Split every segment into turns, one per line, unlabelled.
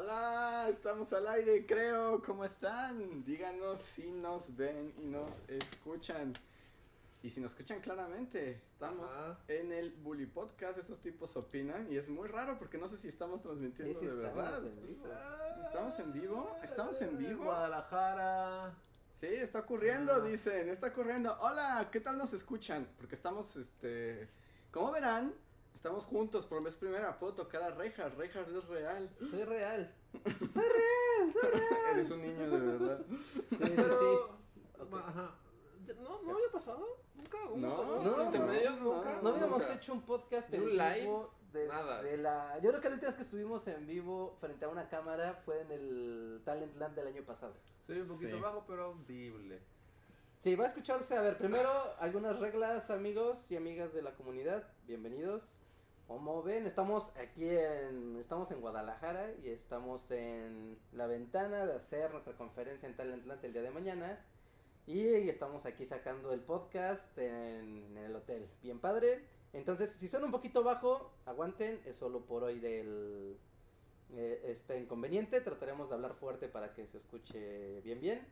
Hola, estamos al aire, creo. ¿Cómo están? Díganos si nos ven y nos escuchan. Y si nos escuchan claramente, estamos
Ajá.
en el Bully Podcast. Estos tipos opinan y es muy raro porque no sé si estamos transmitiendo
Sí, sí,
de
estamos eh.
verdad.
en vivo.
¿Estamos en vivo? ¿Estamos en vivo?
Guadalajara.
Sí, está ocurriendo,
Ah.
dicen, está ocurriendo. Hola, ¿qué tal nos escuchan? Porque estamos, este, como verán, estamos juntos por vez primera. Puedo tocar a Rejas, Rejas es real.
Soy real.
Eres un niño de verdad.
Sí, sí,
Pero.
sí.
ma- Ajá. Ya- No, no había pasado. Nunca.
No,
nunca,
no,
nunca, intermedio,
no,
nunca.
No habíamos
nunca.
hecho un podcast
Ni
en
un
vivo. desde
nada.
la... Yo creo que la última vez que estuvimos en vivo frente a una cámara fue en el Talentland del año pasado.
Sí, un poquito
Sí.
bajo, pero audible.
Sí, va a escucharse. A ver, primero, algunas reglas, amigos y amigas de la comunidad. Bienvenidos. Como ven, estamos aquí en. Estamos en Guadalajara y estamos en la ventana de hacer nuestra conferencia en Talentland el día de mañana. Y, estamos aquí sacando el podcast en, en el hotel. Bien padre. Entonces, si suena un poquito bajo, aguanten. Es solo por hoy del. eh, este inconveniente. Trataremos de hablar fuerte para que se escuche bien, bien.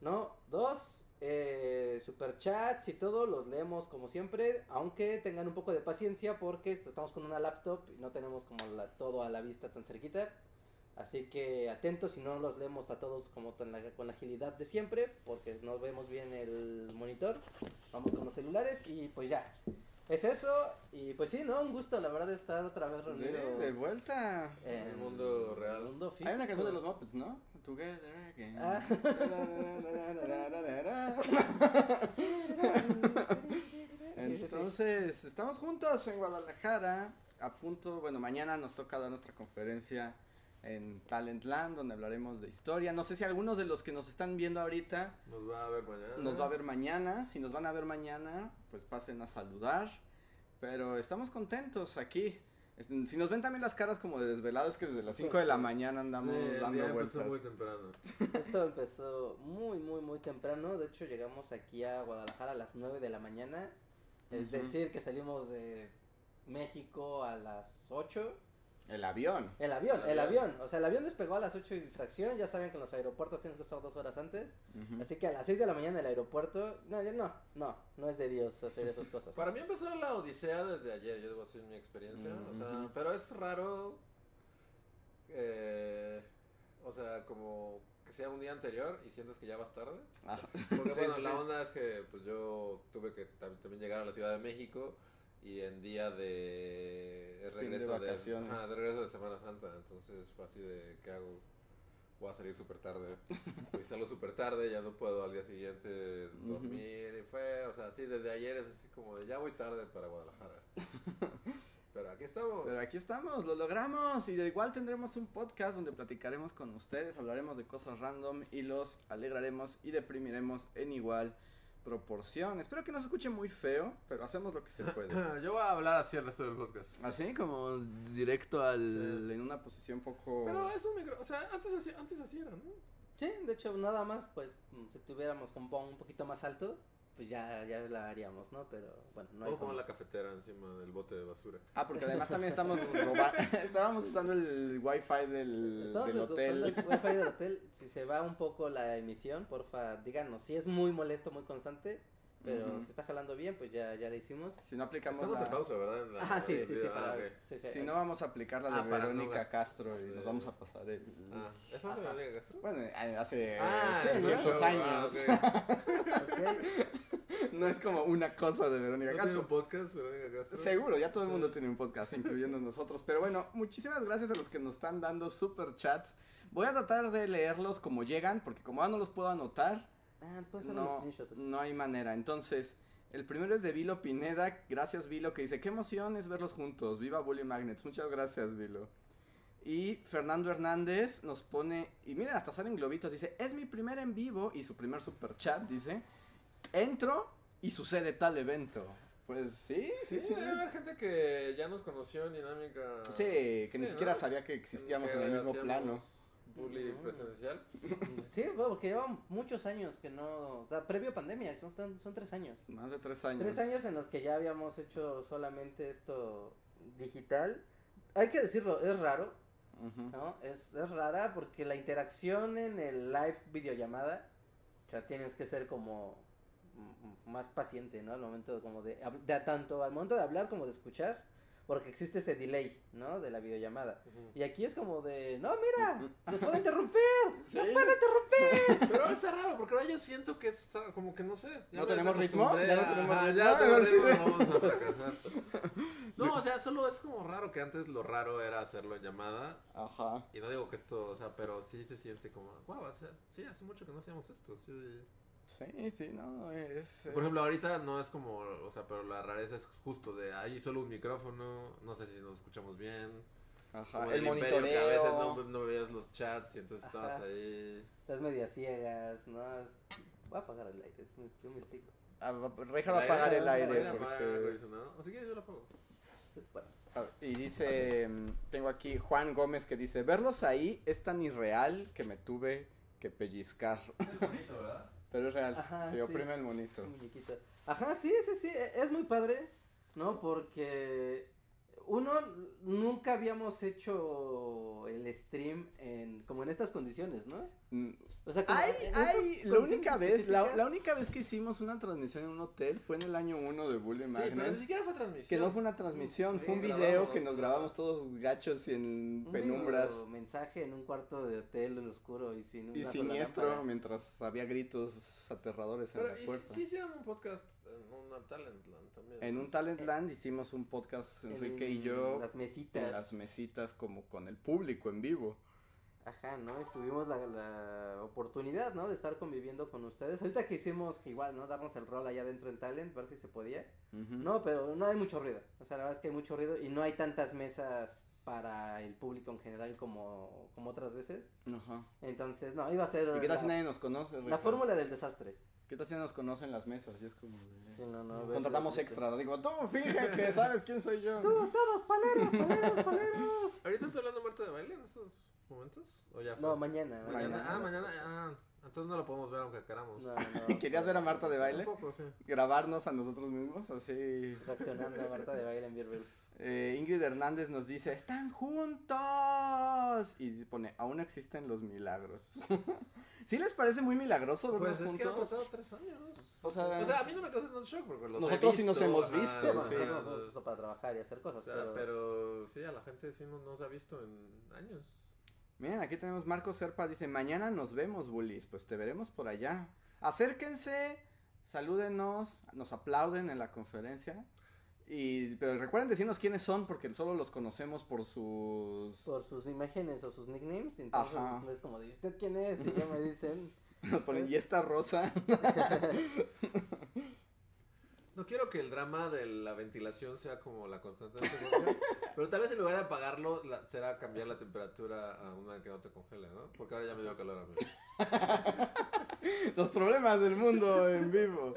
No, dos, eh, superchats y todo, los leemos como siempre, aunque tengan un poco de paciencia porque est- estamos con una laptop y no tenemos como la- todo a la vista tan cerquita. Así que atentos y no los leemos a todos como tan la- con la agilidad de siempre porque no vemos bien el monitor. Vamos con los celulares y pues ya. Es eso y pues sí, ¿no? Un gusto la verdad de estar otra vez
De,
reunidos.
de vuelta.
en
El mundo real.
el mundo
Hay una canción
físico.
de los Muppets, ¿no? Together again.
Ah.
Entonces, estamos juntos en Guadalajara. A punto, bueno, mañana nos toca dar nuestra conferencia en Talentland, donde hablaremos de historia. No sé si algunos de los que nos están viendo ahorita
Nos va a ver mañana.
nos va a ver mañana. Si nos van a ver mañana, pues pasen a saludar. Pero estamos contentos aquí. Es- Si nos ven también las caras como de desvelados, que desde las 5 de la mañana andamos
Sí, el día
dando
empezó
vueltas.
muy temprano.
Esto empezó muy, muy, muy temprano. De hecho, llegamos aquí a Guadalajara a las 9 de la mañana. Es
Ujú.
decir, que salimos de México a las 8.
El avión.
El avión,
El
el
avión.
avión. O sea, el avión despegó a las 8 y fracción. Ya saben que en los aeropuertos tienes que estar dos horas antes.
Ujú.
Este-
Así que a las 6 de la mañana en el aeropuerto. No, ya no, no, no es de Dios hacer esas cosas.
Para mí empezó la odisea desde ayer, yo debo decir mi experiencia, o sea,
Ujú.
pero es raro, eh, o sea, como que sea un día anterior y sientes que ya vas tarde,
Ah,
porque
sí,
bueno,
sí,
la
sí.
onda es que pues yo tuve que tam- también llegar a la Ciudad de México y en día de es
de
regreso de,
vacaciones.
ajá, de regreso de Semana Santa, entonces fue así de, ¿qué hago? Voy a salir súper tarde, y salgo súper tarde, ya no puedo al día siguiente dormir, y fue, o sea, sí, desde ayer es así como de, ya voy tarde para Guadalajara, pero aquí estamos.
Pero aquí estamos, lo logramos. Y de igual tendremos un podcast donde platicaremos con ustedes, hablaremos de cosas random y los alegraremos y deprimiremos en igual proporción. Espero que no se escuche muy feo, pero hacemos lo que se puede.
Yo voy a hablar así el resto del podcast.
Así como directo al
Sí.
en una posición poco
Pero es un micro, o sea, antes así, antes así era, ¿no?
Sí, de hecho, nada más, pues, mm, si tuviéramos con Pong un poquito más alto, pues ya, ya la haríamos, ¿no? Pero bueno, no hay
o como
como.
la cafetera encima del bote de basura.
Ah, porque además también estamos roba- estábamos usando el wifi del,
Estamos
del
ocupando
hotel.
el wifi del hotel. Si se va un poco la emisión, porfa, díganos. Si es muy molesto, muy constante, pero
Ujú.
si está jalando bien, pues ya, ya le hicimos.
Si no aplicamos
Estamos
la-
en pausa, ¿verdad? En la-
Ah, sí, sí, sí,
Ah,
para-
ok.
sí, sí.
Si no vamos a aplicar la de
Ah, para no
Verónica
gastar.
Castro y
Sí.
nos vamos a pasar el...
Ah, ¿eso es lo que digas tú?
Bueno, eh, hace
Ah,
eh,
sí,
ciertos
¿no? Ah,
años.
ok.
Ok.
No es como una cosa de Verónica
¿No tiene
Castro.
un podcast, Verónica Castro?
Seguro, ya todo el
Sí.
mundo tiene un podcast, incluyendo nosotros. Pero bueno, muchísimas gracias a los que nos están dando super chats. Voy a tratar de leerlos como llegan, porque como ahora no los puedo anotar,
Ah, pues son unos
no,
screenshots.
no hay manera. Entonces, el primero es de Vilo Pineda. Gracias, Vilo, que dice: Qué emoción es verlos juntos. Viva Bully Magnets. Muchas gracias, Vilo. Y Fernando Hernández nos pone, y miren, hasta salen globitos, dice, es mi primer en vivo y su primer super chat, dice, entro y sucede tal evento. Pues sí,
Sí,
sí, sí.
debe haber gente que ya nos conoció en Dinámica.
Sí, que ni
Sí,
siquiera
¿no?
sabía que existíamos
Que
en el mismo
hacíamos
plano.
Bully
Ujú.
presencial.
Sí, bueno, porque llevan muchos años que no. O sea, previo pandemia, son, tan- son tres años.
Más de tres años.
Tres años en los que ya habíamos hecho solamente esto digital. Hay que decirlo, es raro.
Ujú.
¿no? Es, es rara porque la interacción en el live videollamada, o sea, tienes que ser como m- m- más paciente, ¿no? Al momento de, como de, hab- de- tanto al momento de hablar como de escuchar, porque existe ese delay, ¿no? De la videollamada. Y aquí es como de, no, mira, nos puede interrumpir,
Sí.
nos puede interrumpir.
Pero ahora está raro, porque ahora yo siento que está como que no sé. ya
¿No
me
tenemos ritmo?
desacostumbré
¿Ya no
a-
tenemos
ajá,
ritmo?
ya
A
tenemos
ver si
ritmo,
se-
vamos a fracasar. No, o sea, solo es como raro que antes lo raro era hacerlo en llamada.
Ajá.
Y no digo que esto, o sea, pero sí se siente como, wow, o sea, sí, hace mucho que no hacíamos esto. sí".
Sí, sí, no, es...
Por ejemplo, ahorita no es como, o sea, pero la rareza es justo de ahí solo un micrófono, no sé si nos escuchamos bien.
Ajá,
Como
el
del imperio que a veces no,
monitoreo.
no veías los chats y entonces estabas
Ajá.
ahí.
Las medias ciegas, ¿no? Es- Voy a apagar el aire, es un, es un mistico.
Ah, Déjalo
La
apagar
era-
el
la
aire.
era apaga
porque-
el acondicionado. O si quieres, yo lo apago.
Bueno,
A ver, Y dice, mm, tengo aquí Juan Gómez que dice, verlos ahí es tan irreal que me tuve que pellizcar.
Es bonito, ¿verdad?
Pero es real,
Ajá,
se
sí.
oprime el monito.
un muñequito. Ajá, sí, sí, sí, e- es muy padre, ¿no? Porque uno nunca habíamos hecho el stream en como en estas condiciones, ¿no?
Mm,
O sea, como
Ay,
en estas
ay, la
condiciones
única vez, la,
específicas.
la única vez que hicimos una transmisión en un hotel fue en el año 1 de Bully
Sí, pero ni
Magnets.
siquiera fue transmisión.
que no fue una transmisión, fue un
Sí,
video
grabamos,
que nos
¿no?
grabamos todos gachos y en
Un
penumbras
video mensaje en un cuarto de hotel en oscuro y sin una
y
sola
siniestro
lámpara.
mientras había gritos aterradores en
Pero
la
y sí-
puerta.
sí hicieron un podcast en una Talentland también.
En un Talentland hicimos un podcast Enrique y
En
yo
las mesitas.
en las mesitas como con el público en vivo.
Ajá, ¿no? Y tuvimos la, la oportunidad, ¿no? De estar conviviendo con ustedes. Ahorita que hicimos, que igual, ¿no? Darnos el rol allá adentro en Talent, ver si se podía.
Ujú.
No, pero no hay mucho ruido. O sea, la verdad es que hay mucho ruido y no hay tantas mesas para el público en general como, como otras veces.
Ajá.
Entonces, no, iba a ser
¿Y qué tal si
la,
nadie nos conoce?
la
Ricardo?
fórmula del desastre.
¿Qué tal si nos conocen las mesas? Y es como de- eh,
Sí, no, no, ves,
Contratamos
ves,
extras. Digo, tú, fíjate, sabes quién soy yo.
Tú, todos, paleros, paleros, paleros.
¿Ahorita está hablando Marta de baile en estos momentos? ¿O ya fue?
No, mañana.
Mañana. Ah, mañana. Ah, entonces no lo podemos ver aunque queramos.
No, no,
¿Querías ver a Marta de baile?
Un poco, sí.
Grabarnos a nosotros mismos, así.
Reaccionando a Marta de baile en Beerville.
Eh, Ingrid Hernández nos dice, están juntos. Y pone, aún existen los milagros. ¿Sí les parece muy milagroso vernos
Pues es que han
juntos?
pasado tres años.
O sea-
o sea, a mí no me causa tanto shock porque los he
Nosotros sí nos
visto,
hemos
ajá,
visto,
ajá,
sí.
ajá.
Vamos justo para trabajar y hacer
O
cosas.
sea,
pero...
pero... sí, a la gente sí no, no se ha visto en años.
Miren, aquí tenemos Marco Serpa, dice, mañana nos vemos, bullies, pues te veremos por allá. Acérquense, salúdenos, nos aplauden en la conferencia. Y, pero recuerden decirnos quiénes son, porque solo los conocemos por sus...
Por sus imágenes o sus nicknames, entonces
Ajá.
es como de, ¿usted quién es? Y ya me dicen,
Nos ponen, y esta rosa.
No quiero que el drama de la ventilación sea como la constante de este podcast, pero tal vez en lugar de apagarlo la- será cambiar la temperatura a una que no te congele, ¿no? Porque ahora ya me dio calor a mí.
los problemas del mundo en vivo.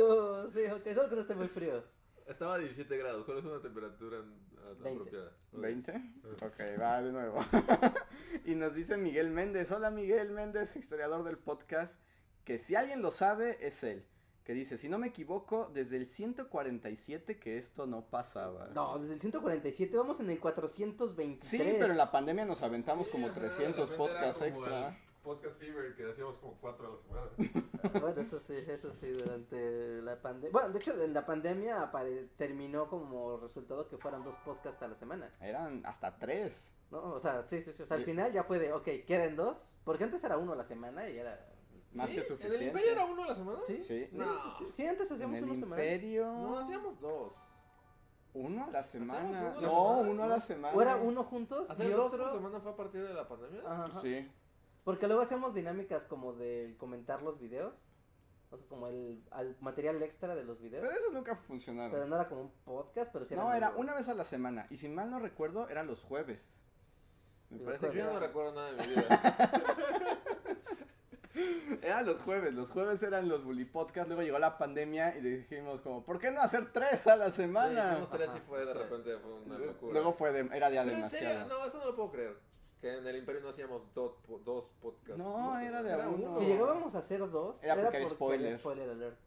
Oh, sí, ok, solo que no esté muy frío.
Estaba a 17 grados, ¿cuál es una temperatura en- a-
20.
apropiada?
¿20? Ok, va de nuevo. y nos dice Miguel Méndez. Hola Miguel Méndez, historiador del podcast, que si alguien lo sabe es él. Que dice, si no me equivoco, desde el 147 que esto no pasaba.
No, desde el 147 vamos en el 423.
Sí, pero en la pandemia nos aventamos
Sí,
como
ajá, de
300
repente era
podcasts
como
extra.
el Podcast Fever que hacíamos como 4 a la semana.
Bueno, eso sí, eso sí, durante la pandemia. Bueno, de hecho, en la pandemia apare- terminó como resultado que fueran dos podcasts a la semana,
Eran hasta tres.
¿no? O sea, sí, sí, sí. O sea, al
Y-
final ya fue de, ok, queden dos, porque antes era uno a la semana y era...
Más
¿Sí?
que
¿En
suficiente.
el Imperio era uno a la semana?
Sí,
Sí.
sí,
No.
sí, sí. Sí, antes
En
hacíamos
el
uno a la semana.
imperio.
No, hacíamos dos.
Uno a la semana.
uno a
No,
la semana,
uno a
¿no?
la semana.
O era uno juntos y
¿Hacer dos por
otro...
semana fue a partir de la pandemia?
Ajá.
Sí.
Porque luego hacemos dinámicas como de comentar los videos. O sea, como el al material extra de los videos.
Pero
Pero,
eso nunca funcionaron.
no era como un podcast, pero sí
Pues
No, era
algo.
una vez a la semana. Y si mal no recuerdo, eran los jueves. Me
Los
parece
jueves.
Yo no recuerdo nada de mi vida.
que eran los jueves. Los jueves eran los bully podcast. Luego llegó la pandemia y dijimos como, ¿por qué no hacer tres a la
Sí,
semana?
hicimos tres
Ajá.
y fue de
Sí.
repente fue una locura.
Luego fue de- era ya
Pero en serio,
demasiado.
no, eso no lo puedo creer. Que en el Imperio no hacíamos dos, po- dos podcasts.
No, era de a
era
uno.
uno.
Si llegábamos a hacer dos,
Era
era,
porque
porque,
había spoiler.
había spoiler alert.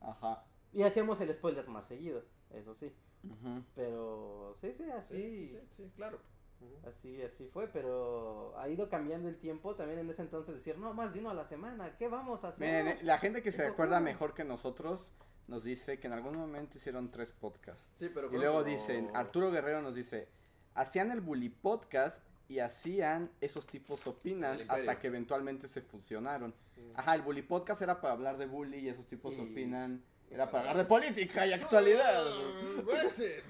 Ajá.
Y hacíamos el spoiler más seguido, eso sí.
Ujú.
Pero sí, sí, así.
Sí, sí, sí, sí, claro. Ujú.
Así, así fue, pero ha ido cambiando el tiempo también en ese entonces decir, no, más de uno a la semana, ¿qué vamos a hacer?
Miren, eh, la gente que se
Eso
acuerda
juro.
mejor que nosotros nos dice que en algún momento hicieron tres podcasts.
Sí, pero
Y
fueron
luego
como-
dicen, Arturo Guerrero nos dice, hacían el bully podcast y hacían esos tipos
El
opinan
imperio.
hasta que eventualmente se fusionaron.
Mm.
Ajá, el bully podcast era para hablar de bully y esos tipos
Y- pues, ah.
opinan. Era para hablar de política y actualidad.
Brexit.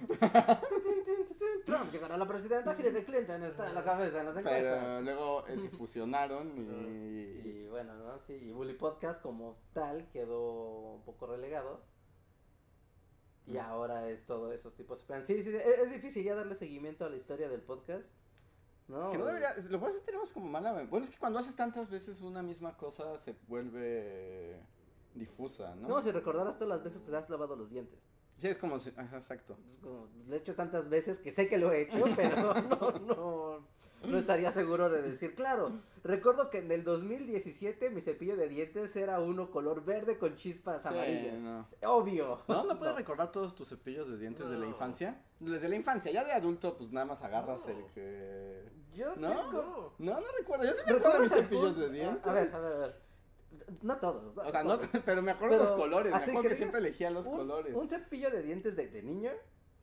Trump llegará a la presidenta, Hillary Clinton está en la cabeza en las
Pero
encuestas.
luego eh, se fusionaron y...
Y bueno, ¿no? Sí, y Bully Podcast como tal quedó un poco relegado. Y
Mm.
ahora es todo esos tipos. Pero Sí, sí, es, es difícil ya darle seguimiento a la historia del podcast. No,
Que no debería,
Es-
lo que pasa es que tenemos como mala mem- Bueno, es que cuando haces tantas veces una misma cosa se vuelve eh, difusa, ¿no?
no, si recordaras todas las veces que te has lavado los dientes.
Sí, es como... si- ajá, exacto.
Pues como, lo he hecho tantas veces que sé que lo he hecho, pero no, no, no estaría seguro de decir. Claro, recuerdo que en el 2017 mi cepillo de dientes era uno color verde con chispas
Sí,
amarillas.
no.
Obvio.
¿No? ¿No puedes recordar todos tus cepillos de dientes de la
No.
infancia? Desde la infancia, ya de adulto, pues nada más agarras
No.
el que.
Yo
¿No?
tengo...
No.
No, no recuerdo. Yo sí me acuerdo de mis
¿Recuerdas
cepillos
algún-
de dientes.
A ver, a ver, a ver. No todos.
O sea, no,
todos.
pero me acuerdo de los
Pero,
colores. Me
así
acuerdo
que
que siempre
digas,
elegía los
un,
colores.
un cepillo de dientes de, de niño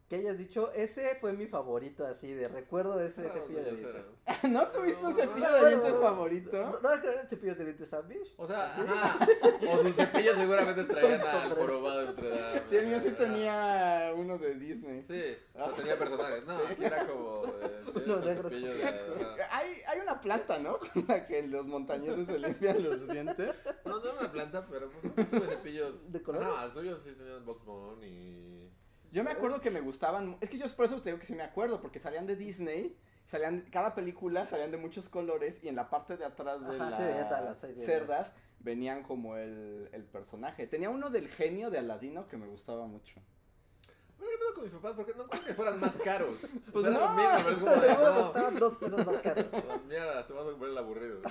que hayas dicho, ese fue mi favorito así, de recuerdo ese
No,
cepillo de
no,
dientes.
¿No tuviste Ah, un
No,
cepillo
no,
de
no,
dientes
no,
favorito?
¿No recuerdas cepillos de dientes Sandwich?
O sea, ajá. O sus cepillos seguramente traían
Con
al
sombrero.
jorobado de Notre Dame.
Sí, el mío sí tenía uno de Disney.
Sí, o sea, tenía personajes. No, aquí era como. Eh, tienes
Uno
el
negro.
cepillo de. ajá.
Hay, hay una planta, ¿no? Con la que los montañeses se limpian los dientes.
No, no era una planta, pero pues no tuve cepillos.
¿De colores?
No, al suyo sí tenían Box Bone y.
Yo me acuerdo que me gustaban, es que yo por eso te digo que sí me acuerdo, porque salían de Disney, salían, cada película salían de muchos colores y en la parte de atrás de
Ajá, sí, veía toda la
las
serie, ¿no?
cerdas venían como el, el personaje. Tenía uno del genio de Aladino que me gustaba mucho.
Bueno, yo pedo con mis papás porque no creo que fueran más caros. Pues
no.
era lo mismo, pero es como de.
Seguro
No,
costaban dos pesos más caros.
Ah, Mierda, te vas a comprar el aburrido.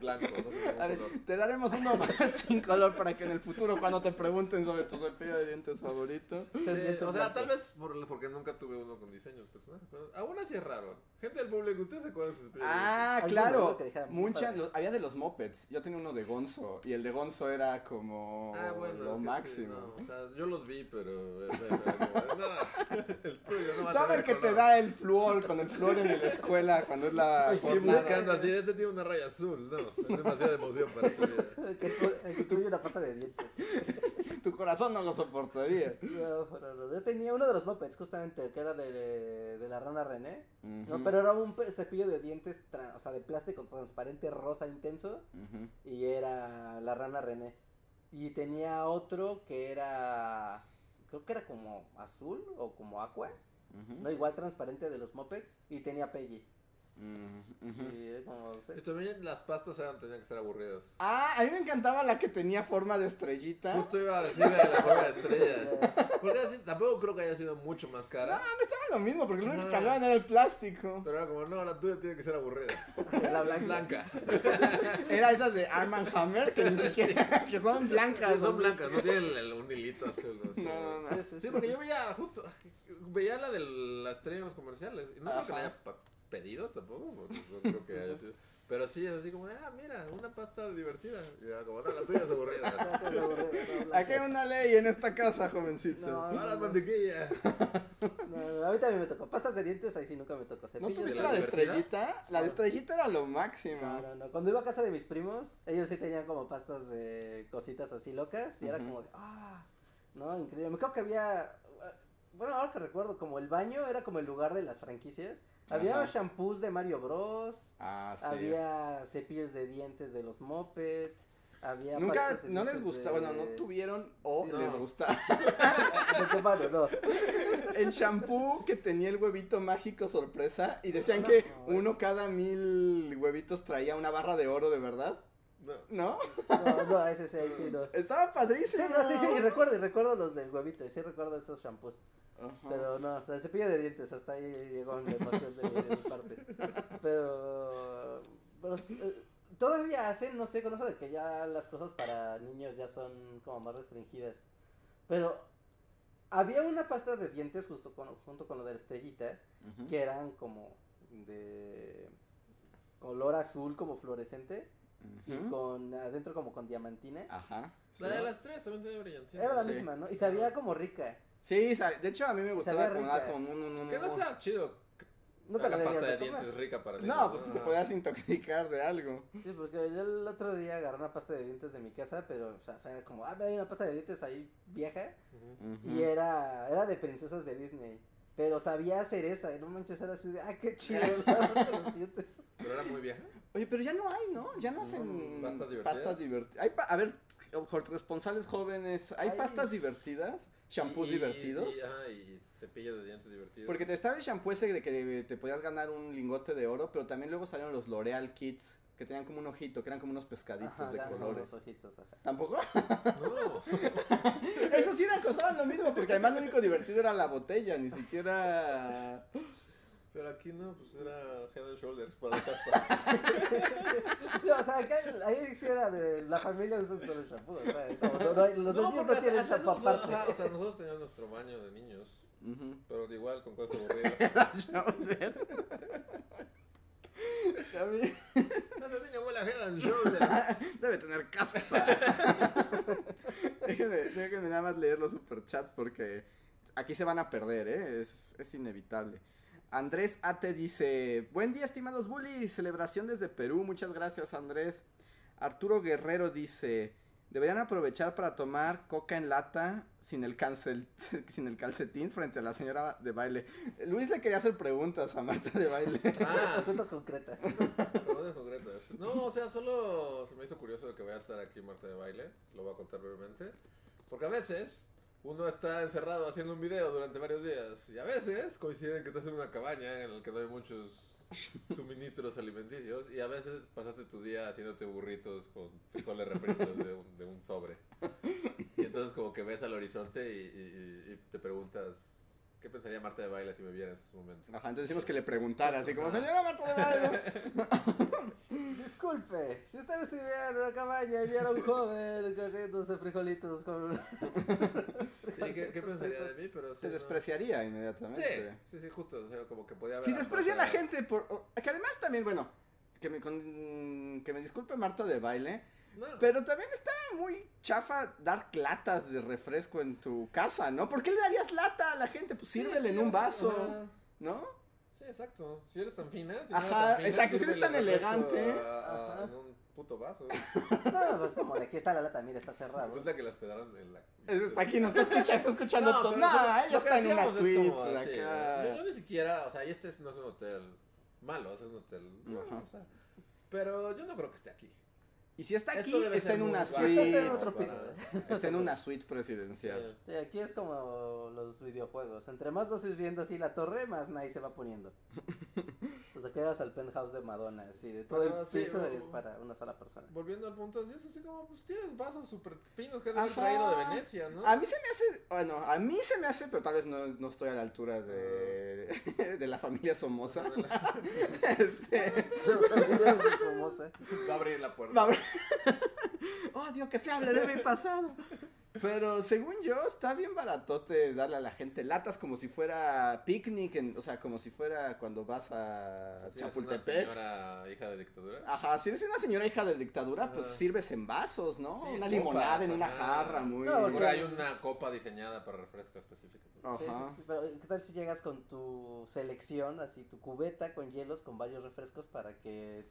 Blanco, no sé
A
cómo
ver,
color.
te daremos uno más sin color para que en el futuro cuando te pregunten sobre tu cepillo de dientes favorito.
Esos
Sí,
dientes
o sea, tal
blancos.
vez por- porque nunca tuve uno con diseños personajes. Pero aún así es raro. Gente del público, ¿ustedes se acuerdan de sus cepillos?
Ah,
Alguien me
claro.
acuerdo que dejaba muy
Muchas,
padre.
lo- había de los mopeds. Yo tenía uno de Gonzo y el de Gonzo era como
Ah, bueno, es
Oh, lo
que sí,
máximo.
no, o sea, yo los vi, pero. eh, eh, eh, como, no, el tuyo no va a
Todo
tener
el que te
color.
da el flúor con el flúor en la escuela cuando es la
Sí,
Sí,
jornada.
buscando así, este tiene una raya azul, no. Es demasiada emoción para tu vida.
Que tu- que tuve una pata de dientes.
Tu corazón no lo soportaría.
No, no, no. Yo tenía uno de los Muppets, justamente, que era de, de la rana René. No,
Ujú,
pero era un pe- cepillo de dientes, tra- o sea, de plástico transparente rosa intenso.
ujú.
Y era la rana René. Y tenía otro que era. Creo que era como azul o como aqua.
Ujú,
No, igual transparente de los Muppets. Y tenía Peggy.
ujú, ujú.
Y era como. no sé.
Y también las pastas eran, tenían que ser aburridas.
Ah, a mí me encantaba la que tenía forma de estrellita. No,
Justo iba a decir la de la forma de estrella. Porque así, tampoco creo que haya sido mucho más cara.
no estaba lo mismo porque lo único que
Ajá.
hablaban era el plástico.
Pero era como, no, la tuya tiene que ser aburrida.
La
Es
blanca.
blanca.
Era esas de Arm and Hammer que ni siquiera, que son blancas.
Son
así.
blancas, no tienen el, el- un hilito azul. así.
No, no, no.
Sí, sí,
Sí,
sí.
porque yo veía justo, veía la de la estrella en los comerciales. Y no creo que la
Ajá.
haya pa- pedido tampoco, porque no creo que haya sido. Pero sí, es así como, ah, mira, una pasta divertida. Y era como, no, la tuya es aburrida.
No, no, no, no, no,
Aquí hay una ley en esta casa, jovencito.
No,
Ah, la
no, no.
mantequilla.
No, no, a mí también me tocó. Pastas de dientes, ahí sí nunca me tocó.
¿No
Cepillo
tuviste
las
la de
divertidas?
estrellita? La de estrellita era lo máximo.
No, no, no. Cuando iba a casa de mis primos, ellos sí tenían como pastas de cositas así locas y era
Ujú.
como de, ah, no, increíble. Me acuerdo que había, eh, bueno, ahora que recuerdo, como el baño era como el lugar de las franquicias. Había
Ajá.
shampoos de Mario Bros,
Ah, sí.
había cepillos de dientes de los Muppets, había...
Nunca,
pastas de
no les
dientes
gustaba,
de-
bueno, no tuvieron o
No.
les gustaba
de Mario, no.
el shampoo que tenía el huevito mágico sorpresa y decían
Ah,
que uno cada mil huevitos traía una barra de oro de verdad, ¿no?
No.
No, no, ese sí, ahí sí, no.
Estaba
Sí,
padrísimo.
no, sí, sí, y recuerdo, y recuerdo los del huevito, y sí recuerdo esos shampoos.
Ajá.
Pero no, la cepilla de dientes, hasta ahí llegó la emoción de mi, de mi parte. Pero, pero eh, todavía hacen, no sé, con eso de que ya las cosas para niños ya son como más restringidas. Pero Había una pasta de dientes justo con, junto con lo de la estrellita,
Ujú.
que eran como de color azul, como fluorescente, y
Ujú.
con adentro como con diamantina.
Ajá. sí.
La de las tres también tiene brillantina.
Era la
sí.
misma, ¿no? Y sabía como rica.
Sí, sa- de hecho a mí me gustaba
Sabía
como nada
rica.
como no, no, no.
Que no
no,
está chido.
No te la
la
debías
pasta de
de pues,
dientes
tomar.
rica para
No, porque te podías intoxicar de algo.
Sí, porque yo el otro día agarré una pasta de dientes de mi casa, pero o sea, era como, ah, hay una pasta de dientes ahí vieja. Y era, era de princesas de Disney. Pero sabía hacer esa, y no manches, era así de, ah, qué chido, ¿no? Los dientes.
Pero era muy vieja.
Oye, pero ya no hay, ¿no? Ya no hacen
pastas divertidas.
divertidas. Hay pa- a ver, corresponsales jóvenes, ¿hay
Hay-
pastas divertidas? ¿Shampoos
Y- y-
divertidos?
Y, ajá, y cepillos de dientes divertidos.
Porque te estaba el shampoo ese de que te podías ganar un lingote de oro, pero también luego salieron los L'Oreal Kids, que tenían como un ojito, que eran como unos pescaditos
Ajá,
de
eran como
colores.
los ojitos, ajá.
¿Tampoco?
No.
Eso sí eran, costaban lo mismo, porque además lo único divertido era la botella, ni siquiera...
Pero aquí no, pues era Head and Shoulders para la pasta.
No, o sea, acá, ahí sí era de la familia usa un solo shampoo, o sea, es como, no, no hay- los niños
porque
no tienen
pues, hasta
shampoo
nosotros-
aparte.
ajá, O sea, nosotros teníamos nuestro baño de niños.
Ujú.
Pero de igual, con cosas aburridas.
A mí-
No se tiene abuela Head and Shoulders.
Debe tener caspa. déjenme, déjenme nada más leer los superchats porque aquí se van a perder, ¿eh? es, es inevitable. Andrés Ate dice, buen día estimados bullies, celebración desde Perú, muchas gracias Andrés. Arturo Guerrero dice, deberían aprovechar para tomar coca en lata sin el, cancel- sin el calcetín frente a la señora de baile. Luis le quería hacer preguntas a Marta de baile.
Ah,
Preguntas concretas.
preguntas concretas. No, o sea, solo se me hizo curioso que vaya a estar aquí Marta de Baile. Lo voy a contar brevemente. Porque a veces uno está encerrado haciendo un video durante varios días. Y a veces coinciden que estás en una cabaña en la que no hay muchos suministros alimenticios. Y a veces pasaste tu día haciéndote burritos con frijoles refritos de un, de un sobre. Y entonces como que ves al horizonte y, y- y- y te preguntas... ¿Qué pensaría Marta de Baile si me viera en esos momentos?
Ajá, entonces decimos que le preguntara, así como, señora Marta de baile.
Disculpe, si usted estuviera en una cabaña y era un joven que haciéndose frijolitos con...
Sí, ¿qué, qué pensaría de mí? Pero sí,
Te
no.
despreciaría
Sí,
inmediatamente.
sí, sí, justo. O sea, como que podía haber.
Si
ambas,
desprecia a la
era-
gente por... o- Que además también, bueno, que me, con- que me disculpe Marta de baile,
No.
pero también está muy chafa dar latas de refresco en tu casa, ¿no? ¿Por qué le darías lata a la gente? Pues
Sí,
sírvele
sí,
en un
o sea,
vaso,
ajá.
¿no?
Sí, exacto. Si eres tan fina. Si no
Ajá,
eres tan fina,
exacto, si eres tan
sírvele refresco
elegante.
a- a-
Ajá.
en un puto vaso.
No, pues como de aquí está la lata, mira, está cerrado.
Resulta que las pedraron en la. este,
Eso Está aquí, nos está escuchando, está escuchando todo.
pero
No,
eso-
ella
lo que
está en una
hacíamos es
suite
como así, ¿eh?
acá.
Yo, yo ni siquiera, o sea, y este es- no es un hotel malo, es un hotel. no,
Ajá.
o sea, pero yo no creo que esté aquí.
Y si está
Esto
aquí,
debe
está
ser
en
muy
una
guapo
Está
suite.
en otro
para-
piso.
Está en una suite
Sí.
presidencial.
Sí, aquí es como los videojuegos. Entre más vas subiendo así la torre, más nice se va poniendo. O sea, quedas al penthouse de Madonna, así de todo
Ah,
el
sí,
piso
o-
es para una sola persona.
Volviendo al punto, sí, es así como, pues tienes vasos súper finos que has de haber
Ajá.
traído de Venecia, ¿no?
A mí se me hace, bueno, a mí se me hace, pero tal vez no, no estoy a la altura
Ah.
de, de la familia Somoza. Este,
Es famosa.
Va a abrir la puerta.
va a haber- Odio que se hable de mi pasado. Pero según yo, está bien baratote darle a la gente latas como si fuera picnic, en- o sea, como si fuera cuando vas a
Si eres una
Chapultepec.
señora hija de dictadura.
Ajá, si eres una señora hija de dictadura, pues
Ajá.
sirves en vasos, ¿no?
Ah. Sí,
una
copas,
limonada en una
ajá.
jarra, muy...
No,
Seguro
porque-
hay una copa diseñada para refresco específico.
Sí, sí,
Ajá.
sí, Pero ¿qué tal si llegas con tu selección, así tu cubeta con hielos, con varios refrescos para que...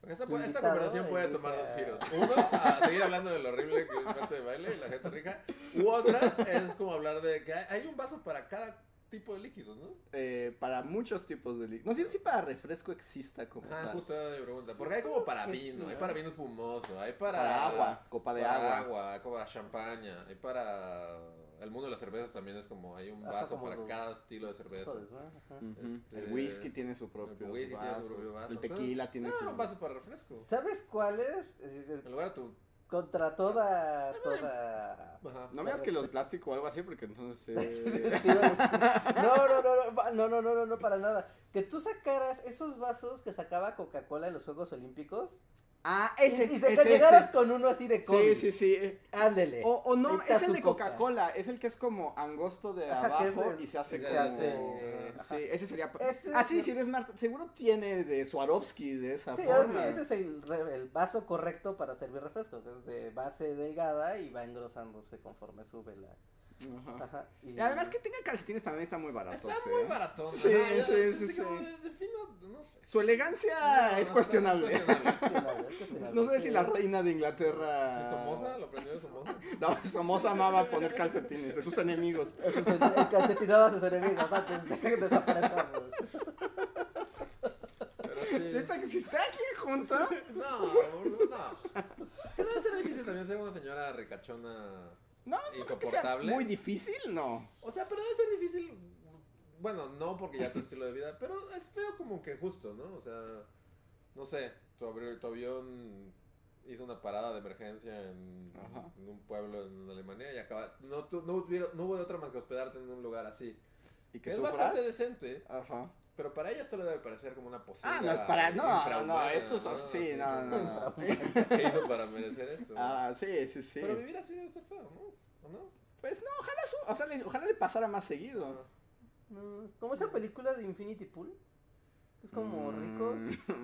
Porque Esta,
Tu
esta
invitado
conversación puede
elige-
tomar dos giros. Uno, a seguir hablando de lo horrible que es parte de baile y la gente rica. U otra es como hablar de que hay hay un vaso para cada tipo de líquido, ¿no?
eh, para muchos tipos de líquidos. No sé si para refresco exista como
Ah,
tal.
justo era mi pregunta. Porque hay como para
que
vino,
sí,
hay
¿no?
para vino espumoso, hay para,
Para agua, copa de
para
agua.
hay para champaña, hay para el mundo de las cervezas también es como hay un
Ajá,
vaso
como
para
los-
cada estilo de cerveza. Ah,
¿sabes, no? Ajá.
Ujú.
Este,
el whisky tiene su propio Ah,
el whisky tiene su
vasos,
propio vaso.
El tequila tiene
No,
su.
era un vaso para refresco.
¿Sabes cuál es? Es
En
decir,
lugar de tu.
Contra toda... toda...
Ajá.
No me digas que los plástico o algo así, porque entonces. eh,
No, no, no, no, no, no, no, no, no, para nada. Que tú sacaras esos vasos que sacaba Coca-Cola en los Juegos Olímpicos
Ah,
Y,
ese.
y se-
ese,
llegaras
ese.
con uno así de
Sí,
cómic.
sí, sí. eh,
Ándele.
O, o no,
Ahorita
es el
su
de
coca.
Coca-Cola, es el que es como angosto de
Ajá, que es
abajo
el-
y se hace
se
como...
hace- ajá.
Sí, ese sería...
Ese
ah,
es
sí,
el-
si eres Marta, seguro tiene de Swarovski de esa
Sí,
forma.
ese es el, re- el vaso correcto para servir refresco, que es de base delgada y va engrosándose conforme sube la...
Ajá.
Ajá,
Y además que tenga calcetines también está muy barato. ¿eh?
Está
creo.
muy baratón.
Sí,
ajá, ya,
sí,
es
sí,
así
sí.
como de- de fino, no sé.
Su elegancia
No,
es
no,
cuestionable.
es cuestionable.
Sí, la verdad es que sí, la
No
verdad
sé si
sí.
la reina de
Sí,
Inglaterra...
Somoza, lo
Ah,
aprendió de Somoza.
No, Somoza amaba poner calcetines de sus enemigos.
Sus en- el calcetinaba a sus enemigos antes de desaparecerlos.
Pero
Si
sí.
está, si está aquí junto...
No, burro, no. Que debe ser difícil también ser una señora ricachona
No, Que sea
insoportable.
muy difícil, no.
O sea, pero debe ser difícil. Bueno, no porque ya tu estilo de vida, pero es feo como que justo, ¿no? O sea, no sé, tu, abri- tu avión hizo una parada de emergencia en,
Ajá.
en un pueblo en Alemania y acaba. No, tu- no, hubiera- no hubo de otra más que hospedarte en un lugar así.
Y que
Es
sufras.
bastante decente,
Ajá.
pero para ella esto le debe parecer como una posibilidad.
Ah, no es para. No, no, no,
infrahumana,
esto es. Sí, no, no, no.
¿Qué hizo para merecer esto?
Ah, sí, sí, sí.
Pero vivir así debe ser feo, ¿no? ¿O no?
Pues no, ojalá, su- o sea, le, ojalá le pasara más seguido.
No, como esa película de Infinity Pool, que es como
Mm.
ricos.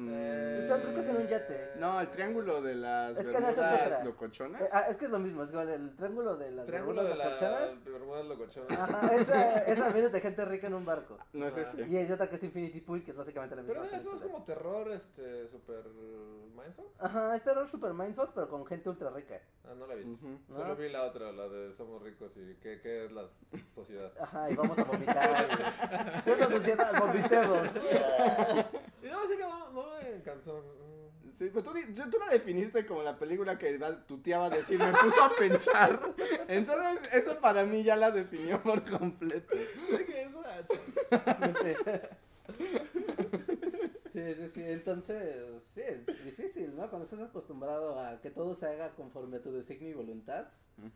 Eh,
Mm.
Son ricos en un yate.
No, el triángulo de las
Es que no, esa es
Bermudas
otra.
locochonas.
Eh, ah, es que es lo mismo, es igual el triángulo de las
Triángulo de
bermudas acolchadas.
las Bermudas locochonas.
Ajá, esa, esa también es de gente rica en un barco.
No es
Ah.
ese.
Y hay otra que es Infinity Pool, que es básicamente la misma
Pero eso es
película.
como terror, este, super mindfuck.
Ajá, es terror super mindfuck, pero con gente ultra rica.
Ah, no la he visto.
Ujú.
Solo
¿No?
vi la otra, la de somos ricos y qué, qué es la sociedad.
Ajá, y vamos a vomitar. y- ¿Qué es la sociedad? Vomitemos.
Y no, así que no, no me encantó. Mm.
Sí, pero tú, di- yo- tú la definiste como la película que va- tu tía va a decir, me puso a pensar. Entonces, eso para mí ya la definió por completo.
Sí, que es gacho.
Sí, sí, sí. Entonces, sí, es difícil, ¿no? Cuando estás acostumbrado a que todo se haga conforme a tu designio y voluntad,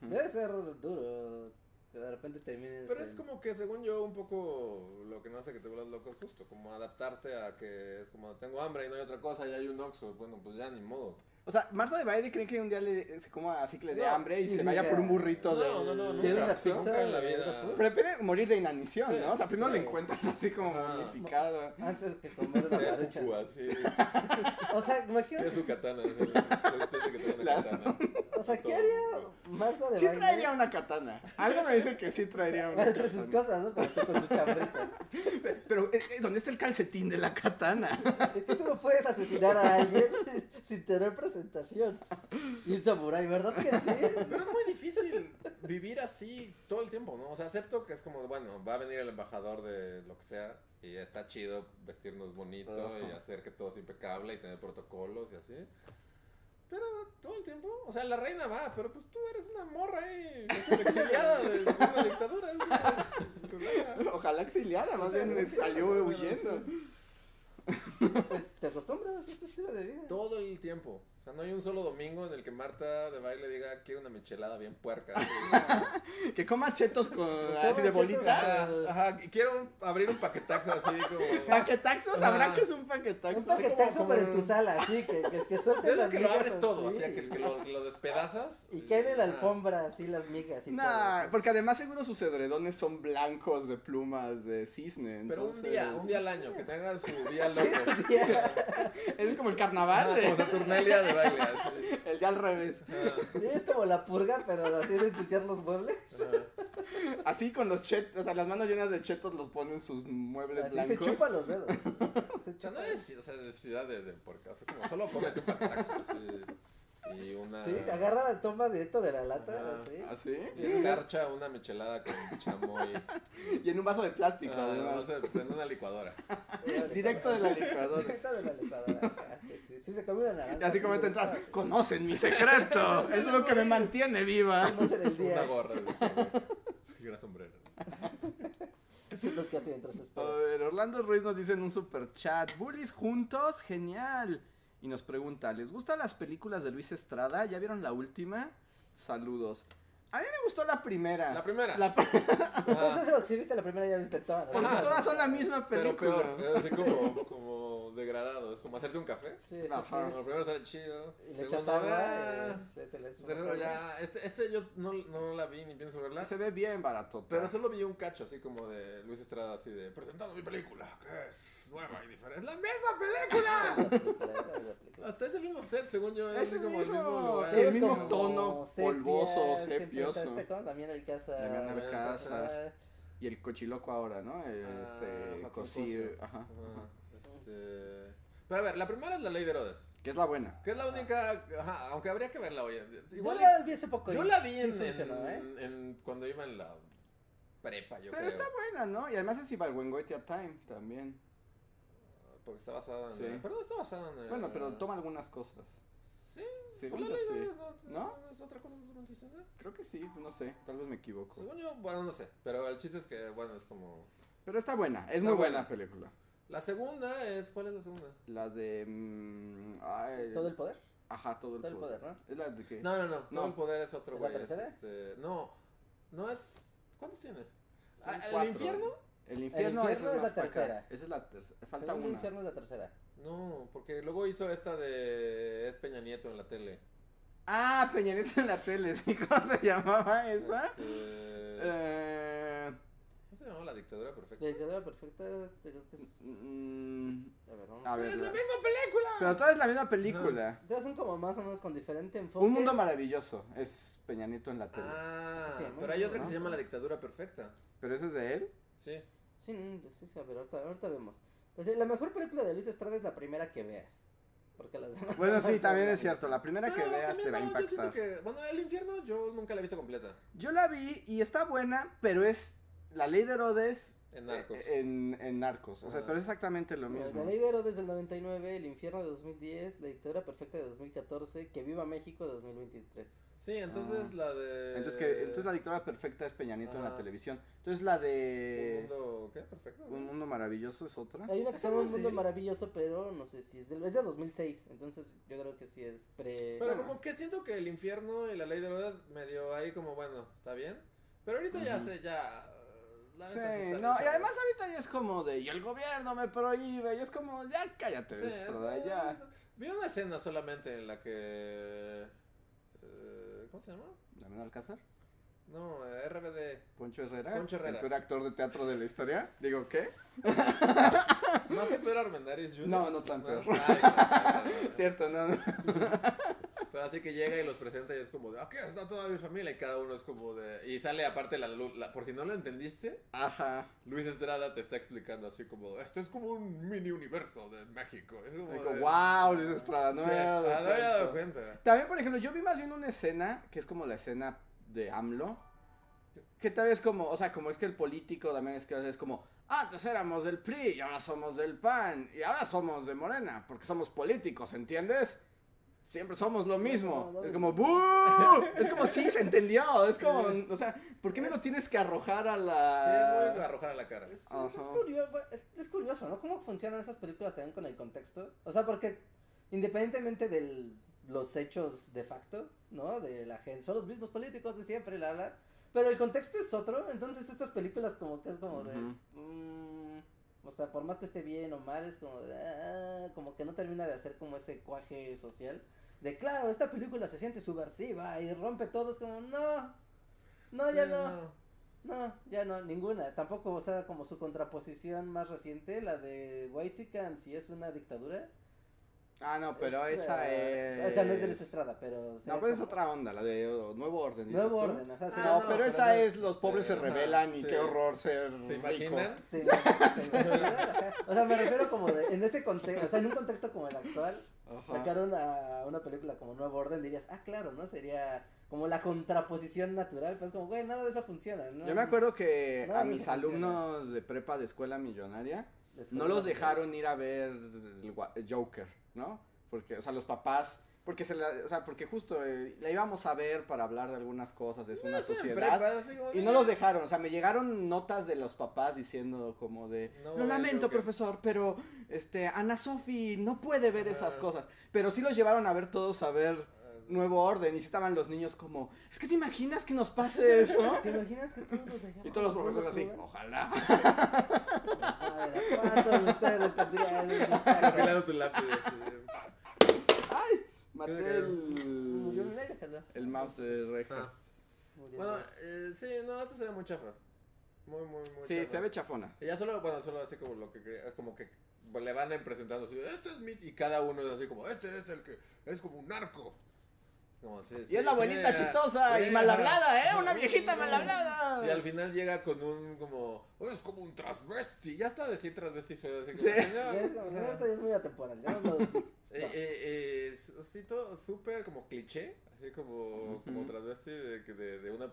debe ser duro que de repente termines.
Pero es
en-
como que, según yo, un poco lo que no hace que te vuelvas loco es justo, como adaptarte a que es como tengo hambre y no hay otra cosa y hay un oxo. Bueno, pues ya ni modo.
O sea, Marta de Baile cree que un día le, se coma así que le dé
No.
hambre y se
Sí,
vaya
ya.
por un burrito
No,
de.
no, no,
¿Quieres
nunca,
una
Sí,
pizza?
nunca en la
¿Quieres
vida.
Pero depende de morir de inanición,
Sí,
¿no? O sea, primero
sí.
le encuentras así como
Ah.
momificado.
Antes que comer una
Sea
marucha.
cucú, así.
O sea,
Tiene
imagínate.
su katana. así, siente que tiene una
La-
katana.
O sea, ¿qué haría Marta de
Sí
baile?
traería una katana. Algo me dice que sí traería una
Entre sus
katana.
cosas, ¿no? Pero está con su chambrita.
Pero, eh, eh, ¿dónde está el calcetín de la katana?
Y tú, tú no puedes asesinar a alguien sin, sin tener presentación. Y un samurái, ¿verdad que sí?
Pero es muy difícil vivir así todo el tiempo, ¿no? O sea, acepto que es como, bueno, va a venir el embajador de lo que sea y está chido vestirnos bonito y
Ajá.
hacer que todo es impecable y tener protocolos y así. Pero todo el tiempo, o sea, la reina va, pero pues tú eres una morra ahí, exiliada de una dictadura. así que, pues, nada.
Ojalá exiliada, más
O sea,
bien
no
me
sé,
salió
pero bueno,
huyendo.
sí.
Pues te acostumbras, es tu estilo de vida.
Todo el tiempo. O sea, no hay un solo domingo en el que Marta de baile diga, quiero una michelada bien puerca. así.
Que coma chetos con
coma
así de
chetos.
bolita.
Ajá, ajá, y quiero un- abrir un paquetaxo así como.
¿Paquetaxos? ¿Sabrá
Ajá.
que es un
Un
paquetaxo?
paquetaxo,
Como-
pero en tu sala, así, que, que, que
De
sueltes
esos
las
que lo
migas
abres todo,
así.
así, que, que lo, que lo despedazas.
Y caen en la
ajá.
alfombra, así, las migas y
Ah. Nah,
todo.
porque además seguro sus edredones son blancos de plumas de cisne.
Pero
Entonces...
un día, un día al año, que tenga su día loco.
Sí, es un día-
Es como el
Ajá,
carnaval, de-
como Saturnalia de baile. así.
el día al revés.
Ajá,
sí, es como la purga, pero así de ensuciar los muebles.
ajá.
Así con los chetos, o sea, las manos llenas de chetos los ponen sus muebles
Así se
blancos.
chupa los dedos. Se
O sea,
chupa.
no es o sea, necesidad de, de puerca, o sea, como solo cómete un paquetaxo así, y
Ah.
una.
Sí, agarra la toma directo de la lata,
Ajá.
así.
¿Así?
Y escarcha una michelada con chamoy.
Y en un vaso de plástico,
Ah,
además.
no sé, en una licuadora.
Directo de la licuadora.
Directo de la licuadora. ajá, Sí, sí, sí, se comió una naranja.
Y así como te
sí,
entran,
sí.
conocen mi secreto. es lo que me mantiene viva.
Ah, No sé del
Una
día.
gorra. de- Y una sombrera.
Es lo que hace mientras
A
espera.
ver, Orlando Ruiz nos dice en un super chat, bullies juntos, genial. Y nos pregunta, ¿les gustan las películas de Luis Estrada? ¿Ya vieron la última? Saludos. A mí me gustó la primera.
La primera.
La pr-
Ajá.
Entonces, Pues si viste la primera, ya viste todas.
porque
Ajá.
todas son la misma
Pero
película.
peor, es así como, como degradado, es como hacerte un café.
Sí, sí,
Ajá.
sí.
Bueno, lo primero sale chido.
Ah. Y le
segundo,
echas agua.
ah,
eh, le- te le echas
tercero
agua.
ya. Este, este yo no, no la vi ni pienso verla.
Se ve bien barato.
Ah.
Pero solo vi un cacho así como de Luis Estrada, así de presentando mi película, que es nueva y diferente. ¡Es la misma película! Hasta es el mismo set, según yo.
Es
así
el
como
mismo,
lugar.
el
Es
mismo
como
tono polvoso,
sepia, siempre está
sepioso.
Este, ¿cómo? Damián Alcázar.
Damián
Alcázar.
Ah,
Y el cochiloco ahora, ¿no? El,
Ah,
este,
Joaquín
cocido.
Cosio.
Ajá.
Ajá, este... Pero a ver, la primera es la ley de Herodes.
Que es la buena.
Que es la única. Ajá, aunque habría que verla hoy. Igual,
yo la vi hace poco.
yo
y
la vi
sí
en,
funcionó, ¿eh?
en- en- cuando iba en la prepa, yo
Pero
creo.
está buena, ¿no? Y además es Ibargüengoitia Time también.
Porque está basada en.
Sí.
Pero no está basada en.
Bueno, pero toma algunas cosas.
Sí,
Según
pues
yo,
la ley de
sí.
Herodes no,
¿No?
no es otra cosa totalmente distinta.
Creo que sí, no sé, tal vez me equivoco.
Según yo, bueno, no sé. Pero el chiste es que, bueno, es como.
Pero está buena, es
Está
muy
buena.
buena, película.
La segunda es. ¿Cuál es la segunda?
La de... mm, ay,
¿eh? Todo el poder.
Ajá, todo el
Todo el
poder.
poder,
¿Es la de qué?
No, no, no. Todo
No.
el poder es otro
¿Es la
güey. es
tercera?
este... No, no es. ¿Cuántos tiene?
Son
Ah, ¿El
cuatro.
infierno?
El infierno,
infierno
esa
es la
más para acá.
tercera.
Esa es la tercera.
¿no?
Falta
Según el
una.
infierno es la tercera.
No, porque luego hizo esta de Es Peña Nieto en la tele.
Ah, Peñanito en la tele, ¿sí? ¿Cómo se llamaba esa?
Este...
Eh,
¿Cómo se llamaba la dictadura perfecta?
La dictadura perfecta, este, creo que es...
mm,
A ver, vamos
a
a ver.
ver. la-
película!
Pero toda es la misma película.
son como más o menos con diferente enfoque.
Un mundo maravilloso es Peñanito en la tele.
Ah,
Sí, sí,
pero hay otra que
¿no?
se llama La dictadura perfecta.
¿Pero ese es de él?
Sí.
Sí, mm, sí, sí, a ver, ahorita, ahorita vemos. Pues, sí, la mejor película de Luis Estrada es la primera que veas. Porque las demás
Bueno,
no
sí,
son
también
la
es cierto. La primera que veas te va a
no, yo siento
impactar.
que. Bueno, El infierno yo nunca la he visto completa.
Yo la vi y está buena, pero es la ley de Herodes
En Narcos.
eh, En, en narcos. O sea,
Ajá.
pero es exactamente lo
Pues,
mismo.
La ley de Herodes del 99, El infierno de 2010, La dictadura perfecta de 2014, Que viva México de 2023.
Sí, entonces
Ah.
la de.
Entonces, que, entonces la dictadura perfecta es Peñanito en la
Ajá.
televisión. Entonces la
¿Un
de
mundo qué? Perfecto.
Un Mundo Maravilloso es otra.
Hay una que
¿Esa
se llama
no
Un
es
mundo
él?
maravilloso, pero no sé si es del... Es de 2006, entonces yo creo que sí es pre...
Pero
Bueno.
como que siento que el infierno y la ley de Herodes me dio ahí como, bueno, está bien. Pero ahorita ya
Ujú.
sé, ya. la
Sí,
neta está
no,
bien
y además
chafa.
ahorita ya es como de, y el gobierno me prohíbe, y es como, ya cállate,
Sí,
Estrada,
es-
ya.
ah, Vi una escena solamente en la que. eh, ¿Cómo se llama?
¿Damián Alcázar?
No, eh, RBD.
¿Poncho Herrera?
Poncho Herrera.
¿El peor actor de teatro de la historia? Digo, ¿qué?
Más que peor Armendáriz Jr.
No, no tan peor.
Ah, Ay, no, no, no, no.
Cierto, no, no.
Pero así que llega y los presenta y es como de, aquí está toda mi familia y cada uno es como de... Y sale aparte la luz, la- por si no lo entendiste,
Ajá.
Luis Estrada te está explicando así como, esto es como un mini universo de México. Es como
Digo,
de-
wow, Luis Estrada,
Sí,
no me había dado
ah, no había dado
cuenta.
cuenta.
También, por ejemplo, yo vi más bien una escena que es como la escena de AMLO. Que tal vez como, o sea, como es que el político también es que es como, antes éramos del PRI y ahora somos del PAN y ahora somos de Morena, porque somos políticos, ¿entiendes? Siempre somos lo mismo.
no, no,
es
no.
como, "Bú". Es como, sí, se entendió. Es como, o sea, ¿por qué me lo tienes que arrojar a
Sí, muy
la.
arrojar a la cara.
Es, es-
Ajá.
es curio- bueno, es- es curioso, ¿no? Cómo funcionan esas películas también con el contexto. O sea, porque independientemente de los hechos de facto, ¿no? De la gente, son los mismos políticos de siempre, la, la. Pero el contexto es otro, entonces estas películas como que es como de...
Ujú.
mm, o sea, por más que esté bien o mal, es como de... ah, como que no termina de hacer como ese cuaje social. De claro, esta película se siente subversiva y rompe todo, es como, no, no, ya
Sí,
no. No, ya no, ninguna. Tampoco, o sea, como su contraposición más reciente, la de Whitezican, si es una dictadura.
Ah, no, pero
Esta-
esa es.
Esta no es de Luis Estrada, pero. sería
No, pues es
como
otra onda, la de oh, Nuevo Orden. dices
Nuevo
tú.
orden, ajá,
Ah,
sí.
No,
no,
pero
pero
esa
no
es
es- este,
los pobres se
Ajá,
rebelan y
sí.
qué horror ser
¿Se
rico.
imaginan?
Te imaginas, te imaginas, ajá. O sea, me refiero como de- en ese contexto, o sea, en un contexto como el actual,
Ajá.
sacaron a una película como Nuevo Orden, dirías, ah, claro, ¿no? Sería como la contraposición natural, pues como, güey, nada de eso funciona, ¿no?
Yo me acuerdo que
Nada
a
de
mis
eso funciona.
alumnos de prepa de escuela millonaria
Les
no
fue
los
mal.
dejaron ir a ver el gua- el Joker, ¿no? Porque, o sea, los papás, porque se la, o sea, porque justo eh, la íbamos a ver para hablar de algunas cosas, es una
Eso en
sociedad.
prepa, así como,
Y
"Mira".
no los dejaron, o sea, me llegaron notas de los papás diciendo como de, lo
No va a ver
lamento
Joker".
profesor, pero este, Ana Sofi no puede ver esas
Ah.
cosas, pero sí los llevaron a ver todos a ver
Ah,
nuevo orden. Y sí estaban los niños como, es que te imaginas que nos pase eso.
¿Te imaginas que todos los de allá
Y todos los
abajo
profesores así,
suban?
ojalá.
Madre, ¿Cuántos de ustedes les pondrían en esta cara?
Afilando tu lápiz. así.
Ay, maté
Murió
el,
Mireia, ojalá.
el mouse de Reja.
Ah,
Murió.
Bueno, eh, sí, no, esto se ve muy chafa. Muy, muy, muy
Sí,
chafa.
se ve chafona.
Y Ya solo, bueno, solo así como lo que cre- es como que le van presentando así, este es mi, y cada uno es así como, este es el que es como un narco. Como así,
Y es la abuelita chistosa y mal hablada, ¿eh? Una viejita mal
Y al
hablada.
final llega con un como, es como un transvesti. Ya está decir transvesti soy así como,
Sí.
señor,
Ya es como,
o
no,
sea,
esto ya es muy atemporal. ya no lo-
eh, eh, eh, s- sí, todo súper como cliché, así como, como
Ujú.
transvesti de, que- de, de una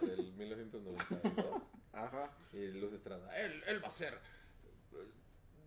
del 1992.
Ajá.
Y Luz Estrada, él, él va a ser eh,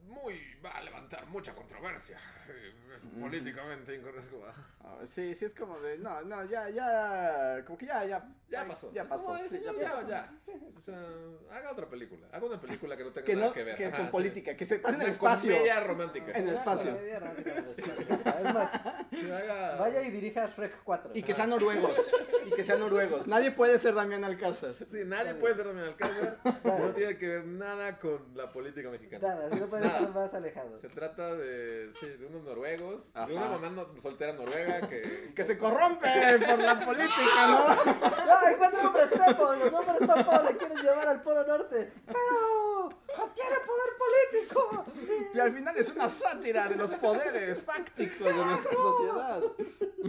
muy, va a levantar mucha controversia, eh, es
Ujú.
políticamente incorrecto. va.
Ah, Sí, sí, es como de, no, no, ya, ya, como que ya, ya.
Ya pasó.
Ya
Es
pasó,
como de,
sí, ya
"Señor, ya,
pasó.
ya". O sea, haga otra película, haga una película que no tenga
Que
nada
no,
que ver.
que
Ajá,
con
sí.
política, que se pase en el
Una
espacio.
comedia romántica.
En el
Una
espacio.
comedia romántica, pues, Es más,
Que haga-
vaya y dirija Shrek 4.
Y que sean noruegos. Y que sean noruegos. Nadie puede ser Damián Alcázar.
Sí, nadie puede ser Damián Alcázar,
Dale.
no tiene que ver nada con la política mexicana.
Nada, si no pueden
Nada.
estar más alejados.
Se trata de, sí, de unos noruegos,
Ajá.
de una mamá no- soltera noruega que...
Que se corrompe por la política, ¿no?
¡Ay, cuatro hombres topo! ¡Los hombres topo le quieren llevar al Polo Norte! ¡Pero! ¡Adquiere poder político!
Y al final es una sátira de los poderes fácticos de nuestra sociedad.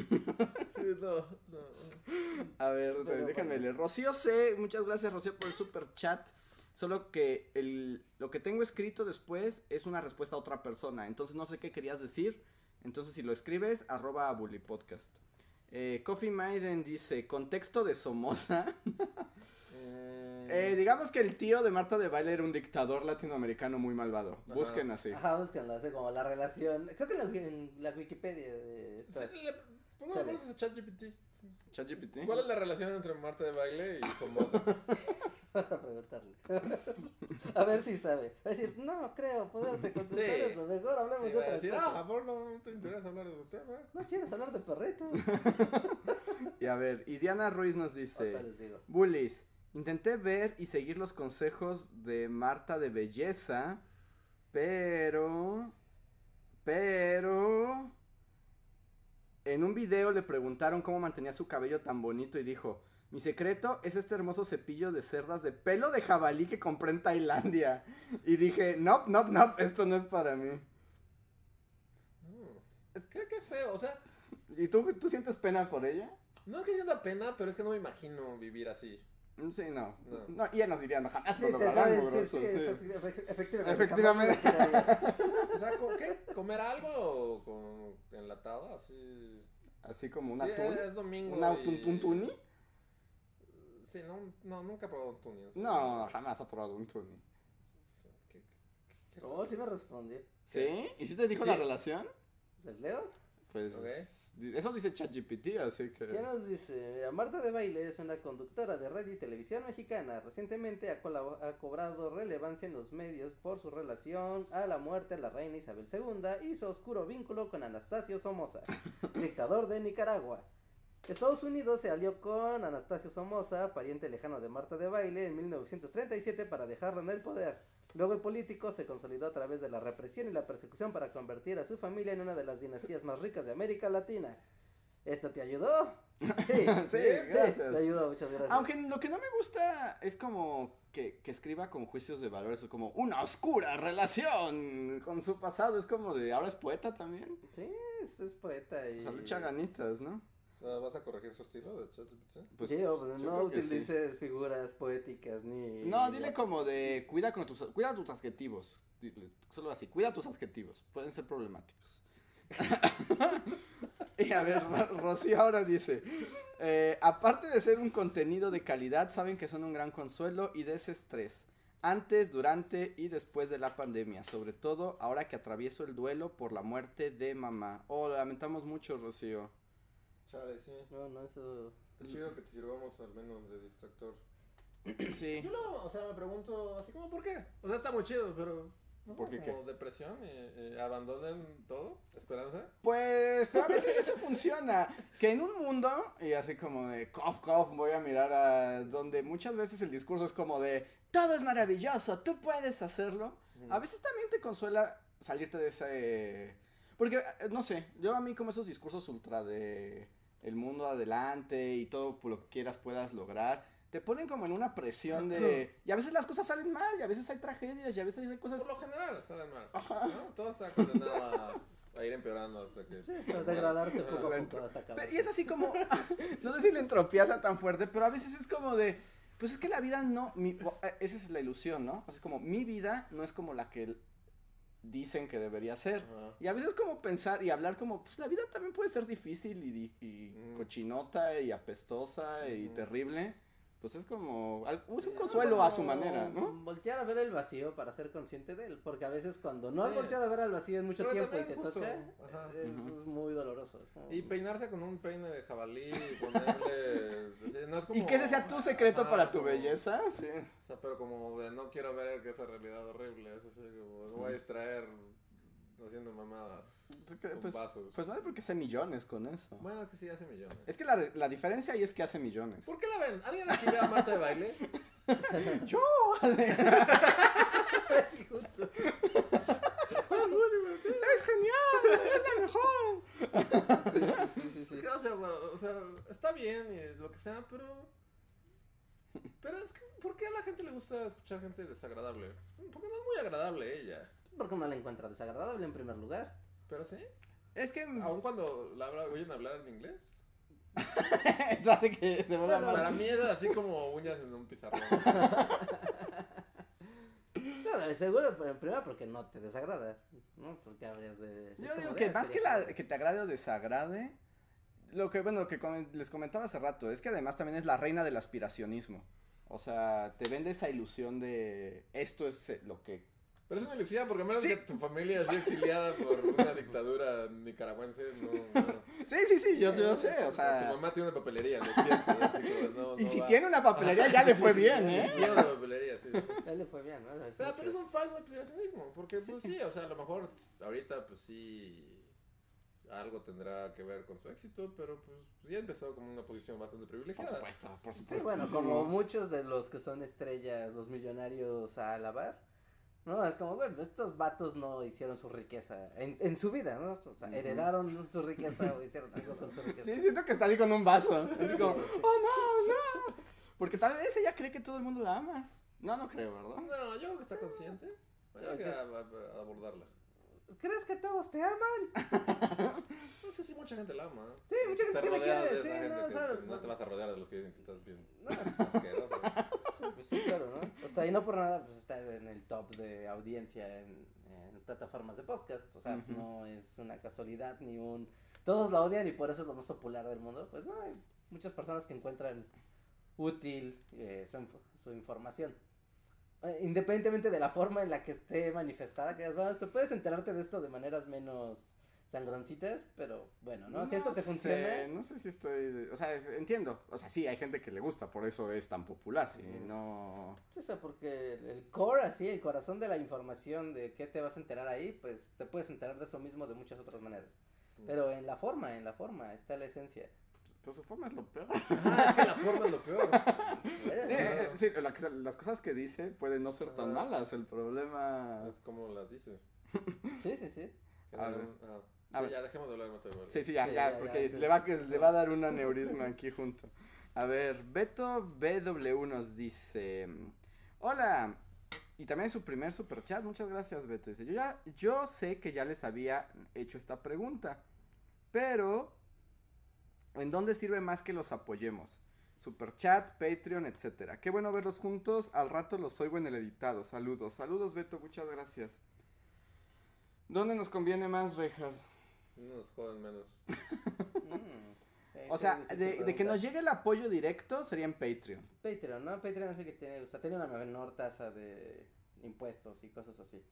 Sí, no, no.
A ver,
Pero bueno.
déjenme leer. Rocío C, muchas gracias Rocío por el super chat. Solo que el, lo que tengo escrito después es una respuesta a otra persona. Entonces no sé qué querías decir. Entonces si lo escribes, arroba a Bully Podcast. Eh, Coffee Maiden dice, contexto de Somoza.
Mm.
Eh, digamos que el tío de Marta de Baile era un dictador latinoamericano muy malvado.
Ajá.
Busquen así.
Ajá, búsquenlo, hace como la relación. Creo que en la- en la Wikipedia de esto.
Sí, le- ¿Por qué
Sale.
le preguntas a ChatGPT?
ChatGPT.
¿Cuál es la relación entre Marta de Baile y Somoza?
Vas a preguntarle. a ver si sabe. Va a decir, no creo poderte contestar
Sí.
eso. Mejor hablemos
Y
de
va a
otra
decir, ah,
cosa.
por no te interesa hablar de tu tema.
No quieres hablar de perritos.
Y a ver, y Diana Ruiz nos dice...
Ahorita les digo.
Bullies, intenté ver y seguir los consejos de Marta de Belleza, pero... Pero... En un video le preguntaron cómo mantenía su cabello tan bonito y dijo, mi secreto es este hermoso cepillo de cerdas de pelo de jabalí que compré en Tailandia. Y dije, no, no, no, esto no es para mí.
Mm. Qué, qué feo, o sea,
¿Y tú, tú sientes pena por ella?
no es que sienta pena, pero es que no me imagino vivir así.
Mm, Sí, no.
No.
No, y ella nos diría, no, jamás
Sí,
lo
te va
lograrán,
a
mugroso",
decir,
sí.
sí, efe- efe- efectivamente.
Efectivamente.
jamás lo tirarías.
O sea, ¿con qué? ¿Comer algo con enlatado? Así.
Así como una
sí,
atún.
es, es domingo.
¿Una
y-
tuntuntuni?
Sí, no, no, nunca he probado un tuni.
No, jamás ha probado un tuni.
Sí, qué- qué- qué
Oh, sí me respondió.
¿Sí? ¿Y si te dijo
Sí.
la relación?
¿Les leo?
Pues
Ok.
di- eso dice ChatGPT, así que...
¿Qué nos dice? Marta de Baile es una conductora de radio y televisión mexicana. Recientemente ha, colabo- ha cobrado relevancia en los medios por su relación a la muerte de la reina Isabel II y su oscuro vínculo con Anastasio Somoza, dictador de Nicaragua. Estados Unidos se alió con Anastasio Somoza, pariente lejano de Marta de Baile, en 1937 para dejarla en el poder. Luego el político se consolidó a través de la represión y la persecución para convertir a su familia en una de las dinastías más ricas de América Latina. ¿Esto te ayudó? Sí,
Sí,
Sí,
gracias.
te ayudó, muchas gracias.
Aunque lo que no me gusta es como que, que escriba con juicios de valores o como una oscura relación con su pasado. Es como de, ahora es poeta también.
Sí, es, es poeta y...
O sea, le echa ganitas, ¿no?
O sea, ¿Vas a corregir su estilo de ChatGPT?
Pues,
Sí, o sea,
yo
no
creo que sí.
utilices figuras poéticas ni...
No, dile como de, cuida, con tus, cuida tus adjetivos. Dile, Solo así, cuida tus adjetivos. Pueden ser problemáticos. y a ver, Ro- Rocío ahora dice, eh, aparte de ser un contenido de calidad, saben que son un gran consuelo y desestrés. Antes, durante y después de la pandemia, sobre todo ahora que atravieso el duelo por la muerte de mamá. Oh, lo lamentamos mucho, Rocío.
Chale, sí.
No, no, eso...
Qué chido que te sirvamos al menos de distractor.
Sí.
Yo no, o sea, me pregunto así como, ¿por qué? O sea, está muy chido, pero ¿No?
¿Por qué
como depresión, eh, eh, abandonen todo, esperanza.
Pues, pero a veces eso funciona. Que en un mundo, y así como de cough, cough, voy a mirar a donde muchas veces el discurso es como de todo es maravilloso, tú puedes hacerlo. Mm. A veces también te consuela salirte de ese. Porque, eh, no sé, yo a mí como esos discursos ultra de el mundo adelante y todo lo que quieras puedas lograr, te ponen como en una presión de. Y a veces las cosas salen mal, y a veces hay tragedias, y a veces hay cosas.
Por lo general, salen mal.
Ajá.
¿no? Todo está condenado a, a ir empeorando hasta que.
pues, Sí, para degradarse
Ajá.
poco a
Lento.
poco hasta acabar.
Pero- y es así como, no sé si la entropía sea tan fuerte, pero a veces es como de, pues es que la vida no, mi- o- eh, esa es la ilusión, ¿no? O sea, es como, mi vida no es como la que dicen que debería ser.
Ajá.
Y a veces como pensar y hablar como, pues la vida también puede ser difícil y, di- y
Mm.
cochinota y apestosa y
Ujú.
terrible. Pues es como, al- es un
Sí,
consuelo a su
Como
manera, ¿no?
Voltear a ver el vacío para ser consciente de él, porque a veces cuando no has
Sí.
volteado a ver al vacío en mucho
Pero
tiempo y
también
te
justo,
toca,
ajá.
es,
Ujú.
es muy doloroso. es como-
Y peinarse con un peine de jabalí y ponerle. sí, no es como-
Y que ese sea tu secreto
Ajá,
para tu
como-
belleza, sí.
O sea, pero como de no quiero ver que esa realidad horrible. Eso sí, como
Mm.
no voy a distraer haciendo mamadas.
¿Tú crees?
Con
Pues,
vasos.
pues vale porque hace millones con eso.
Bueno, es que sí hace millones.
Es que la, la diferencia ahí es que hace millones.
¿Por qué la ven? ¿Alguien aquí ve a Marta de baile?
Yo.
Sí, justo.
es genial, es la mejor.
Sí, O sea, bueno, o sea, está bien y lo que sea, pero. Pero es que, ¿por qué a la gente le gusta escuchar gente desagradable? Porque no es muy agradable ella.
Porque no la encuentra desagradable en primer lugar.
Pero sí,
Es que
aun cuando la habla- oyen hablar en inglés.
eso hace que se vuelva
Claro.
más.
Para mí es así como uñas en un pizarrón.
Claro, seguro, pero primero porque no te desagrada, ¿no? Porque habrías de... es
Yo
como
digo
de,
que
ah,
más que,
sería
la,
padre.
que te agrade o desagrade, lo que, bueno, lo que comen- les comentaba hace rato, es que además también es la reina del aspiracionismo. O sea, te vende esa ilusión de esto es eh, lo que...
Pero es una ilusión, porque a menos
Sí.
que tu familia esté exiliada por una dictadura nicaragüense, no. no.
Sí, sí, sí, yo, yo sé, o
Tu
sea...
mamá tiene una papelería, lo siento. así como, no,
Y
no
si
va.
tiene una papelería ya le fue bien, ¿eh?
Si tiene una papelería, sí.
Ya le fue bien, ¿no? Es
O sea, pero es
mucho.
un falso aspiracionismo, porque
Sí.
pues sí, o sea, a lo mejor ahorita pues sí algo tendrá que ver con su éxito, pero pues ya empezó como una posición bastante
Por
privilegiada.
supuesto, por
Sí,
supuesto.
bueno, como muchos de los que son estrellas, los millonarios a alabar, ¿no? Es como, güey, estos vatos no hicieron su riqueza en, en su vida, ¿no? O sea,
Ujú.
heredaron su riqueza o hicieron algo con su riqueza.
Sí, siento que está ahí con un vaso. Así como, oh no, no. Porque tal vez ella cree que todo el mundo la ama. No, no creo, ¿verdad?
No, yo creo que
Ah.
está consciente. Yo creo que va- va a abordarla.
¿Crees que todos te aman?
No sé si mucha gente la ama. ¿eh?
Sí, mucha gente
Te
sí la
rodeas
quiere,
de esa
sí,
gente
no, o
que
sea,
te- no te vas a rodear de los que dicen que estás bien
No, sí,
asqueroso.
pues sí, claro, ¿no? O sea, y no por nada, pues está en el top de audiencia en, en plataformas de podcast. O sea,
Ujú.
no es una casualidad ni un. Todos la odian y por eso es lo más popular del mundo. Pues no, hay muchas personas que encuentran útil eh, su, info- su información. Eh, Independientemente de la forma en la que esté manifestada, que digas, bueno, tú puedes enterarte de esto de maneras menos sangroncitas, pero bueno, ¿no? Si esto te
sé,
funciona,
No sé si estoy. de- O sea, es- entiendo. O sea, sí, hay gente que le gusta, por eso es tan popular. Sí,
Ujú.
no.
Sí, o sea, porque el- el core, así, el corazón de la información de qué te vas a enterar ahí, pues te puedes enterar de eso mismo de muchas otras maneras.
Mm.
Pero en la forma, en la forma, está la esencia.
Pero pues su forma es lo peor.
Ah, es que la forma es lo peor.
Sí,
Eh,
eh, sí, la que- las cosas que dice pueden no ser tan
Ah.
malas. El problema.
Es como la dice.
Sí, sí, sí.
Que
A
no-
ver.
ah.
A
Sí,
ver.
ya dejemos de hablar de Mateo Igual.
Sí, sí, ya,
Sí,
ya,
ya,
porque
ya,
se
sí.
le, va, que- le va a dar un aneurisma aquí junto. A ver, Beto BW nos dice: Hola, y también su primer superchat. Muchas gracias, Beto. Dice: yo, ya, yo sé que ya les había hecho esta pregunta, pero ¿en dónde sirve más que los apoyemos? Superchat, Patreon, etcétera. Qué bueno verlos juntos. Al rato los oigo en el editado. Saludos, saludos, Beto. Muchas gracias. ¿Dónde nos conviene más, Reinhardt?
No nos jodan menos.
Mm. Eh,
O
qué
sea,
difícil
de, de que
pregunta.
nos llegue el apoyo directo sería en Patreon.
Patreon, ¿no? Patreon es el que tiene, o sea, tiene una menor tasa de impuestos y cosas así.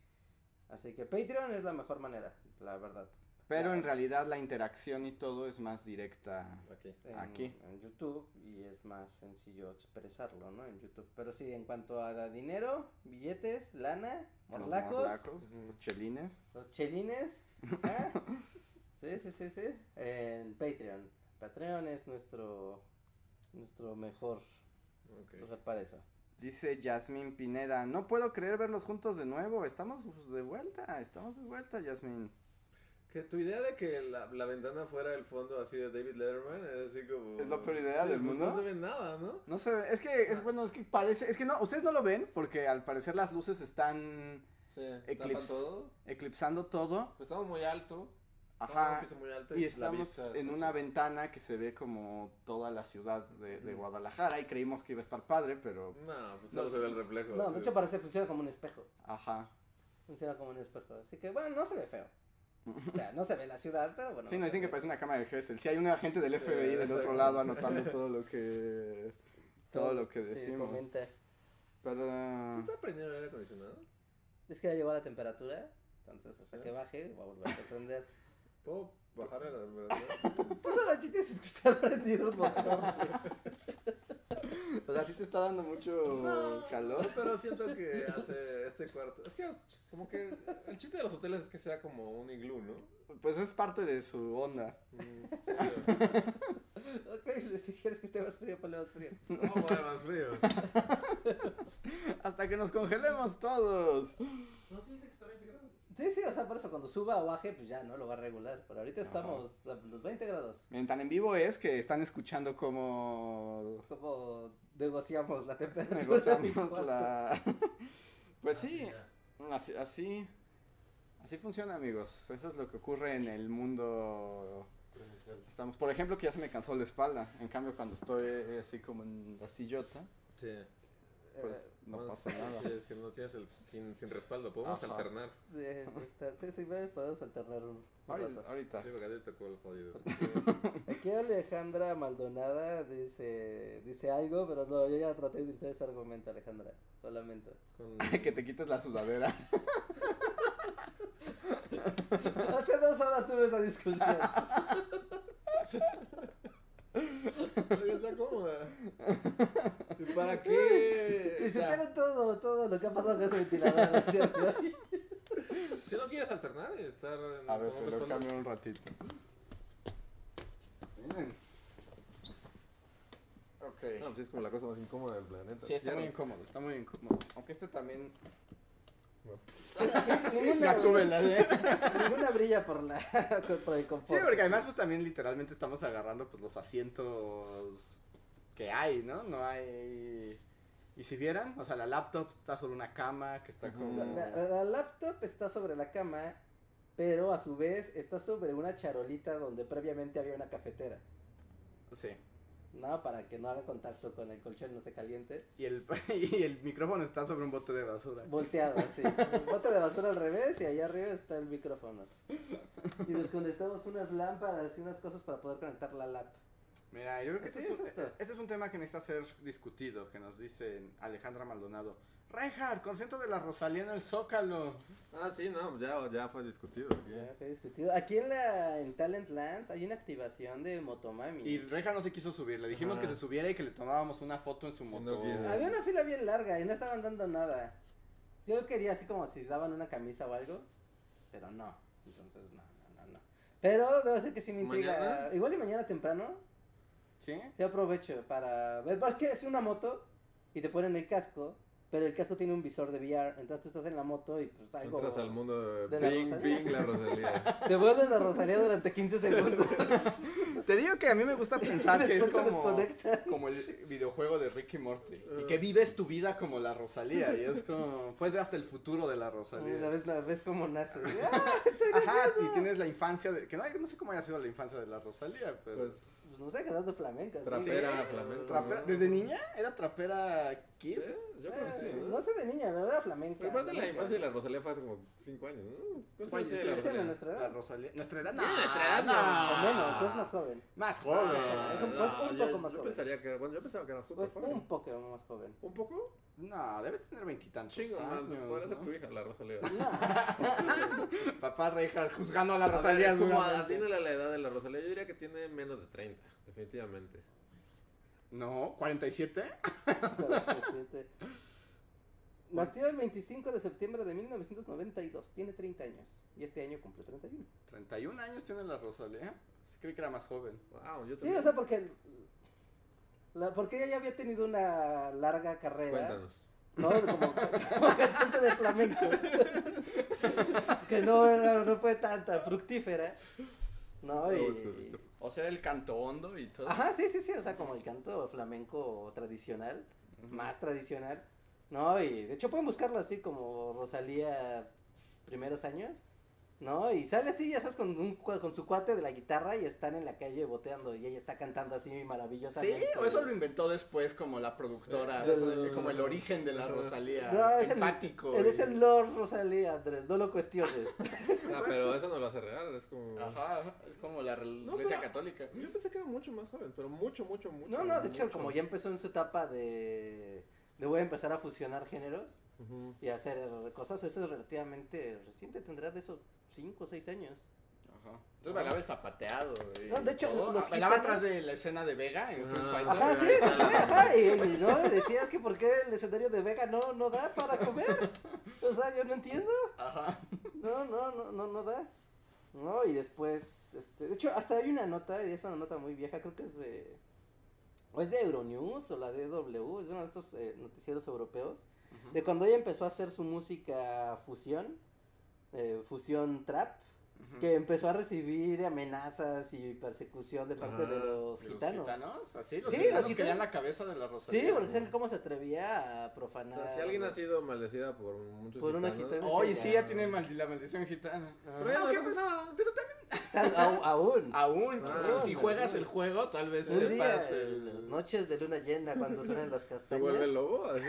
Así que Patreon es la mejor manera, la verdad.
Pero en realidad la interacción y todo es más directa.
Aquí.
en,
Aquí.
en YouTube y es más sencillo expresarlo, ¿no? En YouTube. Pero sí, en cuanto a dinero, billetes, lana,
Los
morlacos,
morlacos, los chelines.
los chelines. ¿ah? sí, sí, sí, sí. En Patreon. Patreon es nuestro nuestro mejor
Eh.
Ok.
lugar para eso.
Dice Yasmín Pineda, no puedo creer verlos juntos de nuevo, estamos pues, de vuelta, estamos de vuelta, Yasmín.
Que tu idea de que la, la ventana fuera el fondo así de David Letterman es así como.
Es la peor idea del
pues
mundo.
No se ve nada, ¿no?
No sé, es que es bueno, es que parece, es que no, ustedes no lo ven porque al parecer las luces están
Sí, tapa
Eclipse.
todo.
eclipsando todo.
Pues estamos muy alto. estamos en un
Ajá.
piso muy alto
Y
la
estamos
vista,
en
¿no?
una ventana que se ve como toda la ciudad de, de
Ujú.
Guadalajara y creímos que iba a estar padre, pero
No, pues
No,
solo se ve el reflejo.
No,
sí.
de hecho parece funciona como un espejo.
ajá.
Funciona como un espejo. Así que bueno, no se ve feo. O sea, no se ve la ciudad, pero bueno.
sí, nos
se
dicen que
ve.
parece una cámara de Gesell. Sí, hay un agente del
Sí,
FBI del otro
exacto.
lado anotando todo lo que todo lo que
sí,
decimos.
comenta.
¿Sí
Pero
está prendiendo el aire acondicionado?
Es que ya llegó la temperatura, entonces hasta
Sí.
que baje va a volver a prender.
¿Puedo bajar la temperatura?
Tú solo chiste es escuchar prendido el motor.
o sea, sí te está dando mucho
No,
calor.
Pero siento que hace este cuarto. Es que es- como que el chiste de los hoteles es que sea como un iglú, ¿no?
Pues es parte de su onda.
Mm,
ok, Luis, si quieres que esté más frío, ponle más frío.
No, madre, más frío.
Hasta que nos congelemos todos.
No, sí, dice que está 20 grados.
Sí, sí, o sea, por eso cuando suba o baje, pues ya, ¿no? Lo va a regular. Pero ahorita
Ajá.
estamos a los 20 grados.
Miren, tan en vivo es que están escuchando cómo
¿Cómo negociamos la temperatura? de mi
negociamos
cuarto?
la... Pues sí,
ya.
así, así, así funciona amigos. Eso es lo que ocurre en el mundo. Estamos, por ejemplo, que ya se me cansó la espalda. En cambio, cuando estoy eh, así como en la sillota,
Sí.
pues
Eh,
no
Bueno,
pasa
sí,
nada.
es que no tienes el sin, sin respaldo. Podemos
Ajá.
alternar.
Sí, está- sí, sí, ve, podemos alternar un, un
Ahorita,
rato.
ahorita.
Sí, porque a ti te tocó el jodido.
Aquí Alejandra Maldonada dice, dice algo, pero no, yo ya traté de utilizar ese argumento, Alejandra. Lo lamento.
Con...
que te quites la sudadera.
Hace dos horas tuve esa discusión.
Oye, Está cómoda. ¿Y para qué?
Y
O sea,
supieron todo, todo lo que ha pasado con ese ventilador el día de hoy.
Si no quieres alternar, estar en
A ver,
con
te
un
lo
respaldo.
cambio un ratito.
No,
Ok.
pues es como la cosa más incómoda del planeta.
Sí, está
Ya
muy
no-
incómodo, está muy incómodo. Aunque este también...
Ninguna,
¿eh?
ninguna brilla por, la, por el confort.
Sí, porque además pues también literalmente estamos agarrando pues los asientos que hay, ¿no? No hay... Y si vieran, o sea, la laptop está sobre una cama que está
Ujú.
como...
La, la- la laptop está sobre la cama, pero a su vez está sobre una charolita donde previamente había una cafetera.
Sí.
No, para que no haga contacto con el colchón y no se caliente.
Y el, y el micrófono está sobre un bote de basura.
Volteado, así. Bote de basura al revés y allá arriba está el micrófono. Y desconectamos unas lámparas y unas cosas para poder conectar la lap.
Mira, yo creo que
Así
este, es
es
un,
esto.
eh, este es un tema que necesita ser discutido, que nos dice Alejandra Maldonado. Reinhard, concentro de la Rosalía en el Zócalo.
Ah, sí, no, ya, ya fue discutido. aquí.
Ya fue discutido. Aquí en la en Talent Land hay una activación de Motomami.
Y Reinhard no se quiso subir, le dijimos
Ajá.
que se subiera y que le tomábamos una foto en su moto.
quiere.
Había una fila bien larga y no estaban dando nada. Yo quería así como si daban una camisa o algo, pero no. Entonces, no, no, no. no. Pero debo decir que sí me intriga.
¿Mañana?
Igual y mañana temprano,
¿Sí?
sí aprovecho para ver. Pues Es que es una moto y te ponen el casco, pero el casco tiene un visor de VR. Entonces tú estás en la moto y pues algo.
Entras al mundo de
de la
Bing,
Rosalía.
Bing, la Rosalía.
Te vuelves a Rosalía durante 15 segundos.
Te digo que a mí me gusta pensar que es
Después te
como,
desconectan.
como el videojuego de Ricky Morty. Y que vives tu vida como la Rosalía. Y es como, puedes ver hasta el futuro de la
La
Rosalía.
ves, la ves como nace. ¡Ah, estoy
Ajá,
naciendo!
y tienes la infancia, de- que no, no sé cómo haya sido la infancia de la Rosalía, pero...
Pues,
Pues no sé, quedando flamenca. sí.
Trapera, flamenca,
Trapera-
¿no?
¿Desde niña? ¿Era trapera
¿sí?
kid?
Yo creo que sí,
Eh,
¿no?
No sé de niña, pero era flamenca.
Pero aparte la
flamenca.
infancia de la Rosalía fue hace como 5 años, ¿no? ¿Cuántos
Oye,
años tiene
sí,
la
¿Tiene
Rosalía?
nuestra
La
edad?
Rosalía. ¿Nuestra edad? No,
nuestra edad no.
Menos,
Ah.
es más joven.
Más
No,
joven.
no,
es un-
no,
es un
yo-
poco más
Ah, yo
joven. Pues,
pensaría que era- bueno, yo pensaba que era súper
Es
joven.
un poco más joven.
¿Un poco?
No, debe tener
Pues,
veintitantos
Chingo más.
años,
Podría ser
¿no?
tu hija, la Rosalía.
Papá Reinhardt juzgando a la
A ver,
Rosalía.
es como a-
duramente.
tiene la, la edad de la Rosalía. Yo diría que tiene menos de 30, definitivamente.
No, 47.
47. Nació el 25 de septiembre de 1992, tiene 30 años y este año cumple 31.
31 años tiene la Rosalía. Se cree que era más joven.
Wow, yo
Sí,
también.
o sea, porque, la- porque ella ya había tenido una larga carrera.
Cuéntanos.
No, como, como cantante de flamenco. que no, era- no fue tanta fructífera. No, y...
O sea, el canto hondo y todo.
Ajá, sí, sí, sí, o sea, como el canto flamenco tradicional,
Ujú.
más tradicional. No, y de hecho pueden buscarlo así como Rosalía primeros años. No, y sale así, ya sabes, con, un, cua- con su cuate de la guitarra y están en la calle boteando y ella está cantando así
Sí,
maravillosamente.
o eso lo inventó después como la productora,
Sí.
eh, como el origen de la Rosalía. No,
es el-
empático.
Él
y-
es el Lord Rosalía, Andrés, no lo cuestiones.
Ah, pero eso no lo hace real, es como...
Ajá, es como la re-
No,
iglesia
pero-
católica.
Yo pensé que era mucho más joven, pero mucho, mucho, mucho.
No, no, de hecho,
mucho.
como ya empezó en su etapa de, de voy a empezar a fusionar géneros
Ujú.
y hacer cosas, eso es relativamente reciente, tendrá de eso 5 o 6 años.
Ajá. Entonces bailaba el zapateado. y
No, de hecho,
todo.
los
Ah, bailaba
gitanos-
atrás de la escena de Vega en Street
Ah.
Fighter.
Ajá, sí, sí, sí, ajá, y, y no, y decías que por qué el escenario de Vega no, no da para comer, o sea, yo no entiendo,
Ajá.
no, no, no, no, no da. No, y después, este, de hecho, hasta hay una nota, y es una nota muy vieja, creo que es de, o es de Euronews o la DW, es uno de estos eh, noticieros europeos, de cuando ella empezó a hacer su música fusión, eh, fusión trap,
Ujú.
que empezó a recibir amenazas y persecución de parte de
Ah,
los
¿Los
gitanos.
gitanos? ¿Así? ¿Los
Sí, los
gitanos
gitanos.
querían la cabeza de la Rosalía?
Sí, porque saben cómo se atrevía a
O
profanar.
sea, si alguien
¿no?
ha sido maldecida por muchos
Por una
gitanos-
gitana.
Oye, sí, ya
Ah.
tiene mal- la maldición gitana.
Ah.
Pero ya
No,
no
¿qué
pasa
pasa?
nada.
Pero también,
Tal- au- aún.
aún,
Ah,
si, si
no,
juegas
no.
el juego, tal vez
Un día,
sepas
en las
el...
noches de luna llena, cuando suenan las castañas.
Se vuelve lobo, así.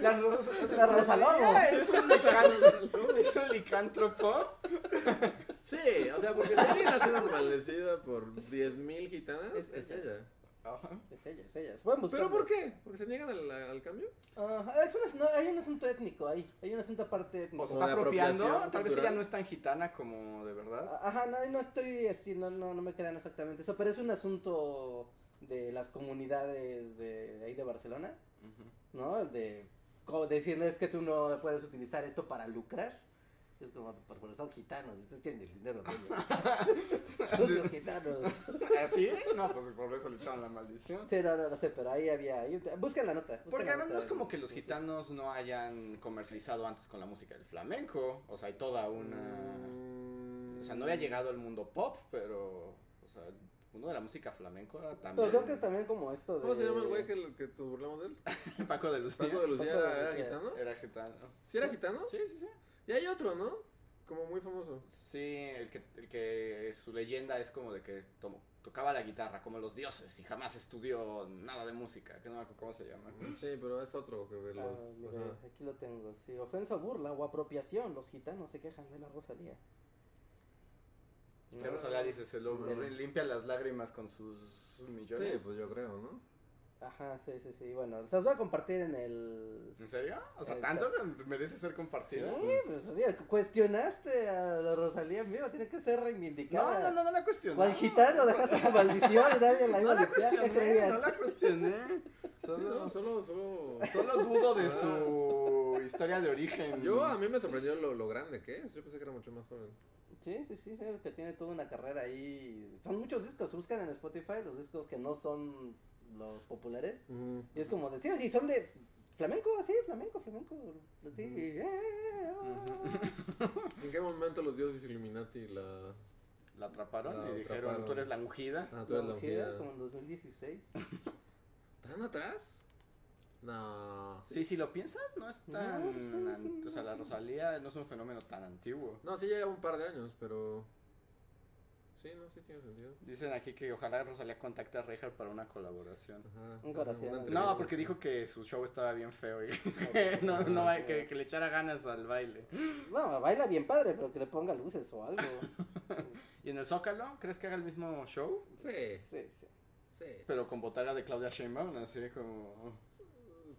La, rosa,
La Rosa Lobo.
Ah,
Es un licántropo. es un licántropo.
Sí, o sea, porque si alguien ha sido maldecida por 10.000 gitanas,
Es Pues
es,
ella.
ella.
Ajá.
Es ella, es ella. Pueden buscarlo.
¿Pero por qué? ¿Porque se niegan al, al cambio?
Ajá, es un, no, hay un asunto étnico ahí. Hay un asunto aparte étnico.
O se
Como
está
de
apropiando.
apropiación
Tal vez ella
cultural.
no es tan gitana como de verdad.
Ajá, no, no estoy así, no, no, no me crean exactamente eso, pero es un asunto de las comunidades de ahí de Barcelona, ¿no? De como decirles que tú no puedes utilizar esto para lucrar. Es como, por- porque son gitanos, ustedes quieren el dinero de ellos. Sucios gitanos.
¿Así? No, pues por eso le echaron la maldición.
Sí, pues, no, no, no sé, pero ahí había. ahí- busquen la nota. busquen
Porque
la
además no
nota.
es como que los gitanos no hayan comercializado antes con la música del flamenco. O sea, hay toda una...
Mm.
O sea, no había llegado al mundo pop, pero... O sea, el mundo de la música flamenco era
Pero
también...
creo que es también como esto de.
¿Cómo se llama el güey que, que nos burlamos de él?
Paco de Lucía.
Paco de Lucía
Paco de
era, era
Lucía.
gitano.
Era gitano.
¿Sí era gitano?
Sí, sí, sí.
Y hay otro, ¿no? Como muy famoso.
Sí, el que, el que su leyenda es como de que to- tocaba la guitarra como los dioses y jamás estudió nada de música. Que no me acuerdo cómo se llama.
Sí, pero es otro que de los.
Ah, mira,
ajá.
aquí lo tengo. Sí, ofensa, burla o apropiación. Los gitanos se quejan de la Rosalía.
Que Rosalía dice, se lo
Bueno.
limpia las lágrimas con sus
Sí,
millones.
pues yo creo, ¿no?
Ajá, sí, sí, sí. Bueno, se los voy a compartir en el.
¿En serio? O sea,
Exacto.
¿tanto que merece ser
Sí,
compartida?
pues, o sea, cuestionaste a la Rosalía viva, tiene que ser
No,
reivindicada.
no, no, no la cuestioné.
O al gitano, dejaste tu maldición, nadie la iba
No
a
la
limpiar, ¿qué
cuestioné,
creías?
no la cuestioné.
Sí, no,
Solo,
solo, solo.
solo dudo de su historia de origen.
Yo a mí me sorprendió lo, lo grande que es. Yo pensé que era mucho más joven.
Sí, sí, sí, sí, que tiene toda una carrera ahí. Son muchos discos, buscan en Spotify los discos que no son los populares.
Mm.
Y es como de, sí, sí, son de flamenco, sí, flamenco, flamenco. Así,
Ujú.
eh, ah,
¿En qué momento los dioses Illuminati la.
La atraparon
La
y dijeron,
atraparon.
tú eres la ungida.
Ah, tú
la
eres la
ungida,
ungida.
como en 2016.
¿Tan atrás? No.
Sí, si lo piensas, no es
No,
tan...
pues, no,
an-
sí,
o sea,
no
la
sé.
Rosalía no es un fenómeno tan antiguo.
No, sí lleva un par de años, pero. Sí, no, sí tiene sentido.
Dicen aquí que ojalá Rosalía contacte a Rejar para una colaboración.
Ajá.
Un corazón.
Una entrevista.
No, porque dijo que su show estaba bien feo y que no,
Ah,
no, hay- que, que le echara ganas al baile.
No, baila bien padre, pero que le ponga luces o algo.
¿Y en el Zócalo? ¿Crees que haga el mismo show?
Sí,
Sí, sí.
sí.
Pero con botarga de Claudia Sheinbaum, así como...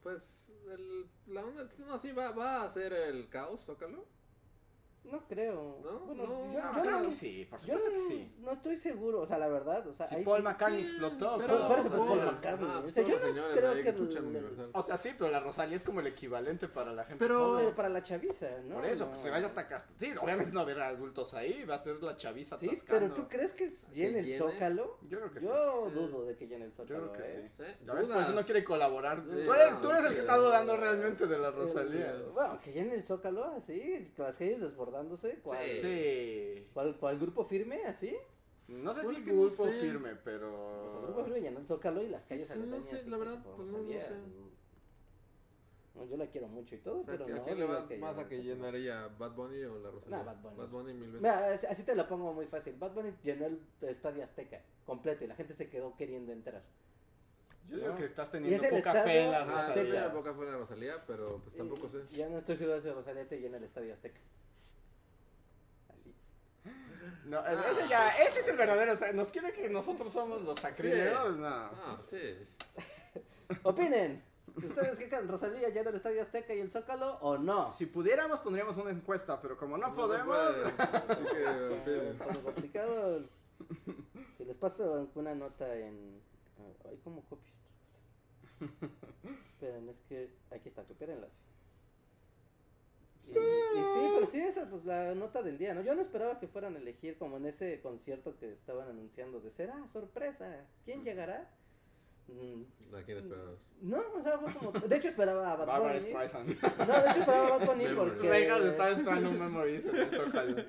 Pues el- la onda es- no, sí, va, va a ser el caos, tócalo.
No creo.
No, no.
Bueno, yo-
No,
yo
"Ah, claro
no-
que sí, por
Yo
supuesto que
no-
sí.
no estoy seguro, o sea, la verdad, o sea,
Si
ahí
Paul
sí-
McCartney explotó, pues,
pero-
¿cómo?
pero eso es Paul McCartney,
ajá,
o
pues
sea,
todos
yo
los
no
señores
creo
ahí
que
que escuchan
el-
Universal.
O sea, sí, pero la Rosalía es como el equivalente para la gente
Pero-
joven.
Pero para la chaviza, ¿no?
Por eso,
No.
pues se vaya a atacar. Sí, obviamente no va a haber adultos ahí, va a ser la chaviza
Sí,
atascando.
pero ¿tú crees que
¿Que
llene el
llene?
zócalo?
Yo creo que sí.
Yo
Sí.
dudo de que llene el
creo
zócalo.
que
¿eh?
sí.
Sí,
Ya ves, por
dudas.
eso no quiere colaborar.
Sí,
tú, eres,
no,
tú eres el
sí.
que está dudando realmente de la Rosalía.
Eh, Bueno, que llene el zócalo así, con las calles desbordándose, ¿cuál?
Sí.
Sí.
¿Cuál, cuál grupo firme así?
No sé
Pues
si
que no
grupo
sé.
firme, pero.
O sea, el grupo firme llenó el zócalo y las calles
Sí, no
aledañas.
sé,
así
la
que
verdad,
por
pues, no- no
Rosalía,
sé.
no, yo la quiero mucho y todo,
O sea,
pero
¿a
no.
quién le
dudo
vas más
llene
a que
el zócalo.
llenaría Bad Bunny o la Rosalía?
Nah, Bad Bunny.
Bad Bunny mil veces.
Mira, así así te lo pongo muy fácil. Bad Bunny llenó el estadio Azteca completo y la gente se quedó queriendo entrar.
Yo digo
No.
que estás
Y es
teniendo
el
poca fe Ah, en la
Ajá,
estadio-
sí,
Rosalía.
la boca fue la Rosalía, pero pues tampoco
Y-
sé.
Ya no estoy seguro de si Rosalía te llena el estadio Azteca. Así.
No, es- ese ya, ese es el verdadero. o sea, nos quiere que nosotros somos los sacrilegios. No.
Ah, sí.
Opinen. ¿Ustedes qué creen? ¿Rosalía llena el estadio Azteca y el Zócalo o no?
Si pudiéramos, pondríamos una encuesta, pero como no,
se
podemos.
puede, Así que,
Eh,
piden.
como complicado. Si les paso una nota en. Ay, ¿cómo copio estas cosas? Esperen, es que. Aquí está, copiérenlas. Y, y sí, pero sí, esa, pues la nota del día, ¿no? Yo no esperaba que fueran a elegir como en ese concierto que estaban anunciando de ser, ah, sorpresa, ¿quién llegará? Mm,
¿A quién esperamos?
No, o sea, fue como. De hecho, esperaba a Bad
Bárbara
Bunny.
Streisand.
No, de hecho, esperaba a Bad Bunny
Bad Bunny.
porque.
Regas estaba esperando un memories en el Zócalo.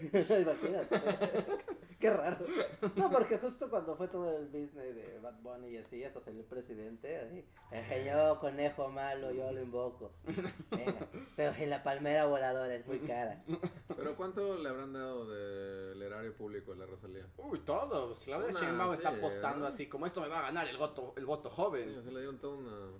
Imagínate. Qué raro. No, porque justo cuando fue todo el business de Bad Bunny y así, hasta salió el presidente, así, "Eh, yo conejo malo, yo lo invoco. Venga, pero que la palmera voladora es muy cara.
¿Pero cuánto le habrán dado del erario público a la Rosalía?
Uy, todo. pues, Claudia
Una,
Sheinbaum está
sí,
apostando
¿no?
así, como esto me va a ganar el, voto el voto
Sí,
joven.
o sea, le dieron todo, una,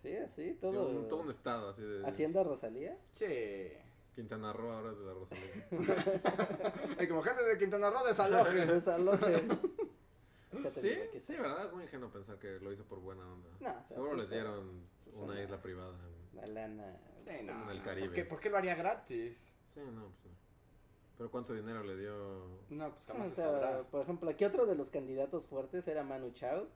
Sí, así,
todo, un, todo un
todo.
estado así de
Hacienda Rosalía.
Sí.
Quintana Roo ahora es de la Rosalía.
Y como gente de Quintana Roo desaloje.
Rosa López. Ya te
Sí,
digo que
sí, verdad, es muy ingenuo pensar que lo hizo por buena onda.
No, o sea,
Seguro
pues,
les dieron
pues,
una
una-
isla privada.
La lana.
Sí, no,
En el
no,
Caribe.
¿por qué, por qué lo haría gratis?
Sí, no, pues no. Pero cuánto dinero le dio.
No, pues
O
jamás se
sea,
sabrá.
por ejemplo, aquí otro de los candidatos fuertes era Manu Chao.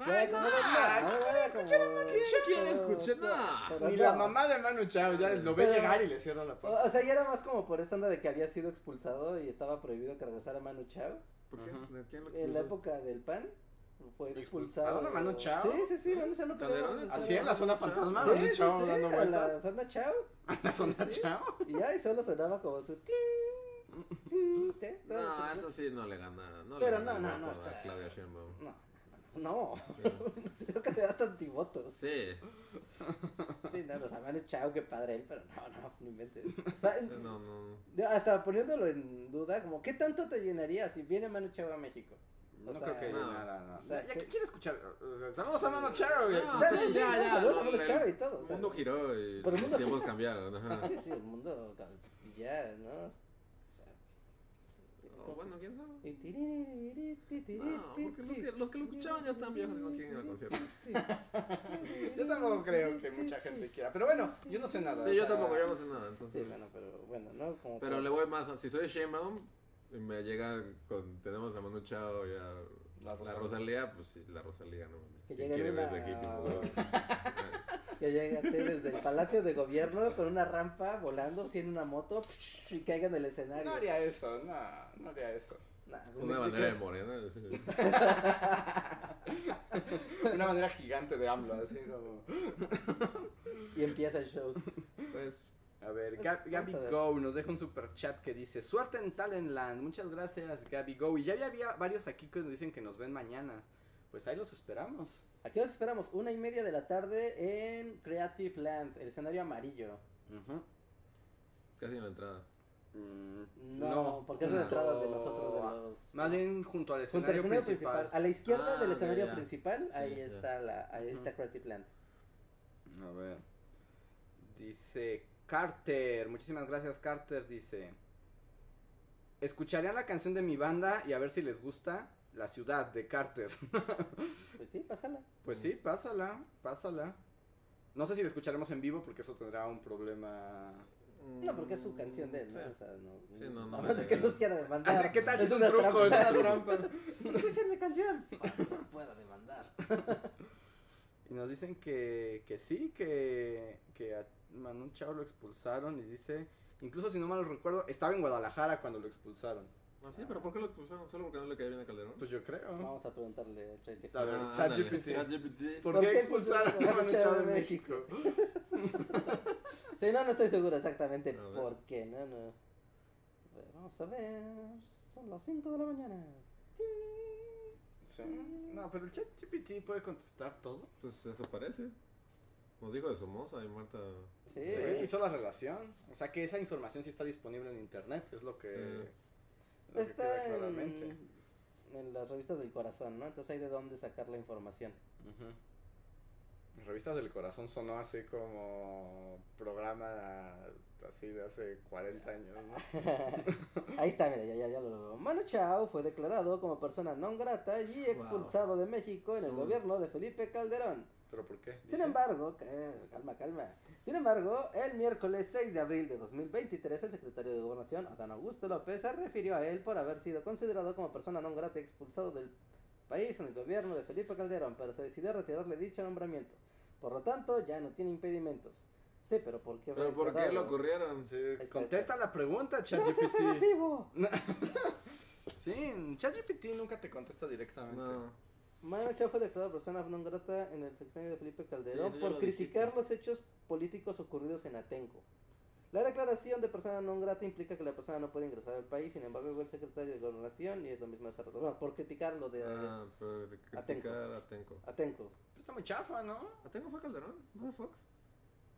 Ay, no,
no,
quiere escuchar a
Chao? ¿Quién escucha? No.
Ni la mamá de Manu Chao ya lo ve
Pero-
llegar y le cierra la
O,
puerta.
o sea, ya era más como por esta onda de que había sido expulsado y estaba prohibido que regresara Manu Chao.
¿Por qué?
Ajá.
¿De quién lo
En Eh, la
expulsó?
época del PAN fue
Expul-
expulsado.
¿A Manu Chao?
Sí, sí, sí, Manu Chao no podía
¿Calderón?
regresar.
Así en la zona fantasma,
Ah, Sí,
Manu
sí,
Chao
sí,
dando
a la
vueltas.
zona Chao.
A la zona
sí.
Chao.
Y ya, y solo sonaba como su tin, tin, te, todo
No,
el-
eso sí no le gana. No
Pero
le gana
no,
el
no,
voto
no,
a
está-
Claudia Sheinbaum.
No, no, no.
Sí.
Creo que le das antivotos.
Sí,
Sí, no, o sea, Manu Chao, qué padre él, pero no, no, no inventes. O sea,
sí, no, no.
hasta poniéndolo en duda, como, ¿qué tanto te llenaría si viene Manu Chao a México?
No
sea,
creo que
no.
llenara, no.
O sea,
¿Ya
que-
qué quiere escuchar? O sea, Saludos a Manu Chao. güey.
No,
Ya,
sí,
sí, sí,
ya,
ya,
ya,
saludos a
no,
Mano
el
Chao y todo. o
El
sea,
mundo giró y
Pero el
los
mundo-
tiempos cambiaron. ajá.
Sí, sí, el mundo cal- ya, ¿no? O sea,
O bueno, quién sabe.
y tiriri, tiriri,
No, porque los que, los que lo escuchaban ya están viejos y no quieren ir al concierto.
Yo tampoco creo que mucha gente quiera. Pero bueno, yo no sé nada. o
Sí, yo
sea,
tampoco, yo no sé nada,
Sí,
entonces.
bueno, pero bueno, ¿no? Como
Pero
que-
le voy más, a- si soy Sheinbaum, y me llega con, tenemos a Manu Chao y a
La
la,
Rosalía.
Rosalía, pues sí, la Rosalía, no mames.
Que
¿Quién
llegue
quiere
una-
ver de hippie, no, güey?
que llegue así desde el Palacio de Gobierno con una rampa volando, así en una moto y caiga en el escenario.
No haría eso, no, no haría eso.
Nah, pues,
Una
ni-
bandera de morena. sí.
Una manera gigante de AMLO, así como.
Y empieza el show.
Pues,
A ver,
Pues,
Gab-
vamos
Gaby
a ver.
Go nos deja un super chat que dice: Suerte en Talentland. Muchas gracias, Gaby Go. Y ya había, había varios aquí que nos dicen que nos ven mañana. Pues ahí los esperamos.
Aquí los esperamos, una y media de la tarde en Creative Land, el escenario amarillo.
casi en la entrada.
Mm,
No, porque es
no.
una entrada de nosotros, de los...
Más bien junto al
Junto al
escenario
escenario
principal.
principal. A la izquierda
Ah,
del
ya,
escenario
ya.
principal,
Sí,
ahí
ya.
está la, ahí
Ujú.
está Creative Land.
A ver. Dice Carter. Muchísimas gracias, Carter. Dice. escucharían la canción de mi banda y a ver si les gusta La ciudad de Carter.
Pues sí, pásala.
Pues sí, pásala, pásala. No sé si la escucharemos en vivo porque eso tendrá un problema.
Mm. No, porque es su canción de él, ¿no?
Sí.
O sea, no.
Sí, no, no,
Además
no,
de que
no.
nos quiera demandar.
Ah, sí, ¿Qué tal si es un
una
truco? Es
trampa.
una trampa.
Escuchen mi canción. Para que
Pues,
nos pueda demandar.
Y nos dicen que, que sí, que, que a Manu Chao lo expulsaron y dice, incluso si no mal recuerdo, estaba en Guadalajara cuando lo expulsaron.
Ah, sí, pero ¿por qué lo expulsaron? ¿Solo porque no le caía bien a Calderón?
Pues yo creo.
Vamos a preguntarle a Chay.
A ver,
Ah,
ChatGPT.
ándale, ChatGPT.
¿Por,
¿Por
qué
qué
expulsaron a Manu Chao de México?
Sí, no, no estoy seguro exactamente
A ver.
por qué, no, no. A ver, vamos a ver. Son las 5 de la mañana.
Sí. No, pero el ChatGPT puede contestar todo.
Pues eso parece. Nos dijo de Somoza y Marta.
Sí.
Sí, hizo la relación. O sea que esa información sí está disponible en internet, es lo que, lo que queda
Está
claramente.
en, en las revistas del corazón, ¿no? Entonces hay de dónde sacar la información.
Ujú. Las Revistas del Corazón sonó así como programa así de hace 40 años, ¿no?
Ahí está, mira, ya, ya, ya lo veo. Manu Chao fue declarado como persona non grata y expulsado de México en el
Somos-
gobierno de Felipe Calderón.
¿Pero por qué?
Sin
Dice.
embargo, eh, calma, calma. Sin embargo, el miércoles 6 de abril de 2023, el secretario de Gobernación, Adán Augusto López, se refirió a él por haber sido considerado como persona non grata y expulsado del país en el gobierno de Felipe Calderón, pero se decidió retirarle dicho nombramiento. Por lo tanto, ya no tiene impedimentos. Sí, pero ¿por qué? fue
¿Pero por qué
declarado?
lo corrieron?
Sí,
está.
contesta la pregunta,
¡No seas
ChatGPT.
evasivo!
sí, ChatGPT nunca te contesta directamente.
No.
Manu Chao fue declarado persona non grata en el sexenio de Felipe Calderón
Sí, eso ya
por
lo
criticar
dijiste.
los hechos políticos ocurridos en Atenco. La declaración de persona non grata implica que la persona no puede ingresar al país, sin embargo, llegó el secretario de Gobernación y es lo mismo hace rato. Bueno, por criticar lo de eh,
Ah, pero de criticar a Tenco.
Atenco.
Está muy chafa, ¿no?
¿A Tenco fue Calderón? ¿No fue Fox?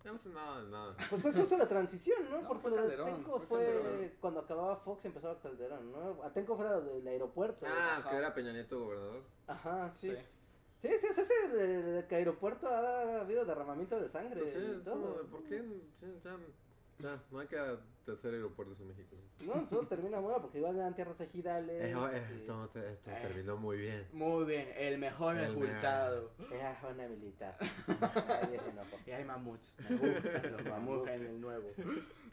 Ya no sé nada de nada.
Pues fue justo la transición, ¿no?
No,
Porque
fue
lo de
Calderón,
Atenco
fue
fue,
Calderón.
cuando acababa Fox y empezaba Calderón, ¿no? Atenco fuera lo del aeropuerto.
Ah,
Ajá.
que era Peña Nieto gobernador.
Ajá, sí. Sí, sí, o sea, ese eh, que aeropuerto ha habido derramamiento de sangre.
Entonces,
y
Pues es como de,
todo.
¿por qué? Sí, Ya, ya, no hay que hacer aeropuertos en México.
No, todo termina bueno porque igual eran tierras ejidales.
Ejo, eh,
este,
esto, no te- esto
Eh.
terminó muy bien.
Muy bien, el mejor
El
resultado.
Era zona militar. Nadie se enojó.
Y hay mamuts. Me gustan los mamuts en el nuevo.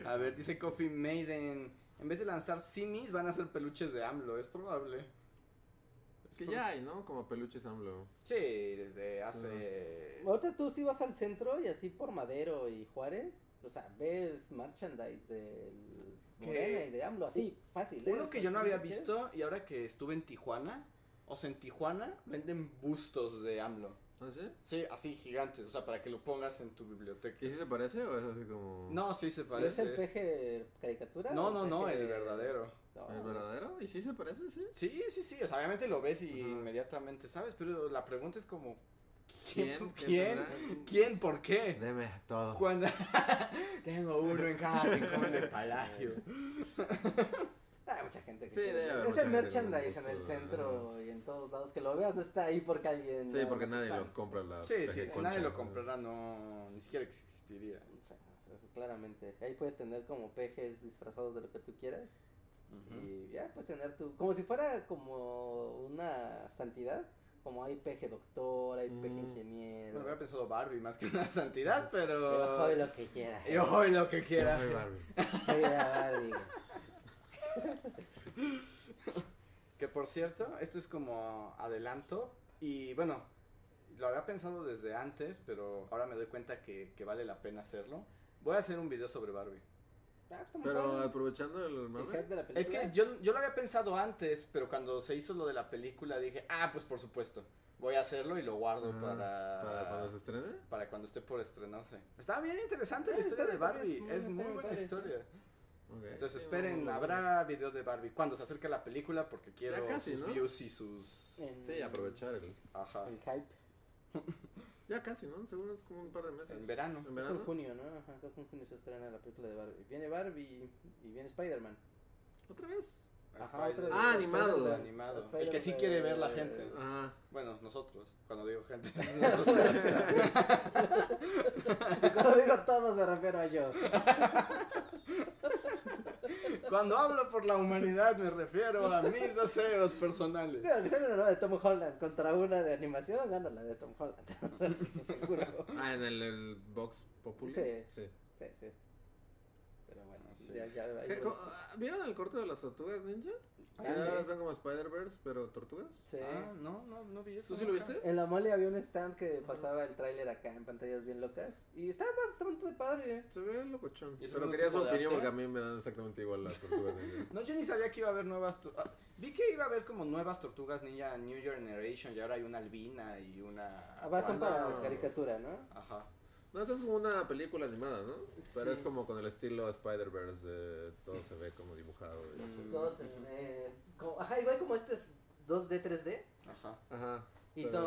A ver, dice Coffee Maiden. En vez de lanzar simis, van a hacer peluches de AMLO. Es probable.
Que ya hay, ¿no? Como peluches AMLO.
Sí, desde hace.
Ahorita tú si vas al centro y así por Madero y Juárez, o sea, ves merchandise del
¿Qué?
Morena y de AMLO, así, fácil. ¿eh?
Uno que yo no
Así,
había
¿qué?
visto y ahora que estuve en Tijuana, o sea, en Tijuana venden bustos de AMLO.
¿Ah, sí?
Sí, así gigantes, o sea, para que lo pongas en tu biblioteca.
¿Y si se parece o es así como.?
No, sí se
¿Sí ¿Es
parece.
el peje caricatura?
No,
o
no, no,
peje-
el verdadero.
No.
¿El verdadero? ¿Y si se parece, sí?
Sí, sí, sí, o sea, obviamente lo ves y
Ajá.
inmediatamente sabes, pero la pregunta es como ¿quién?
¿Quién?
¿Quién?
¿Quién
¿Quién? ¿Por qué?
Deme todo.
Cuando tengo uno en cada rincón de Palagio.
Ah, mucha gente que
Sí,
quiere.
debe haber
Es
mucha
el
gente con
merchandise en
gusto,
el
ajá.
centro y en todos lados que lo veas, no está ahí porque alguien.
Sí,
no,
porque
no es
nadie
fan.
lo compra la.
Sí, sí, si
concha,
nadie lo
¿no?
comprara no ni siquiera existiría.
O sea, o sea, claramente. Ahí puedes tener como pejes disfrazados de lo que tú quieras.
Ujú.
Y ya puedes tener tu. Como si fuera como una santidad. Como hay peje doctor, hay peje
Mm.
ingeniero.
Bueno, había pensado Barbie más que una santidad,
Yo
pero
soy lo que quiera.
yo hoy lo que
Yo
quiera.
soy Barbie.
Soy la Barbie.
Que por cierto, esto es como adelanto. Y bueno, lo había pensado desde antes, pero ahora me doy cuenta que, que vale la pena hacerlo. Voy a hacer un video sobre Barbie.
Ah, está muy
Pero pues,
padre.
aprovechando el
El
mame.
hype de la
Es
película.
que yo, yo lo había pensado antes, pero cuando se hizo lo de la película dije, ah, pues por supuesto, voy a hacerlo y lo guardo
Ah,
para,
¿Para
para,
cuando se estrene?
cuando esté por estrenarse. Está bien interesante la
Sí,
historia
Ah, está-
de Barbie,
está-
es
está
muy
bien
buena
padre, sí.
historia.
Ok.
Entonces
Sí, no, no,
esperen,
no, no.
habrá video de Barbie cuando se acerque la película porque quiero
casi,
sus
¿no?
views y sus...
En-
Sí, aprovechar el.
Ajá.
El hype.
Ya casi, ¿no? Seguro es como un par de meses.
En verano.
En
Creo que en
verano.
junio, ¿no? Ajá, creo que en junio se estrena la película de Barbie. Viene Barbie y viene Spider-Man.
¿Otra vez?
Ajá, otra de-
Ah,
Spider-Man,
animado.
la-
Animado.
la
El que sí
Spider-Man
quiere
de-
ver la gente.
Ah.
Bueno, nosotros, cuando digo gente.
Cuando digo todos me refiero a yo.
Cuando hablo por la humanidad me refiero a mis deseos personales.
Sí, aunque sea una nueva de Tom Holland contra una de animación, gana la de Tom Holland. O sea, eso seguro.
Ah, en el, el Box Populi.
Sí.
sí.
Sí, sí. Pero bueno,
Así
ya,
es.
ya. ahí
¿Qué-
voy.
cómo- ah, ¿Vieron el corto de las tortugas ninja?
Ah,
Que ahora
sí.
son como Spider-Verse, pero tortugas.
Sí.
Ah, no, no, no vi eso.
¿Tú sí lo
nunca.
viste?
En la mole había un stand que pasaba el tráiler acá en pantallas bien locas. Y estaba, estaba bastante padre.
Se ve locochón.
¿Y es
Pero
algún
quería su
tipo de
opinión
arte?
porque a mí me dan exactamente igual las tortugas ninja.
No, yo ni sabía que iba a haber nuevas. tor- ah, vi que iba a haber como nuevas tortugas ninja New Generation y ahora hay una albina y una.
Ah, va, son
Ah,
para
no.
caricatura, ¿no?
Ajá.
No, esta es como una película animada, ¿no? Pero
Sí.
es como con el estilo Spider-Verse, de todo se ve como dibujado. y así.
Mm.
Todos en, eh, como- ajá, igual como este es 2D, 3D.
Ajá.
Ajá.
Y
pero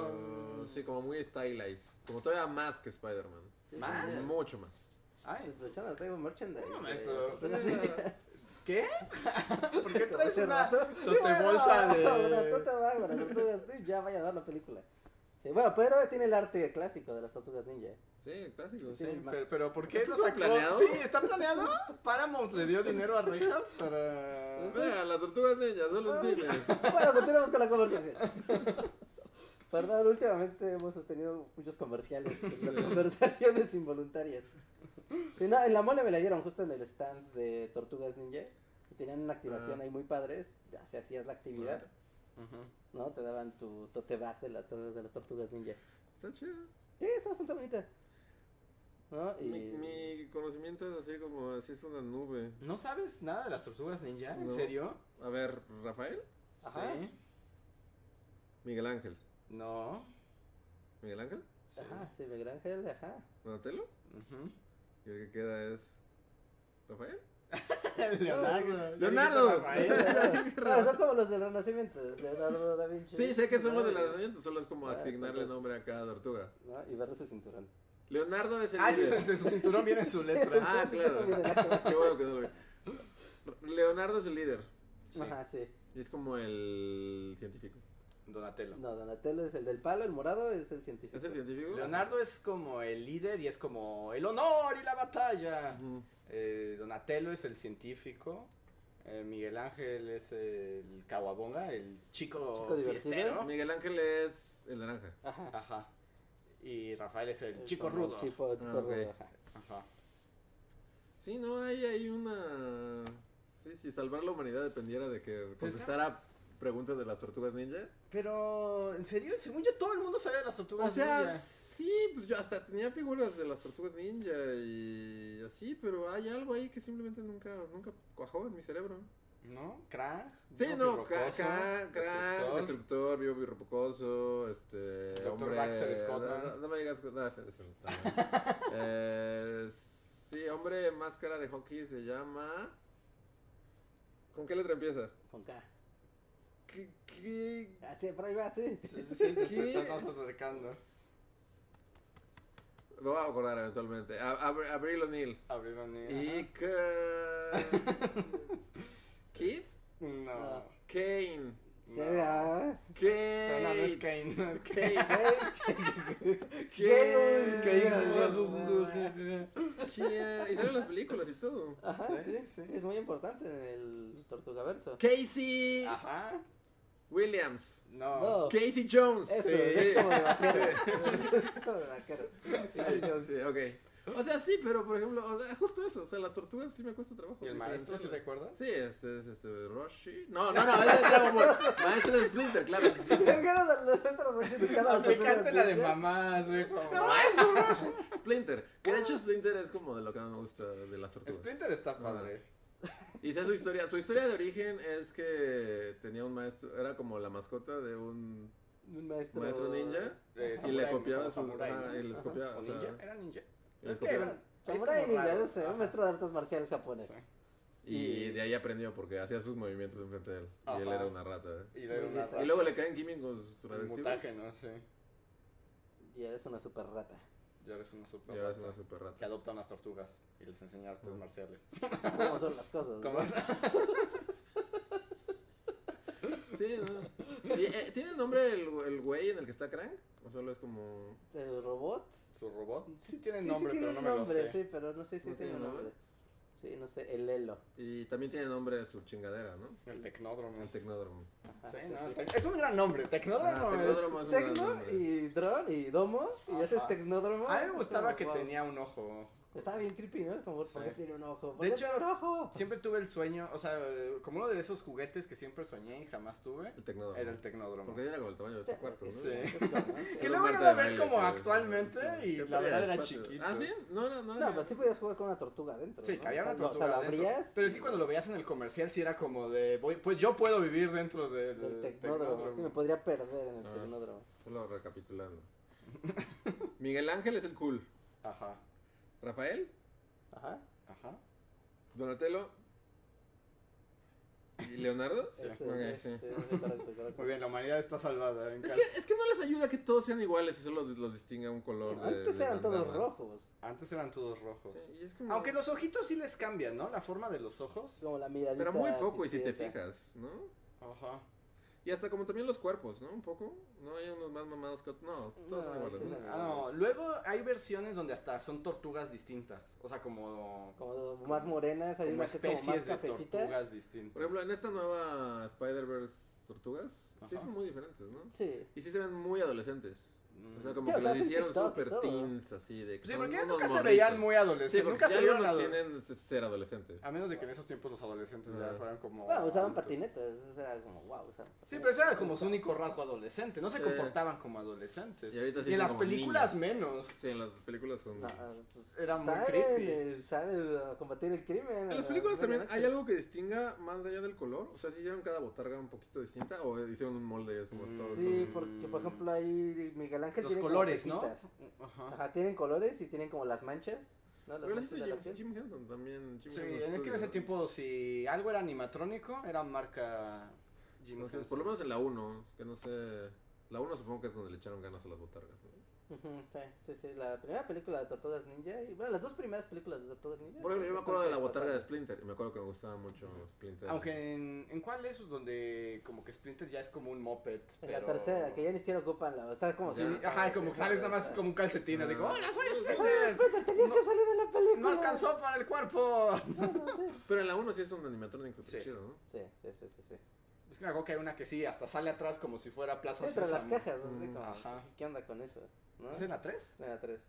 son-
Sí, como muy stylized. Como todavía más que Spider-Man.
Ah,
¿Más?
Mucho más.
Ay,
Aprovechando, traigo merchandise.
Un
güey.
momento.
Entonces, sí.
¿qué? ¿Por qué
Como
traes
ese
una
rato. Sí,
tote
bueno,
bolsa
Una
de.?
tota bag de las tortugas ninja, ya vaya a ver la película. Sí, bueno, pero tiene el arte clásico de las tortugas ninja.
Sí, clásico.
Sí,
Sí, más-
pero, pero ¿por qué
¿Esto
lo
está
sacó?
planeado?
Sí, está planeado. Paramount le dio dinero a Richard para.
Vea, las tortugas ninja, solo en cine.
Bueno, continuamos con la conversación. Perdón, últimamente hemos sostenido muchos comerciales, en las conversaciones involuntarias. Sí, no, en la mole me la dieron justo en el stand de Tortugas Ninja. Y tenían una activación
Ah.
ahí muy padre, ya si hacías la actividad,
Ujú.
¿no? Te daban tu tote bag de, la, tor- de las Tortugas Ninja.
Está chido.
Sí, está bastante bonita. ¿No? Y...
Mi, mi conocimiento es así como, así es una nube.
¿No sabes nada de las tortugas ninja? ¿En
No.
serio?
A ver, Rafael,
Ajá.
Sí.
Miguel Ángel.
No.
Miguel Ángel,
Sí.
Ajá, sí, Miguel Ángel, ajá.
Donatello.
Ujú.
Y el que queda es... Rafael.
Leonardo.
Leonardo.
Rafael.
Ah, son como los del Renacimiento, es Leonardo da Vinci.
Sí, sé que son los del
¿no?
lanzamiento, solo es como
Ah,
asignarle
entonces-
nombre a cada tortuga.
¿no? Y verle su cinturón.
Leonardo es el
Ah, sí,
líder.
su, su cinturón viene en su letra.
Ah, claro.
Mira, la-
Qué bueno que no lo vi. Leonardo es el líder.
Sí.
Ajá, sí.
Y es como el científico.
Donatello.
No, Donatello es el del palo, el morado es el científico.
¿Es el científico?
Leonardo es como el líder y es como el honor y la batalla.
Ujú.
Eh, Donatello es el científico. Eh, Miguel Ángel es el caguabonga, el chico,
Chico divertido.
fiestero.
Miguel Ángel es el naranja.
Ajá.
Ajá. Y Rafael es el
Es
chico
como
rudo.
chico- chico
Ah,
rudo,
ok.
ajá.
Ajá.
Sí, no, hay, hay una... Sí, si salvar la humanidad dependiera de que contestara preguntas de las tortugas ninja.
Pero, ¿en serio? Según yo, todo el mundo sabe de las
O
tortugas
sea,
ninja.
sí, pues yo hasta tenía figuras de las tortugas ninja y así, pero hay algo ahí que simplemente nunca, nunca cuajó en mi cerebro.
¿No? Krang.
Sí,
Vivo
no, Cra-
Pirrocoso,
Cra- Crack,
Destructor.
Destructor, Vivo Birropocoso, este.
Dr.
hombre-
Baxter Scottman.
No, no me digas. No, ese- ese no está mal. Eh, sí, hombre, máscara de hockey se llama. ¿Con qué letra empieza?
Con K.
¿Qué? qué?
Así, por ahí va, sí.
Sí, sí, sí, te-
¿Qué?
te estás acercando.
Me voy a acordar eventualmente. A- Abr- Abril O'Neill.
Abrieron
Y. que- ¿Kid?
No.
No.
Kane.
Se ve, ah.
Pero
Kate.
no, no es Kane. No es Kane.
Kate.
Kane,
Kane.
¿Quién? Y salen las películas y todo.
Ajá,
Sí,
sí,
sí, sí.
Es muy importante en el Tortugaverso.
Casey
Ajá. Oh.
Williams.
No.
No.
Casey Jones.
Eso,
Sí.
es como de vaquero. Es como de vaquero.
Sí, ok. O sea, sí, pero por ejemplo, o sea, justo eso. O sea, las tortugas sí me cuesta trabajo.
¿Y el maestro si
diferenciarlas.
recuerdas?
Sí, este es este, Roshi. No, no, no, ese es Dragon Ball. Maestro de Splinter, claro. es Splinter.
¿Por qué no lo- esta noche de cada
Aplicaste Ah, la de
tortuga?
mamás, eh, como-
Splinter. Que de hecho Splinter es como de lo que más me gusta de las
pues,
tortugas.
Splinter está padre.
Y sé su historia. Su historia de origen es que tenía un maestro, era como la mascota de un
Un maestro.
maestro ninja.
Eh,
Y
samurái,
le copiaba
mejor,
su.
samurái,
ajá,
¿no?
y les
Ajá.
copiaba.
¿O
O sea,
ninja? Era ninja.
y les
Es que
copiaba.
Samurai
Es como
ninja,
raro.
no sé,
Ajá.
un maestro de artes marciales japonés.
Y de ahí aprendió porque hacía sus movimientos enfrente de él. Y él
Ajá.
era una rata. ¿eh?
Y luego
Muy
la-
listo.
Y luego le caen Kimin con sus
el
radioactivos.
mutágeno, sí.
Y eres una super rata.
Y ahora es una super
Y ahora es
rata
una super
que
rata.
adopta unas tortugas y les enseña artes marciales.
¿Cómo son las cosas?
¿Cómo
no?
es?
Sí, ¿no? Y, eh, ¿Tiene nombre el, el güey en el que está Crank? ¿O solo es como.?
¿El Este, robot?
¿Su robot? Sí tiene
Sí,
nombre,
sí tiene
pero
un
no me lo
nombre,
sé.
sí, pero no sé si
¿No
tiene
tiene
un nombre.
nombre?
Sí, no sé, el Elo.
Y también tiene nombre su chingadera, ¿no?
El Tecnódromo.
El Tecnódromo.
Ajá,
Sí,
sí,
no,
sí.
tec- Es un gran nombre. Tecnódromo
Ah,
es-
Tecnódromo es un gran
Tecno
nombre.
y Dron y Domo. Y
Ajá.
ese es Tecnódromo.
A mí me gustaba
Como,
que
wow.
tenía un ojo.
Estaba bien creepy, ¿no? Como, ¿por qué
Sí.
tiene un ojo? ¿Por
De
qué
hecho,
tiene un ojo?
Siempre tuve el sueño, o sea, como uno de esos juguetes que siempre soñé y jamás tuve,
El Tecnódromo.
era el Tecnódromo.
Porque era como el tamaño de tu cuarto, ¿no?
Sí.
Es como, ¿no?
Que
Era
luego
un
ya
arte
lo
de
ves
baile,
como
que-
actualmente y
que
la
tenía
verdad era
espacio.
chiquito.
¿Ah, sí? No, no, no.
No, pero sí podías jugar con una tortuga adentro.
Sí,
¿no?
que había una
O sea, lo-
tortuga
O sea, la
adentro.
abrías.
Pero es que cuando lo veías en el comercial sí era como de, voy- pues yo puedo vivir dentro del,
Del
Tecnódromo.
tecnódromo. Sí, me podría perder en el
Ah.
tecnódromo.
Solo recapitulando. Miguel Ángel es el cool.
Ajá,
Rafael,
Ajá.
ajá.
Donatello y Leonardo.
Sí, sí,
Ok,
sí,
sí.
sí, sí, correcto, correcto.
Muy bien, la humanidad está salvada. En
Es
casa.
que, es que no les ayuda que todos sean iguales y solo los distinga un color. de-
Antes
de
eran todos
bandana.
rojos.
Antes eran todos rojos.
Sí, y es como-
Aunque los ojitos sí les cambian, ¿no? La forma de los ojos.
Como la miradita.
Pero muy poco, y si te
pispieta.
fijas, ¿no?
Ajá.
Y hasta como también los cuerpos, ¿no? Un poco. No hay unos más mamados que otros. No, todos
No,
son iguales.
sí,
¿no?
sí.
Ah, no. Luego hay versiones donde hasta son tortugas distintas. O sea, como.
Como más morenas, hay
como
unas que es como más
especies de
cafecita.
tortugas distintas.
Por ejemplo, en esta nueva Spider-Verse Tortugas, sí
Ajá.
son muy diferentes, ¿no?
Sí.
Y sí se ven muy adolescentes.
Mm.
O sea, como
Sí, o
que
sea,
los
hacen
hicieron
TikTok y
super
todo.
teens, así de que
Sí,
son
porque
unos
nunca se
morritos.
veían muy
Sí,
adolescentes.
porque
nunca
ya
se Ah, vieron
no
ado-
tienen ser adolescentes.
A menos de que en esos tiempos los adolescentes ya
Ah.
fueran como.
Bueno, usaban
adultos.
patinetas. Eso era como, wow, usaban
Sí, pero eso era
patinetas.
como su único rasgo adolescente. No se
Sí.
comportaban como adolescentes.
Y ahorita sí
en
son
las
como
películas
niños.
menos.
Sí, en las películas son...
No, ah, pues,
Era muy
saben,
creepy.
eh, Saben a combatir el crimen.
En las películas también hay algo que distinga más allá del color. O sea, si hicieron cada botarga un poquito distinta o hicieron un molde y es como todo.
Sí,
son-
porque por ejemplo ahí Miguel Ángel
Los
tiene como
colores, ¿no?
pepitas.
Ajá.
Ajá, tienen colores y tienen como las manchas, ¿no?
Pero
Las
las
manchas
hizo
de la
Jim,
piel.
Jim Henson también. Jim
Sí, es
Henson
que en ese
Studio.
tiempo si algo era animatrónico, era marca Jim
Entonces,
Henson.
por lo menos en la 1, que no sé. La 1 supongo que es donde le echaron ganas a las botargas. ¿no?
Ujú, sí, sí, sí, la primera película de Tortugas Ninja y bueno, las dos primeras películas de Tortugas Ninja.
Por ejemplo, yo me acuerdo de la botarga de
Bastantes.
Splinter. Y me acuerdo que me gustaba mucho Splinter.
Aunque en, en cuál es donde como que Splinter ya es como un moped.
En la
pero-
tercera, que ya ni siquiera ocupan la, está como
Sí,
Ya.
ajá, como que sales nada más como un calcetín, así como,
Ah.
hola, soy Splinter.
Peter tenía
No-
que salir en la película.
No alcanzó para el cuerpo.
No, no sé.
Pero en la 1 sí es un animatronic super
Sí.
chido, ¿no?
Sí, sí, sí, sí, sí.
Es que me acuerdo que hay una que sí, hasta sale atrás como si fuera Plaza
Dentro de las
Sésamo.
cajas, no sé
Mm,
como,
ajá.
¿qué onda con eso? ¿No?
¿Es en la 3?
En la 3.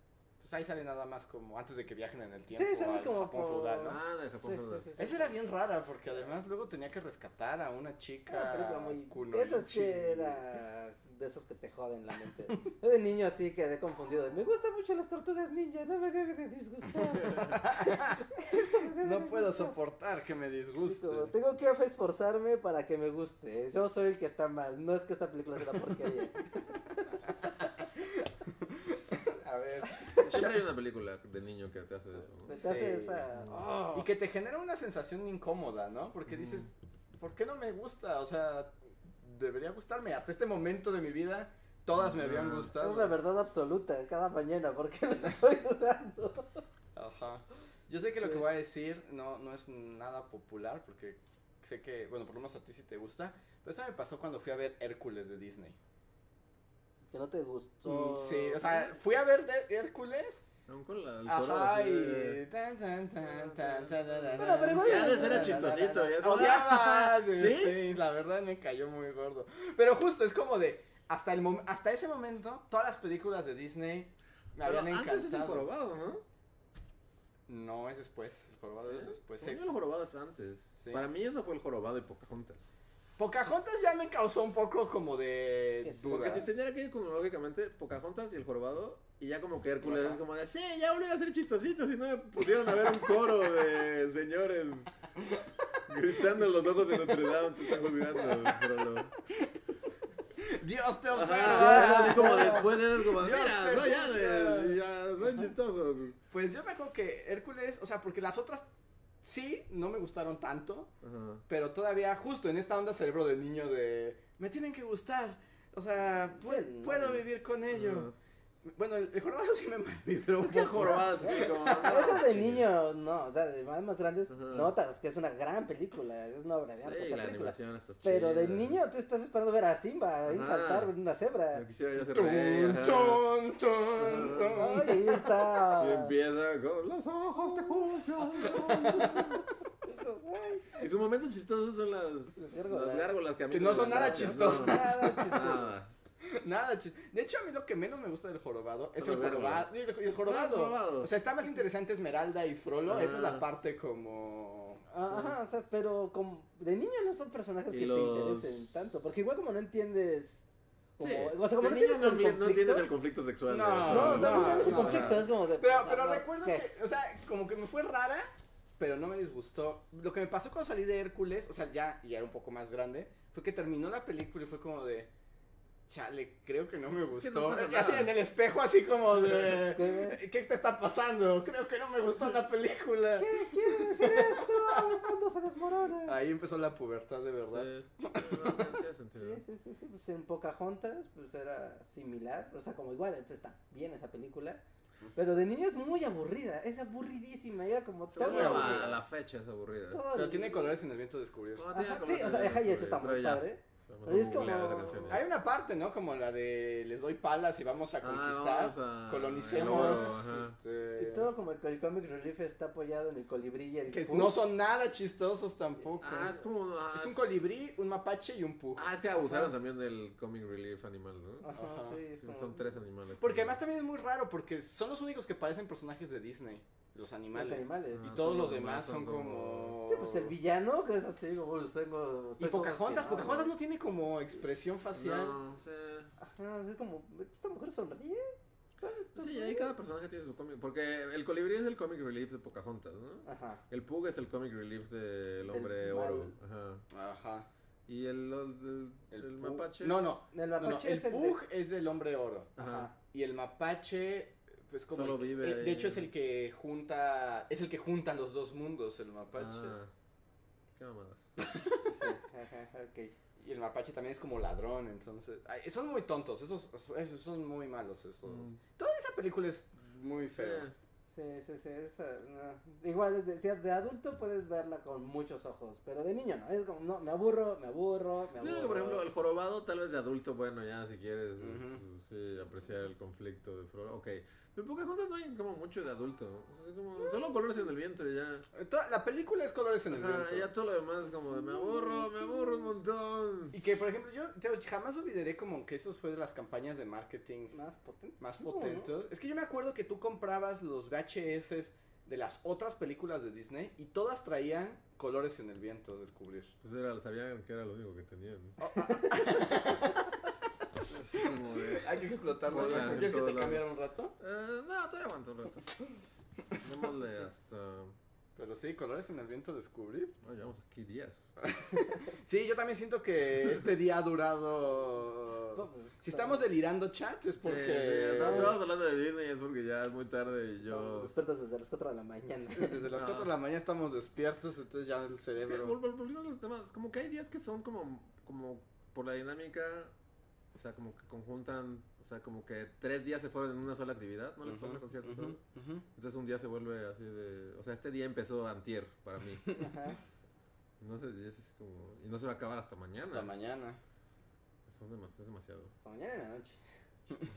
Pues ahí sale nada más como antes de que viajen en el tiempo.
sales
al
como
Japón
por-
feudal, ¿no?
Ah, de Japón. feudal.
Esa era bien rara porque además luego tenía que rescatar a una chica.
Era una película muy...
kunoichi.
Esa sí era de esos que te joden la mente. Yo de niño así quedé confundido. de, Me gustan mucho las tortugas ninja, no me debe de disgustar. Esto me debe
No
de
puedo
gustar.
soportar que me
Sí,
disguste.
como, tengo que esforzarme para que me guste. Yo soy el que está mal, no es que esta película sea una porquería.
A ver.
Siempre hay una película de niño que te hace eso. ¿no?
Me te hace
Sí.
esa...
Y que te genera una sensación incómoda, ¿no? Porque dices, ¿por qué no me gusta? O sea, debería gustarme. Hasta este momento de mi vida, todas me habían
Ajá.
Es
gustado.
una verdad absoluta cada mañana, ¿por qué le estoy dudando?
Ajá. Yo sé que lo
Sí.
que voy a decir no, no es nada popular, porque sé que, bueno, por lo menos a ti sí te gusta. Pero esto me pasó cuando fui a ver Hércules de Disney.
Que no te
Oh.
gustó.
Mm, Sí, o sea, fui a ver de- Hércules.
Aún con la. el coro
Ajá,
así
y.
de-
tan, tan, tan, tan, tan, tan,
Bueno, pero
tan, tan,
igual-
Ya antes
tan,
era
tan,
chistosito. ya es como-
Odiaba, ¿Sí?
¿Sí?
sí, la verdad me cayó muy gordo. Pero justo es como de hasta el mom- hasta ese momento todas las películas de Disney me
Pero
habían encantado.
Antes es el jorobado, ¿no?
no, es después, el jorobado es
¿Sí?
después.
Según
sí.
yo, el jorobado es antes.
Sí.
Para mí eso fue el jorobado de Pocahontas.
Pocahontas ya me causó un poco como de
Es- es que
dudas.
Porque si tendría que ir cronológicamente, Pocahontas y el jorobado, y ya como que Hércules
Ajá.
es como de, sí, ya volví a ser chistosito, si no me pusieron a ver un coro de señores gritando en los ojos de Notre Dame, te están juzgando, Frollo.
Dios te
Ajá,
observa.
así como después de eso, como,
Dios
mira,
te
no, ya,
juzga".
de- ya, soy chistoso.
Pues yo me acuerdo que Hércules, o sea, porque las otras sí no me gustaron tanto,
Ajá.
pero todavía justo en esta onda cerebro de niño de me tienen que gustar. O sea, pu-
Sí, no,
puedo
no.
vivir con ello.
Ajá.
Bueno, el, el jorobado sí me malvibró un
Es que el
poco.
jorobado es así como.
A veces de
Ah, no,
niños, no, o sea, de más, más grandes,
Ajá.
notas que es una gran película, es una obra de arte
Sí,
esa
la
película.
animación está chida.
Pero de niño tú estás esperando ver a Simba ahí
Ajá.
saltar en una
Yo
cebra.
quisiera yo ser rey.
Chon,
ajá.
chon, chon, chon.
Ay, ahí está.
Y empieza con los ojos te juzgan.
Es como, güey,
Y su momento chistoso son las,
Las gárgolas.
las gárgolas que a mí
Que no son nada chistosas.
Nada
No,
chistoso.
nada.
Nada, chis- De hecho, a mí lo que menos me gusta del jorobado es
Son
el
las gárgolas.
jorobado. Y el, y el
Ah, el
jorobado.
jorobado.
O sea, está más interesante Esmeralda y Frollo. Esa es la
Ah.
parte como.
Ajá, o sea, pero como de niño no son personajes
Y
que te
los-
interesen tanto, porque igual como no entiendes como,
Sí.
o sea, como no
De niño
entiendes el conflicto.
no entiendes el conflicto sexual.
No,
de-
No, o sea, no,
No,
entiendes el
no,
conflicto, es como de
Pero,
o sea,
pero
no,
recuerdo
¿qué?
que, o sea, como que me fue rara, pero no me disgustó. Lo que me pasó cuando salí de Hércules, o sea, ya, ya era un poco más grande, fue que terminó la película y fue como de. Chale, creo que no me
que
gustó.
no pasa
Y así
nada.
en el espejo, así como de.
¿Qué?
¿Qué te está pasando? Creo que no me gustó la película.
¿Qué quiere decir esto? El mundo se desmorona.
Ahí empezó la pubertad de verdad.
Sí. Sí, no, no tiene sentido.
Sí, sí, sí, sí, pues en Pocahontas pues era similar, o sea, como igual, pues, está bien esa película, pero de niño es muy aburrida, es aburridísima, y era como todo
Seguro a
aburrido,
a la fecha es aburrida.
todo
Pero
aburrido.
tiene colores en el viento descubrir.
No, tiene
Ajá,
como
sí, o sea,
tres
ajá, y eso está
pero
muy
ya.
padre.
O sea,
Pero es
mejor googlear
como-
esa canción.
Hay una parte, ¿no? Como la de les doy palas y vamos a
Ah,
conquistar,
vamos a-
colonicemos,
el oro, ajá.
este,
Y todo como que el comic relief está apoyado en el colibrí y el
que
pug.
no son nada chistosos tampoco.
Ah, es como. ah,
Es un colibrí, un mapache y un pug.
Ah, es que abusaron también del comic relief animal, ¿no?
Ajá,
Ajá.
sí, es
Sí,
como-
Son tres animales.
Porque además también es muy raro porque son los únicos que parecen personajes de Disney, los
los
animales.
animales.
Y
Ah,
todos los demás son como...
Sí, pues el villano que es así, como los tengo...
Y
estoy todo
Pocahontas,
obstinado.
Pocahontas no tiene como expresión facial.
No, sé.
Ajá, es como, esta mujer sonríe.
Sí, ahí cada personaje tiene su cómic. Porque el colibrí es el comic relief de Pocahontas, ¿no?
Ajá.
El pug es el comic relief del hombre
mal.
oro. Ajá.
Ajá.
Y el, el, el,
pug-
mapache.
No, no.
El
no, no,
mapache
El
es el de-
pug es del hombre oro.
Ajá.
Y el mapache, pues como.
Solo
el que-
vive
eh, de hecho,
ahí.
es el que junta. Es el que junta los dos mundos, el mapache.
Ah, qué mamadas.
Sí, ajá, ok.
Y el mapache también es como ladrón, entonces. ay, son muy tontos, esos, esos son muy malos, esos.
Mm.
Toda esa película es muy
Sí.
fea.
Sí, sí, sí, esa, no. Igual, es de, si de adulto puedes verla con muchos ojos, pero de niño no, es como, no, me aburro, me aburro, me
Yo
aburro.
digo que, por ejemplo, el jorobado, tal vez de adulto, bueno, ya si quieres
Ujú.
es- sí, apreciar el conflicto de Frollo. Ok. Pero Pocahontas no hay como mucho de adulto. O sea, es como, solo colores en el viento y ya.
Eh, toda- la película es colores en el
Ajá,
viento.
ya todo lo demás es como de me aburro, me aburro un montón.
Y que, por ejemplo, yo, yo jamás olvidaré como que eso fue de las campañas de marketing
Más potente.
más
¿no?
potentes. Es que yo me acuerdo que tú comprabas los VHS de las otras películas de Disney y todas traían colores en el viento, descubrir.
Pues era, sabían que era lo único que tenían. Así como de.
Hay que explotarlo.
Hola,
¿Quieres que
en todo
te
lado.
cambiara un rato?
"Eh, no, todavía aguanto un rato. Démosle hasta.
Pero sí, colores en el viento, descubrir.
Bueno, llevamos aquí días.
Sí, yo también siento que este día ha durado.
Pues,
Si estamos delirando chat es
Sí, sí,
porque.
no, estamos hablando de Disney es porque ya es muy tarde y
estamos
yo.
Despiertas desde las 4 de la mañana.
Desde las 4 de la mañana estamos despiertos, entonces ya el
Es que, vol-
cerebro.
vol- volviendo a los temas, como que hay días que son como, como por la dinámica, o sea, como que conjuntan, o sea, como que tres días se fueron en una sola actividad, ¿no les pasa con ciertos
Ujú,
juegos?
ujú.
Entonces un día se vuelve así de, o sea, este día empezó antier para mí.
Ajá.
No sé, y es así como, y no se va a acabar hasta mañana.
Hasta mañana.
Son demas- es demasiado.
Hasta mañana en la noche.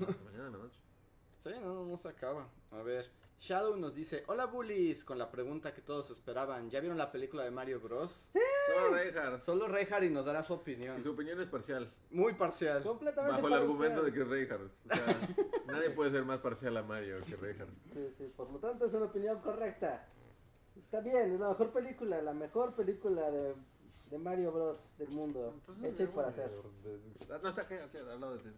Hasta mañana en la noche.
Sí, no, no se acaba. A ver, Shadow nos dice, hola bullies, con la pregunta que todos esperaban. ¿Ya vieron la película de Mario Bros? Sí.
Solo Reinhardt.
Solo Reinhardt y nos dará su
Y
opinión.
su opinión es parcial.
Muy parcial.
Completamente
Bajo el
parcial.
argumento de que es Reinhardt. O sea, nadie puede ser más parcial a Mario que Reinhardt.
Sí, sí, por lo tanto es una opinión correcta. Está bien, es la mejor película, la mejor película de, de Mario Bros. del mundo.
Pues,
Hecha y
no,
por
no,
hacer.
de- de- No, está aquí, aquí, al lado de ti.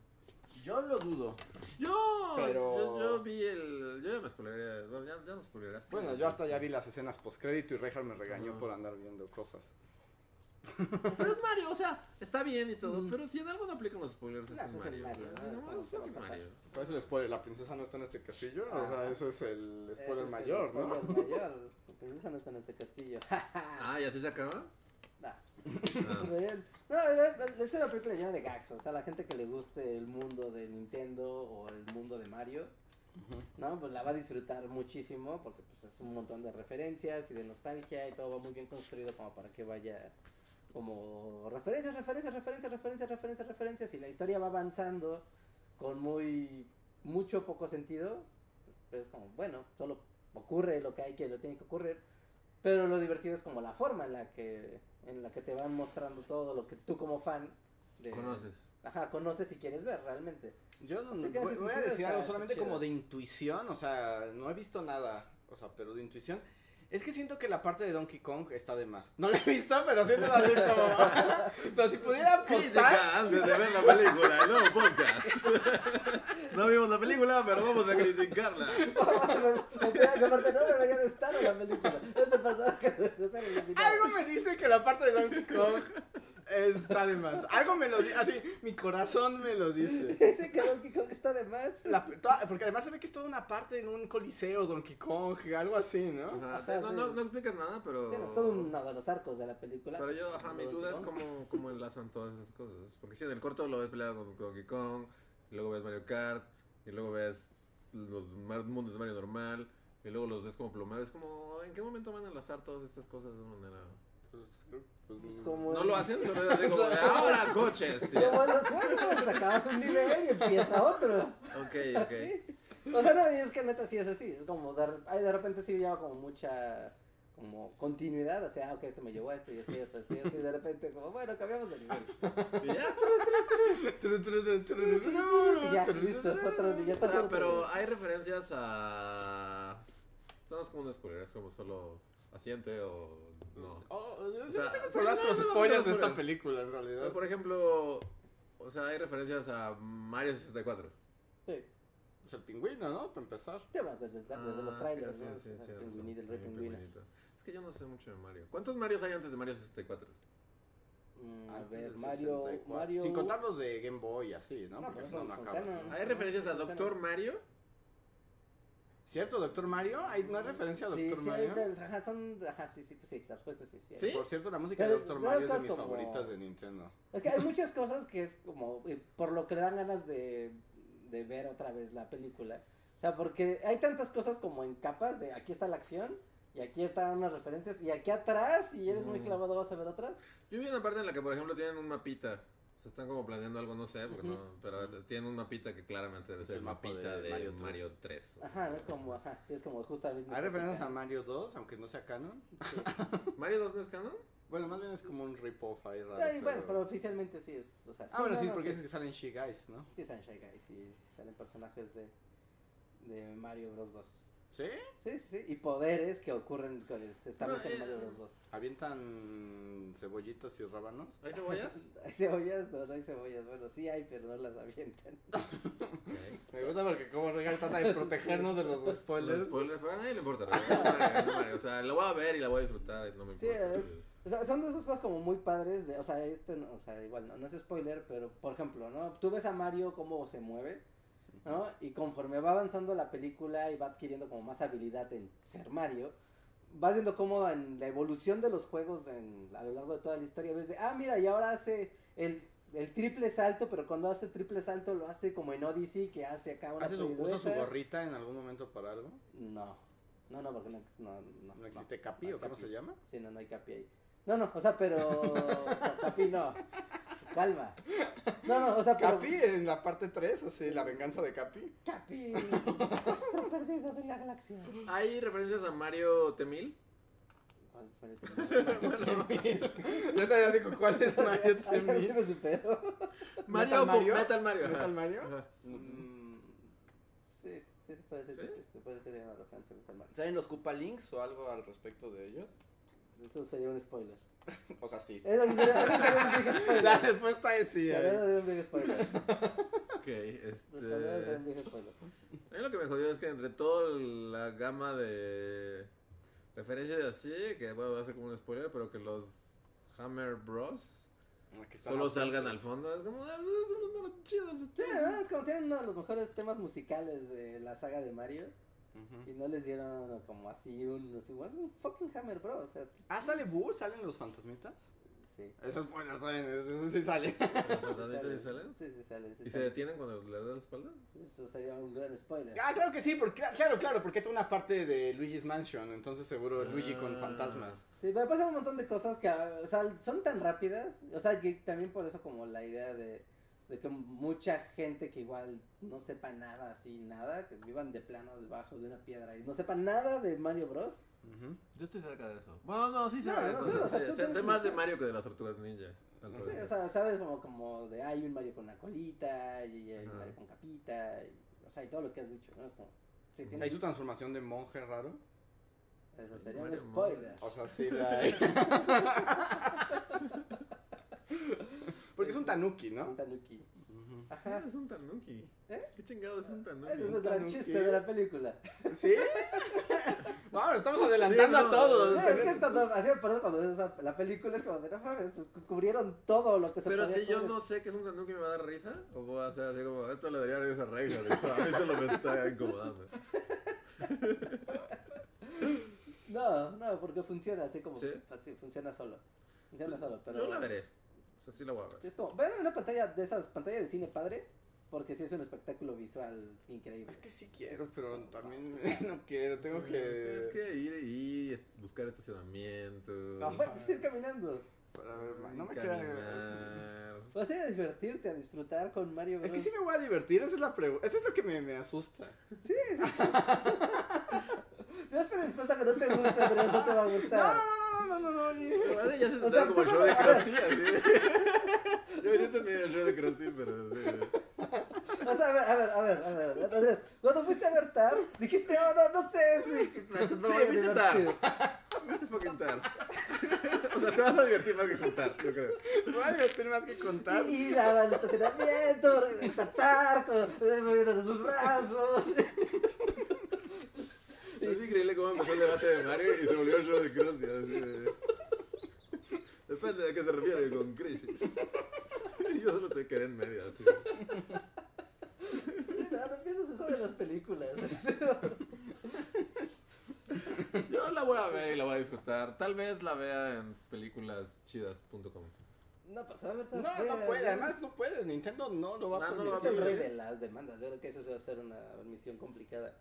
Yo lo dudo.
Yo,
Pero-
yo, yo vi el. Yo ya me spoileré. Bueno, ya, ya nos spoileraste.
Bueno, yo hasta ya vi las escenas postcrédito y Reinhardt me regañó
Ajá.
por andar viendo cosas.
Pero es Mario, o sea, está bien y todo. Pero si en algo no aplican los spoilers,
No,
es,
ese Mm. es el
Mario.
Mario,
güey.
¿no?
No,
Eso
es lo
no
que es
pasa.
Mario.
¿Cuál es el spoiler? ¿La princesa no está en este castillo? O sea,
Ah.
eso es el
Ese
spoiler
Eh, es el Pues
mayor, ¿no?
Spoiler mayor. La princesa no está en este castillo.
Ah, ¿y así se acaba?
Ah,
Ah,
No, es- es una película llena de gags. O sea, la gente que le guste el mundo de Nintendo o el mundo de Mario, ¿no? Pues la va a disfrutar muchísimo porque pues es un montón de referencias y de nostalgia y todo va muy bien construido como para que vaya como referencias, referencias, referencias, referencias, referencias, referencias y la historia va avanzando con muy mucho poco sentido. Pues es como, bueno, solo ocurre lo que hay que lo tiene que ocurrir, pero lo divertido es como la forma en la que en la que te van mostrando todo lo que tú como fan de-
conoces.
Ajá, conoces y quieres ver realmente.
Yo no,
Así
no-
que
voy,
hace
voy a
sentido,
decir
está-
algo
está
solamente
chido.
como de intuición, o sea, no he visto nada, o sea, pero de intuición. Es que siento que la parte de Donkey Kong está de más. No la he visto, pero siento así como... pero si pudiera apostar...
Crítica antes de ver la película, el nuevo podcast. No vimos la película, pero vamos a criticarla.
Aparte, no debería de estar en la película. Este personaje debería estar en la película.
Algo me dice que la parte de Donkey Kong está de más. Algo me lo dice, así, mi corazón me lo dice.
Dice que Donkey Kong está de más.
La- toda- porque además se ve que es toda una parte en un coliseo, Donkey Kong, algo así,
O
¿no?
sea,
Ajá,
no,
Ah, sí.
no, no explicas nada, pero.
Sí, no, es todo uno de los arcos de la película.
Pero yo, ajá, mi
Donkey
duda es
Kong.
cómo, cómo enlazan todas esas cosas. Porque si en el corto lo ves pelear con Donkey Kong, y luego ves Mario Kart, y luego ves los mar- mundos de Mario normal, y luego los ves como plumar. Es como, ¿en qué momento van a enlazar todas estas cosas de una manera?
Pues como
No
en-
lo hacen, solo es así como de ahora coches. Y-
Como en los juegos, acabas un nivel y empieza otro.
Ok, ok.
Así. O sea, no, y es que neta sí es así. Es como, de, ay, de repente sí lleva como mucha como continuidad. O sea, ah, ok, esto me llevó a esto y esto y esto, esto y esto. Y de repente, como, bueno, cambiamos de nivel.
Y ya.
Y ya, listo, otro, ya
O
está
sea,
solo
pero hay referencias a. No es como un spoiler, es como solo asiente o. No.
Oh, yo
O sea,
no tengo
sí,
problemas
no,
con los
no, no,
spoilers
no,
de
no,
esta
no.
película, en
O
realidad.
sea, por ejemplo, o sea, hay referencias a Mario 64.
Sí,
Es el pingüino, ¿no? Para empezar.
llevas desde, desde los
Ah, es que
trailers,
sí,
¿no?
sí,
El
sí, tienes razón.
pingüinito, el rey
Hay un
pingüino.
pingüinito. Es que yo no sé mucho de Mario. ¿Cuántos Marios hay antes de Mario 64?
Mm, a
Antes
ver,
del
Mario,
64.
Mario...
Sin contar los de Game Boy y así, ¿no?
No,
Porque
pero
eso no,
son- son
acaba.
canon.
Hay referencias a
no,
Doctor Mario.
¿Cierto, Doctor Mario? ¿Hay, ¿No hay referencia a
Sí,
Doctor
sí, hay
Mario?
vers- ajá, son, ajá, sí, sí, pues sí, la respuesta es sí, sí. hay.
¿Sí?
Por cierto, la música de
Pero,
Doctor
¿no
Mario es de
estás
mis
como-
favoritas de Nintendo.
Es que hay muchas cosas que es como, eh, por lo que le dan ganas de, de ver otra vez la película. O sea, porque hay tantas cosas como en capas de aquí está la acción, y aquí están unas referencias, y aquí atrás, si eres muy
Mm.
clavado vas a ver otras.
Yo vi una parte en la que, por ejemplo, tienen un mapita. O sea, están como planeando algo, no sé, porque
Ujú.
no, pero tienen un mapita que claramente debe
Es
ser
el
el
mapa
mapita
de
de,
Mario
Mario,
tres.
3.
Ajá, no es como, ajá, sí, es como justo la misma.
¿Hay referencias
estética.
a Mario 2, aunque no sea canon?
Sí.
¿Mario 2 no es canon?
Bueno, más bien es como un rip-off ahí raro.
Ay, bueno, pero oficialmente sí es, o sea,
Ah, bueno,
no,
Eh, sí,
no,
porque es que salen She Guys, ¿no?
Sí, salen Shy Guys y salen personajes de, de Mario Bros. 2.
¿Sí?
Sí, sí, sí, y poderes que ocurren, que se establecen en
No, eh,
Mario Bros. 2.
¿Avientan cebollitas y rábanos?
¿Hay cebollas?
Hay cebollas, no, no hay cebollas. Bueno, sí hay, pero no las avientan.
Ok.
Me gusta porque como Regal trata de protegernos de los
Los
spoilers.
spoilers, pero a nadie le importa. ¿no? Es Mario, es Mario. O sea, lo voy a ver y la voy a disfrutar. No me
Sí,
importa.
es- O sea, son de esas cosas como muy padres. De, o sea, esto, no- o sea, igual, no, no es spoiler, pero por ejemplo, ¿no? Tú ves a Mario cómo se mueve, ¿no? Y conforme va avanzando la película y va adquiriendo como más habilidad en ser Mario, vas viendo cómo en la evolución de los juegos en, a lo largo de toda la historia ves de, ah, mira, y ahora hace el, el triple salto, pero cuando hace triple salto lo hace como en Odyssey, que hace acá una
¿Hace su, ¿Usa su
pirueta.
gorrita en algún momento para algo?
No. No, no, porque no, no, no,
¿No existe Capi o cómo se llama?
Sí, no, no hay capi ahí. No, no, o sea, pero. capi no. Calma. No, no, o sea, pero.
Capi en la parte 3, así, la venganza de Capi.
Capi. Nuestro perdido de la galaxia.
¿Hay referencias a Mario Temil?
¿Cuál es Mario
Yo te digo cuál es Mario
Temil?
Temil.
Ah, me superó.
¿Metal
Mario con-
Mario?
Metal Mario. ajá.
¿Metal Mario?
Ajá.
Mm, Sí, sí, puede ser que
¿Sí?
sí. sí, Puede ser que tenga una referencia con Calma.
¿Saben los Koopa Links o algo al respecto de ellos?
Eso sería un spoiler.
O sea, sí.
Eso sería, eso sería un big spoiler.
La respuesta es sí.
La
ahí.
verdad sería un big spoiler.
Ok,
La verdad sería un
este.
big spoiler.
A mí lo que me jodió es que entre toda la gama de referencias así, que bueno, va a ser como un spoiler, pero que los Hammer Bros.
Ah, que están
solo
atentos.
salgan al fondo. Es como. ah, son los chidos de
Sí,
todos.
¿no? es como tienen uno de los mejores temas musicales de la saga de Mario. Y
Ujú.
no les dieron como así un, así, "What, un fucking hammer, bro. O sea,
Ah, sale Boo, salen los fantasmitas.
sí.
Eso es bueno, saben, eso sí sale.
¿Los
Sí,
fantasmitas sí salen?
Sí, sí salen. sí
¿Y se
salen.
detienen cuando le dan la espalda?
Eso sería un gran spoiler.
Ah, claro que sí, porque claro, claro, porque está una parte de Luigi's Mansion, entonces seguro es Luigi con
Ah.
fantasmas.
Sí, pero pasan un montón de cosas que ah, o sea, son tan rápidas. O sea, que también por eso como la idea de, de que mucha gente que igual no sepa nada así, nada, que vivan de plano debajo de una piedra y no sepan nada de Mario Bros.
Yo estoy cerca de eso. Bueno, no, sí
No,
sé.
no, no, o sea, tú
sé
tienes
más de
mucho-
Mario que de las tortugas ninja. al
No
Sí,
parecer.
o sea, sabes como, como de hay un Mario con una colita y hay
Ajá.
un Mario con capita, y, o sea, y todo lo que has dicho, ¿no? Es como, sí,
Hay
tienes,
su transformación de monje raro.
eso sería un
Mario,
spoiler.
O sea, sí la Porque es un tanuki,
Un
¿no?
tanuki.
Ujú.
Ah,
Ajá.
es un tanuki.
¿Eh?
¿Qué chingado es un tanuki?
Ese es
un
un gran
tanuki.
chiste de la película.
¿Sí? Vamos, estamos adelantando
Sí, no,
a
Sí,
todos.
es que es cuando, así me parece cuando ves esa- la película es como de no mames, cu- cubrieron todo lo que se
Pero
podía
si yo
cubrir".
no sé que es un tanuki, ¿me va a dar risa? ¿O voy a hacer así como, esto le daría risa a Reinhardt? O sea, a mí solo me está incomodando.
No, no, porque funciona así como,
¿Sí? Pues,
así, funciona solo. Funciona solo, pero.
Yo la veré. O sea, sí la voy a ver.
Es como, ver una pantalla de esas, pantalla de cine padre, porque sí es un espectáculo visual increíble.
Es que sí quiero, pero también no quiero, tengo
Sí,
que...
Es que ir y buscar estacionamiento.
No,
No, pues, puedes ir caminando.
Para ver, ma- no me queda...
caminar.
Vas a ir a Pues divertirte, a disfrutar con Mario Bros.
Es que sí me voy a divertir, esa es la pregunta. Eso es lo que me, me asusta.
Sí, sí, sí. si das predispuesta que no te gusta, Andrea, no te va a
No, no,
gustar.
no, no, no, no, no.
Pero
ni-
ahora ya se
O sea,
sentaron como el
tú
show de
cuando-
Krusty, así. Yo ya tenía el show de Krusty, pero sí.
O sea, a ver, a ver, a ver, a ver, Andrés, cuando fuiste a ver Tar, dijiste, oh, no, no sé, sí.
Me, me
Sí,
voy a visitar.
divertido.
Me voy a fucking tar. O sea, te vas a divertir más que contar, yo creo.
Me voy a divertir más que contar.
Ir al estacionamiento, regresar a Tar, con- eh, moviendo sus brazos.
Es increíble cómo empezó el debate de Mario y se volvió el show de Krusty. así de- Depende de qué se refiere con crisis. Yo solo te quedé en medio, así.
Sí, No, no piensas eso de las películas.
Yo la voy a ver y la voy a disfrutar. Tal vez la vea en peliculaschidas.com.
No, pero se va a ver
No,
tan
no puede, además no puedes, Nintendo no lo va a
No, no lo va a
Es el
permitir.
rey de las demandas, yo creo que eso se va a hacer una misión complicada.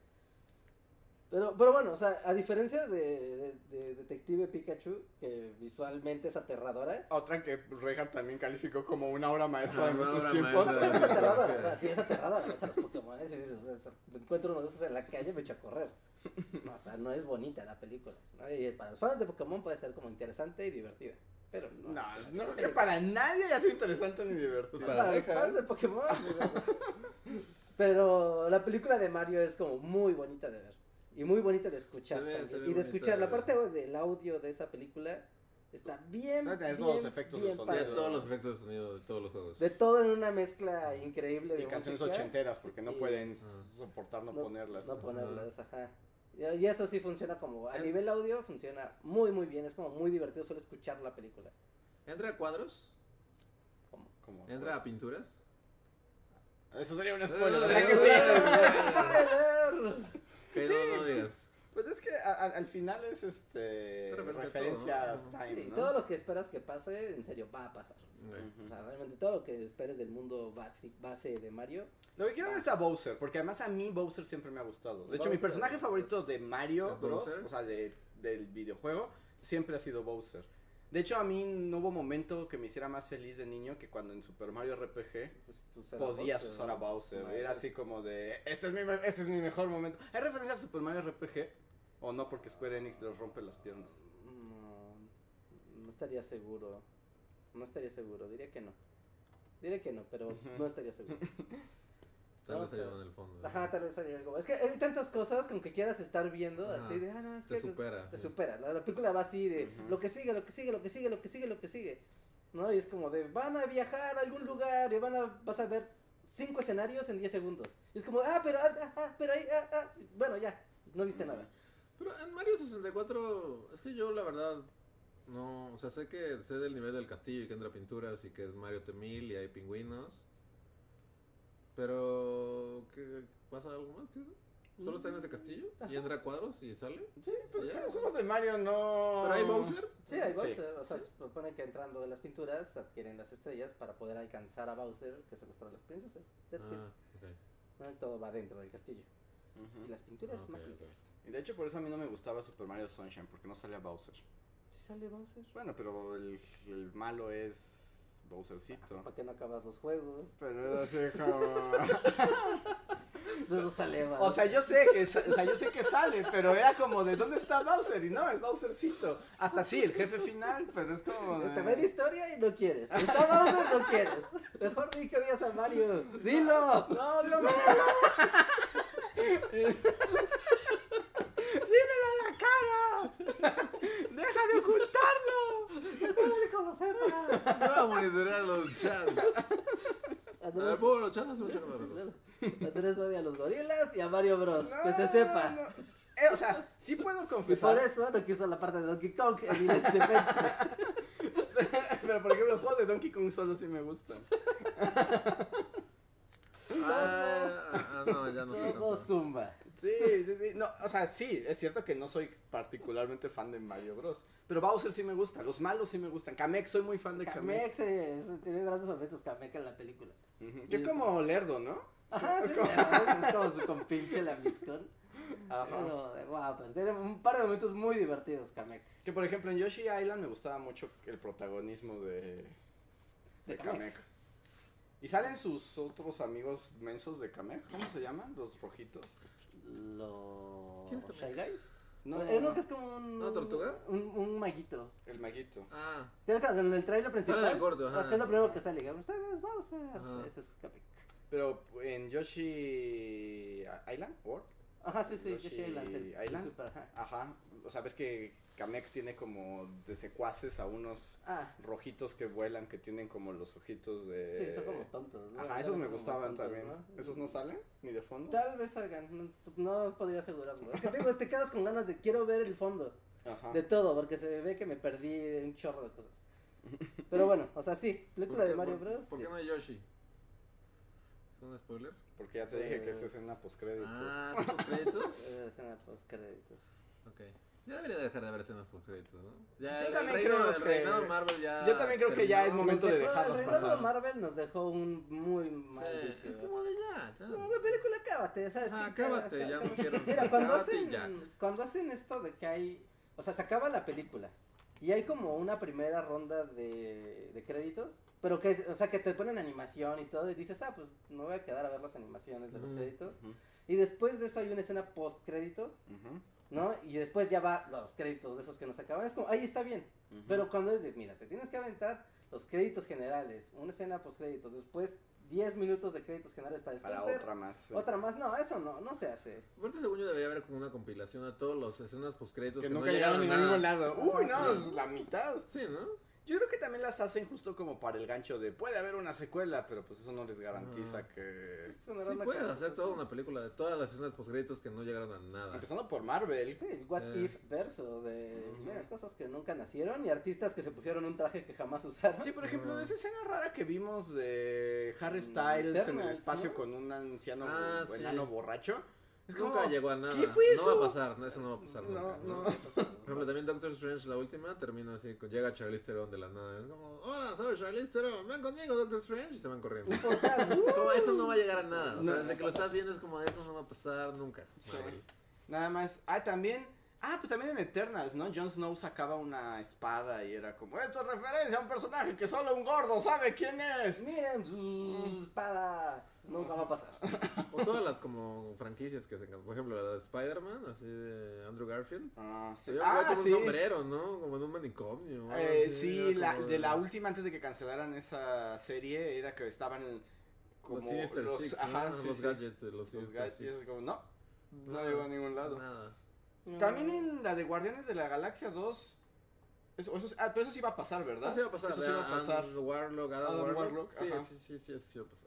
Pero, pero bueno, o sea, a diferencia de, de- de Detective Pikachu, que visualmente es aterradora,
Otra que Reja también calificó como una obra maestra
Ah,
de
una
nuestros
obra
tiempos.
maestra.
es aterradora, o sea, sí, es aterradora, ves a los Pokémon y dices, o sea, me encuentro uno de esos en la calle y me echo a correr. No, o sea, no es bonita la película, ¿no? Y es para los fans de Pokémon puede ser como interesante y divertida, pero no.
No, no creo que para nadie haya sido interesante ni
Pues
divertido.
para
para los
dejar.
fans de Pokémon. Pero la película de Mario es como muy bonita de ver. Y muy bonita de escuchar.
Se ve-
también.
se ve
y de
bonita
escuchar.
de
La
ver.
parte del audio de esa película está bien.
Debe tener
bien,
todos los efectos de
bien
sonido.
De
padre.
todos los efectos de sonido de todos los juegos.
De todo en una mezcla increíble de
Y canciones
música.
ochenteras, porque no
Y-
pueden
Ah.
soportar no,
No-
ponerlas.
No ponerlas, ajá. Y y eso sí funciona como. A
En-
nivel audio funciona muy, muy bien. Es como muy divertido solo escuchar la película.
¿Entra a cuadros?
Como-
¿Entra Eh, a pinturas?
Eso sería un spoiler, o sea que
eh.
sí.
Que no, no digas.
Pues es que a- a- al final es este
Pero, pero,
referencias
todo,
time,
Sí,
¿no?
todo lo que esperas que pase, en serio, va a pasar.
Ok.
Ujú.
O sea, realmente todo lo que esperes del mundo base, base de Mario.
Lo que quiero ver es a Bowser, porque además a mí Bowser siempre me ha gustado. De hecho, mi
Bowser,
personaje
pues,
favorito de Mario
¿es
Bros,
Bowser?
o sea, de- del videojuego, siempre ha sido Bowser. De hecho, a mí no hubo momento que me hiciera más feliz de niño que cuando en Super Mario RPG
Pues, usar a
podías
Bowser,
usar a
¿no?
Bowser.
Mario.
Era así como de, este es, mi, me- este es mi mejor momento. ¿Hay referencia a Super Mario RPG? ¿O no? Porque Square Enix les rompe las piernas.
No, no estaría seguro. No estaría seguro, diría que no. Diría que no, pero
Ujú.
no estaría seguro.
Tal vez allá
No, pero-
en el fondo.
Ajá, tal vez haya algo. Es que hay tantas cosas que aunque quieras estar viendo,
Ajá,
así de, ah, no, es
Te
que
supera.
te
sí.
supera. La, la película va así de
Ujú.
lo que sigue, lo que sigue, lo que sigue, lo que sigue, lo que sigue. ¿No? Y es como de van a viajar a algún lugar y van a, vas a ver cinco escenarios en 10 segundos. Y es como, ah, pero, ah, ah, ah, pero ahí, ah, ah. Bueno, ya, no viste
Ujú.
nada.
Pero en Mario 64, es que yo la verdad, no, o sea, sé que sé del nivel del castillo y que entra pinturas y que es Mario T1000 y hay pingüinos. Pero, ¿qué, ¿pasa algo más? que eso? Solo está en ese castillo y entra a cuadros y sale.
Sí, pues
Ya.
los juegos de Mario no.
Pero hay Bowser.
Sí, hay
Sí.
Bowser. O sea,
Sí.
se supone que entrando de las pinturas adquieren las estrellas para poder alcanzar a Bowser que secuestró a las princesas. That's
Ah, ok.
it. No, todo va dentro del castillo.
Ujú.
Y las pinturas
Ah, ok,
mágicas.
Y de hecho, por eso a mí no me gustaba Super Mario Sunshine, porque no salía Bowser.
¿Sí sale Bowser?
Bueno, pero el, el malo es Bowsercito.
¿Para qué no acabas los juegos?
Pero es así como.
Eso sale Bowser.
O sea, yo sé que sa- o sea, yo sé que sale, pero era como de ¿dónde está Bowser? Y no, es Bowsercito. Hasta sí, el jefe final, pero es como de-
Te ven historia y no quieres.
Ah.
Está Bowser, no quieres. Mejor di que odias a Mario. ¡Dilo!
No, no, no. Dímelo a la cara. Deja de ocultarlo.
¡Dale como sepa!
No va a monitorear los chats. A ver,
Andrés,
¿puedo los chats? Hace
Sí,
mucho
sí,
que
sí,
no los-
claro. Andrés odia a los gorilas y a Mario Bros. Pues que se
No,
sepa.
no. Eh, o sea, sí puedo
Y por
confesar,
eso no quiso la parte de Donkey Kong, evidentemente.
pero por ejemplo los juegos de Donkey Kong solo sí me gustan.
Ah, ah, no, ya no sé
Todo
tanto.
zumba.
Sí, sí, sí. No, o sea, sí, es cierto que no soy particularmente fan de Mario Bros. Pero Bowser sí me gusta, los malos sí me gustan. Kamek, soy muy fan de Kamek.
Kamek se- se- tiene grandes momentos Kamek en la película.
Ujú, Que es como Lerdo, ¿no?
Ajá, sí, es como su compinche lambiscón.
Pero-
Pero, wow, pero tiene un par de momentos muy divertidos Kamek.
Que por ejemplo en Yoshi Island me gustaba mucho el protagonismo de, de
De
Kamek. Y salen sus otros amigos mensos de Kamek, ¿cómo se llaman? Los rojitos.
Lo...
¿Quién es Kamek?
Shy Guys?
No,
Eh, no, que es como un...
¿Una tortuga?
Un, un maguito.
el maguito.
Ah,
Que es que En el trailer principal.
Sale del corto, ajá.
ah, que es lo primero que sale. que, Ustedes, vamos
Ajá.
a... Ese es Kamek.
Pero en Yoshi Island, World,
Ajá, sí, sí,
Yoshi
Yoshi Island. el- el
Island.
Super, ajá.
Ajá, o sea, ves que Kamek tiene como de secuaces a unos
Ah,
rojitos que vuelan que tienen como los ojitos de...
Sí, son como tontos. ¿no?
Eh, Ajá,
Eran
esos me
como
gustaban
tontos,
también. ¿Esos no salen? ¿Ni de fondo?
Tal vez salgan, no, no podría asegurarlo. Es que tengo- te quedas con ganas de quiero ver el fondo
Ajá.
de todo, porque se ve que me perdí un chorro de cosas. Pero bueno, o sea, sí,
¿por
película
qué-
de Mario
por-
Bros.
¿Por qué
sí.
no hay Yoshi? ¿Es un spoiler?
Porque ya te dije que es
Pues-
escena postcréditos.
Ah, ¿son los créditos?
Eh, escena postcréditos.
Ok. Ya debería dejar de ver escenas post créditos, ¿no? Ya
Yo
el
también
reino-
creo
el
que-
reinado de Marvel ya
Yo también creo que ya es
terminó.
momento
Nos
de
Pues dejó-
dejarlos
el reinado
pasar.
Marvel nos dejó un muy mal
Sí,
vicio.
es como de ya, ya.
No, la película cábate, o sea,
Ajá,
sí,
cábate, ya no quiero-
Mira, cuando
cábate y
hacen,
ya.
cuando hacen esto de que hay, o sea, se acaba la película y hay como una primera ronda de, de créditos, pero que, es- o sea, que te ponen animación y todo y dices, ah, pues me voy a quedar a ver las animaciones de los
Ujú.
créditos
Ujú,
y después de eso hay una escena post créditos,
ujú,
¿no? Y después ya va los créditos de esos que nos acaban, es como, ahí está bien,
ujú.
pero cuando es de, mira, te tienes que aventar los créditos generales, una escena post créditos, después 10 minutos de créditos generales para después
Para
pues, ver
otra más. sí.
otra más, no, eso no, no se hace.
Aparte, según yo, debería haber como una compilación a todos los escenas post créditos
Que nunca llegaron a ningún lado. Uy, no,
Ajá.
es la mitad.
Sí, ¿no?
Yo creo que también las hacen justo como para el gancho de puede haber una secuela, pero pues eso no les garantiza
Ajá.
que...
Sonará
Sí,
la
puedes
cabeza,
hacer toda
sí.
una película de todas las escenas post créditos que no llegaron a nada.
Empezando por Marvel.
Sí, el What
Eh.
If verso de
Ujú.
mira, cosas que nunca nacieron y artistas que se pusieron un traje que jamás usaron.
Sí, por ejemplo,
Ah.
esa escena rara que vimos de Harry
Mm,
Styles en el
Eternals,
espacio
¿no?
con un anciano
Ah,
bo-
sí.
enano borracho. Es como,
Nunca llegó a nada.
¿qué fue eso?
No va a pasar, no, eso no va a pasar
No,
nunca.
no.
Por ejemplo, también Doctor Strange, la última, termina así, con- llega Charlize Theron de la nada. Es como, hola, soy Charlize Theron, ven conmigo, Doctor Strange, y se van corriendo. Como, eso no va a llegar a nada. O
No.
sea, desde que lo estás viendo es como, eso no va a pasar nunca.
Sí.
Marvel.
Nada más. Ah, también. Ah, pues también en Eternals, ¿no? Jon Snow sacaba una espada y era como, esto es referencia a un personaje que solo un gordo sabe quién es.
Miren, su espada nunca va a pasar.
O todas las como franquicias que se encan- Por ejemplo, la de Spider-Man, así de Andrew Garfield.
Ah,
Se
sí.
veía
Ah,
como un
sí.
sombrero, ¿no? Como en un manicomio. o algo
Eh,
así,
sí,
era
la,
como
de la última antes de que cancelaran esa serie era que estaban como
los Sinister
los,
Six,
ajá,
¿no?
sí,
los
sí.
gadgets de los
Los
Sinister
gadgets,
Six.
como, no, no
Nada,
llegó a ningún lado.
Nada.
También en la de Guardianes de la Galaxia 2. Eso, eso- ah, pero eso sí va a pasar, ¿verdad?
Eso iba a pasar.
Eso sí va a pasar.
Adam Warlock, Adam,
Adam
Warlock.
Warlock,
sí,
ajá.
sí, sí, sí, eso sí va a pasar.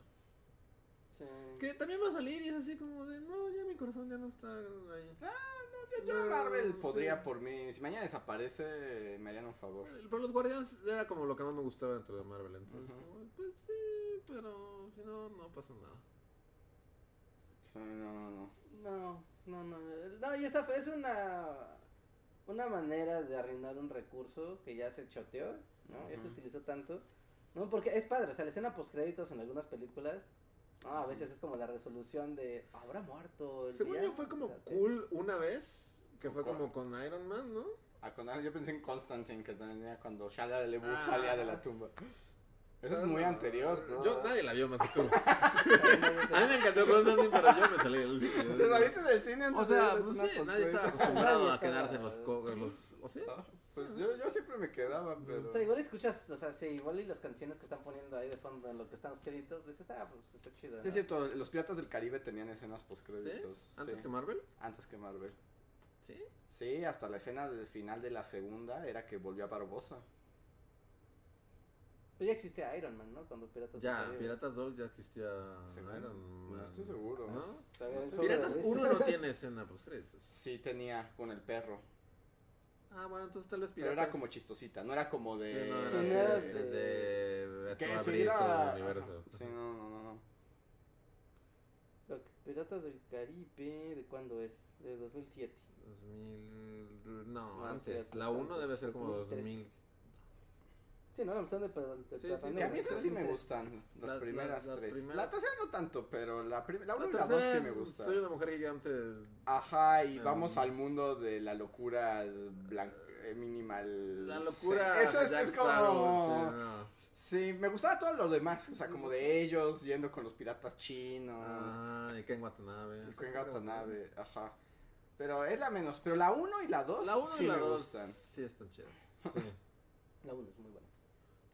Sí.
Que también va a salir y es así como de, no, ya mi corazón ya no está ahí.
Yo- yo Marvel
Ah, Sí.
podría por mí. Si mañana desaparece, me harían un favor.
Pero los Guardianes era como lo que más me gustaba dentro de Marvel. Entonces,
Ujú.
como, pues sí, pero si no, no pasa nada.
Sí, no, no, no.
No, No, no, no, y esta fue- es una, una manera de arruinar un recurso que ya se choteó, ¿no? Ya se
Ujú.
utilizó tanto. No, porque es padre, o sea, la escena postcréditos en algunas películas, no, a veces es como la resolución de, habrá muerto el
Según yo
villano",
fue
o
como
sea, te-
cool una vez, que fue
¿Cuál?
como con Iron Man, ¿no?
Ah, con- ah, yo pensé en Constantine, que tenía cuando Shia LaBeouf
Ah.
salía de la tumba. Eso es
Pero
muy
no,
anterior, ¿no?
Yo, nadie la vio más que tú. A mí me encantó Constantine, pero yo me salí del cine.
¿Te saliste del cine antes
O sea,
de ver
pues
una
sí, nadie estaba
postcrédito?
acostumbrado a
estaba-
quedarse en los... co- en los ¿O sí?
Ah, Pues yo, yo siempre me quedaba, pero...
O sea, igual escuchas, o sea, sí, igual y las canciones que están poniendo ahí de fondo en lo que están los créditos, dices, ah, pues está chido, ¿no?
Es cierto, los Piratas del Caribe tenían escenas postcréditos.
¿Sí? ¿Antes
sí,
que Marvel?
antes que Marvel.
Sí.
Sí, hasta la escena del final de la segunda era que volvió a Barbosa.
Pero Pues ya existía Iron Man, ¿no? Cuando Piratas del
Ya,
Caribe.
Piratas 2 ya existía
Según-
Iron Man.
no estoy seguro.
Ah, mm, ¿No?
O sea,
No
el
estoy-
juego de
Piratas
Luis.
1 no tiene escena post créditos.
Sí tenía con el perro,
Ah, bueno, entonces tal vez
pero
Piratas...
era como chistosita, no era como de...
Sí, no,
Sí,
era
no
así
era
de...
de-
de... esto va
Que
a
se
abrir todo
iba...
el universo.
Sí, no, no, no, no.
Ok, Piratas del Caribe, ¿de cuándo es? De 2007.
2000...
No,
No, antes.
cierto,
La 1 debe ser como
2003.
2000...
Sí, no, son de Pedro. de
Sí, sí,
Pedro-
Que a mí esas sí me
2003.
gustan, las
La- la-
primeras
las
tres.
primeras.
La tercera no tanto, pero la, prim- la
La
uno y la dos
tercera
sí
es
me gusta.
Soy una mujer gigante.
Ajá, y
Em,
vamos al mundo de la locura blan- eh, minimal.
La locura.
Sí, Eso es,
Jack
es como...
Sparrow, sí, no.
Sí, me gustaba todo lo demás, o sea, como de ellos yendo con los piratas chinos,
Ah, y Ken Watanabe.
el
Sí,
Ken Watanabe, ajá. Pero es la menos, pero la 1 y la 2
La 1
sí
y la
me
2
gustan.
sí están chidas. Sí.
La 1 es muy buena.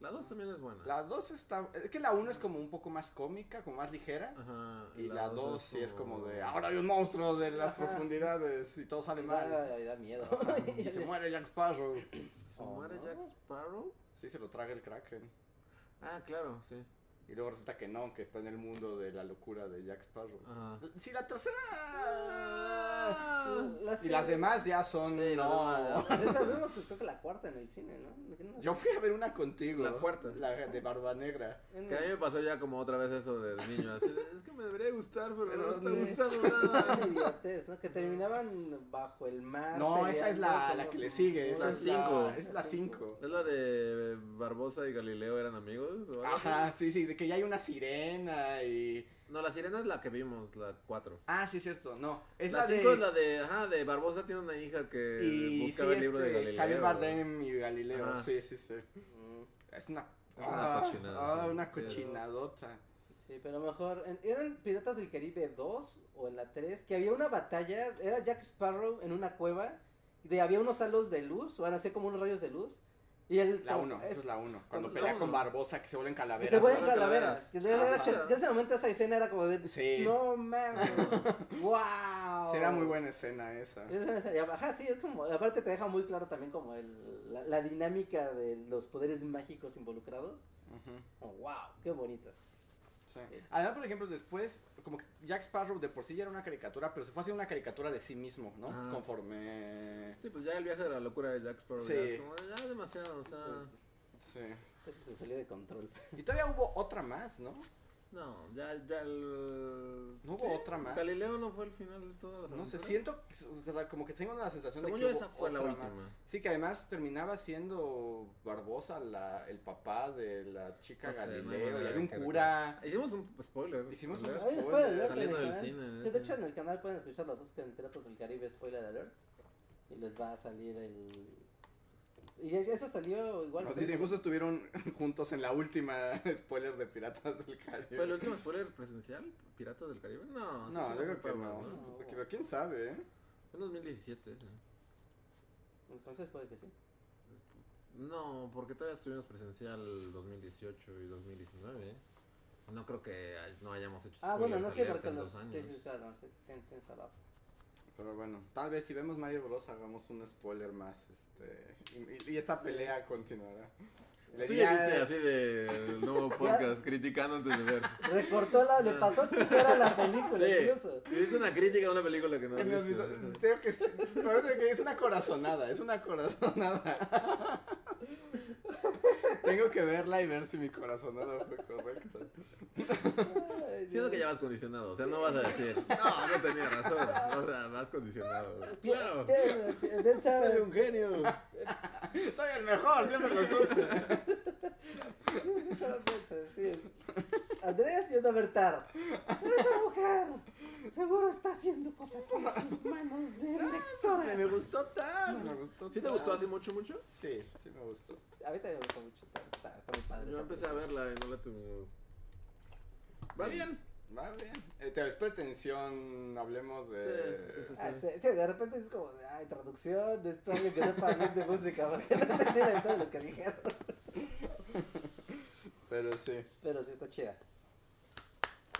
La 2 también es buena.
La 2 está, es que la 1 es como un poco más cómica, como más ligera.
Ajá.
Y la 2 sí es
como-
como de, "Ah, ahora hay un monstruo de las
Ajá.
profundidades y todo sale
Y
mal.
da, y da miedo.
Ajá, y se muere Jack Sparrow.
¿Se muere Jack Sparrow?
Sí, se lo traga el Kraken.
Ah, claro, sí.
Y luego resulta que no, que está en el mundo de la locura de Jack Sparrow.
Ajá.
Sí, la tercera...
Ah.
Las-
Y las demás ya son...
Sí, las
no.
demás ya
De Esa vimos, pues, creo que la cuarta en el cine, ¿no? ¿Qué no?
Yo fui a ver una contigo.
La cuarta.
La de Barba Negra.
En-
Que a mí me pasó ya como otra vez eso de niño, así de, es que me debería gustar, pero,
Pero no
no me está gustando
Una
nada.
idiotez, ¿no? Que terminaban bajo el mar.
No, esa es la,
peleando
la que
como
le sigue. Esa
La
es
cinco.
La, es la 5.
¿Es la de Barbosa y Galileo eran amigos? o algo
Ajá,
así?
sí, sí, de que ya hay una sirena y...
No, la sirena es la que vimos, la 4.
Ah, sí, es cierto, no. Es
la
la,
5
de...
es la de, ajá, de Barbosa tiene una hija que
Y sí,
buscaba el libro de
este,
Galileo.
Javier Bardem y Galileo,
Ajá.
sí, sí, sí.
Mm,
Es una...
Una
ah,
cochinada,
ah,
sí.
una
Sí.
cochinadota.
Sí, pero mejor. en- ¿Eran Piratas del Caribe 2 o en la 3? Que había una batalla. Era Jack Sparrow en una cueva. Y de, había unos halos de luz. O eran así como unos rayos de luz. Y el.
La 1,
es-
esa es la 1. Cuando
la
pelea con
uno.
Barbosa, que se vuelven
que
calaveras.
se vuelven
se vuelven calaveras.
calaveras. Que era-
Ah,
era-
sí.
que en ese momento esa escena era como de.
Sí.
No mames. ¡Wow!
Será muy buena escena esa.
Esa- esa- y Ajá, sí, es como. Aparte te deja muy claro también como el, la, la dinámica de los poderes mágicos involucrados.
Ujú,
Oh, ¡Wow! ¡Qué bonito!
sí. Además, por ejemplo, después, como que Jack Sparrow de por sí ya era una caricatura, pero se fue haciendo una caricatura de sí mismo, ¿no?
Ajá.
Conforme...
Sí, pues ya el viaje de la locura de Jack Sparrow
Sí.
ya es como, ya es demasiado, o sea,
Sí.
Esto se salió de control.
Y todavía hubo otra más, ¿no?
no, ya, ya el...
¿No hubo otra más?
Galileo no fue el final de todas las
No sé,
aventuras.
siento... O sea, como que tengo la sensación
Según
de
yo
que
esa
hubo
fue la
otra
última.
más. Sí, que además terminaba siendo Barbosa la, el papá de la chica
No sé, no hay
Galileo. y
manera
había un
que
cura.
Hicimos un spoiler.
Hicimos
¿verdad?
un
Hay
Spoiler.
spoiler alert en
Saliendo
el
del
canal.
cine,
Sí, de
sí.
hecho en el canal pueden escucharlo, buscan Piratas del Caribe Spoiler Alert y les va a salir el... Y ya- ya eso salió igual.
Nos
pues,
dicen, Ah, justo estuvieron juntos en la última spoiler de Piratas del Caribe.
¿Fue el último spoiler presencial? ¿Piratas del Caribe? No,
No,
sí, sí,
yo creo
fue
que
más,
no.
¿no?
Pues, Pero quién sabe, ¿eh?
Fue en 2017 ese.
Entonces puede que sí.
No, porque todavía estuvimos presencial 2018 y 2019. No creo que hay- no hayamos hecho
Ah, bueno, no
spoilers
sé
alert
porque
en
los...
dos años.
Sí, sí, claro, sí, sí, tienen- tienen esa lapsa.
Pero bueno, tal vez si vemos Mario Bros. hagamos un spoiler más. este Y, y- y esta pelea continuará. Le
Tú
di
ya
a-
viste así de nuevo podcast criticando antes de ver.
Recortó la... le pasó que era la película incluso.
Ah. Sí, es una crítica a una película que no has
en los
visto.
visos- Creo que sí, parece que es una corazonada, es una corazonada. Tengo que verla y ver si mi corazonada fue correcta.
Ay,
Siento que ya vas condicionado, o sea, no vas a decir, no, no tenía razón, o sea, vas condicionado. Claro,
Bien, bien sabe.
genio.
Soy el mejor, siempre lo supe.
Sí, sabe, piensa, sí. Andrés y Bertar. Esa mujer seguro está haciendo cosas con sus manos de
Me, me
lectora.
gustó tal, me gustó
¿Sí te
tal.
gustó así mucho, mucho?
Sí, sí me gustó.
A mí también me gusta mucho. Está, está- está muy padre.
Yo
esa
empecé a verla y no la terminé. Va bien.
Va bien. Eh, te ves pretensión, hablemos de...
Sí, sí, sí,
Ah, sí, sí, de repente es como, de, ay, traducción, necesito a alguien que sepa bien de música, porque no entendí la mitad de lo que dijeron.
Pero sí.
Pero sí, está chida.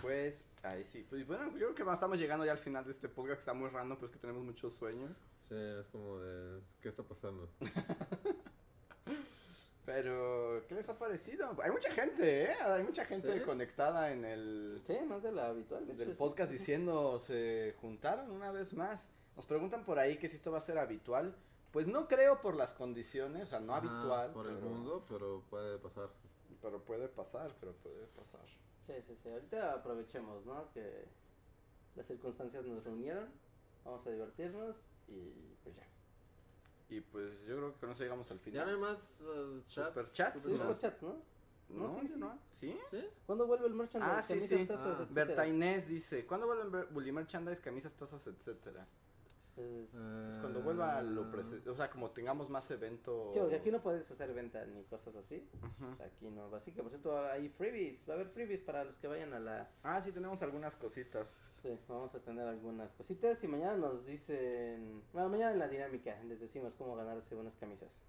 Pues, ahí sí. Pues bueno, yo creo que estamos llegando ya al final de este podcast, que está muy random, pues que tenemos mucho sueño.
Sí, es como de, ¿qué está pasando?
Pero, ¿qué les ha parecido? Hay mucha gente, ¿eh? Hay mucha gente
Sí.
conectada en el
Sí, más de la habitual. de hecho,
del
sí.
podcast diciendo se juntaron una vez más. Nos preguntan por ahí que si esto va a ser habitual. Pues no creo por las condiciones, o sea, no
Ajá,
habitual.
Por el
pero-
mundo, pero puede pasar.
Pero puede pasar, pero puede pasar.
Sí, sí, sí. Ahorita aprovechemos, ¿no? Que las circunstancias nos reunieron. Vamos a divertirnos y pues ya.
Y pues yo creo que con eso llegamos al
¿Ya no hay
final.
más eh, chats?
Superchats,
Sí,
Superchats.
los chats, ¿no?
No,
no, sí, sí.
no. ¿Sí?
¿Sí?
¿Cuándo vuelve el merchand?
Ah,
Las
sí,
camisas,
sí.
tazas,
Ah.
etcétera.
Berta Inés dice, ¿cuándo vuelven ver- Bully Merchandise, camisas, tazas, etcétera?
Es-
Pues cuando
Eh,
vuelva lo presen- o sea, como tengamos más eventos.
Sí, porque aquí no puedes hacer venta ni cosas así.
Ajá.
Aquí no. Así que, por cierto, hay freebies. Va a haber freebies para los que vayan a la...
Ah, sí, tenemos algunas cositas.
Sí, vamos a tener algunas cositas y mañana nos dicen... Bueno, mañana en la dinámica les decimos cómo ganarse unas camisas.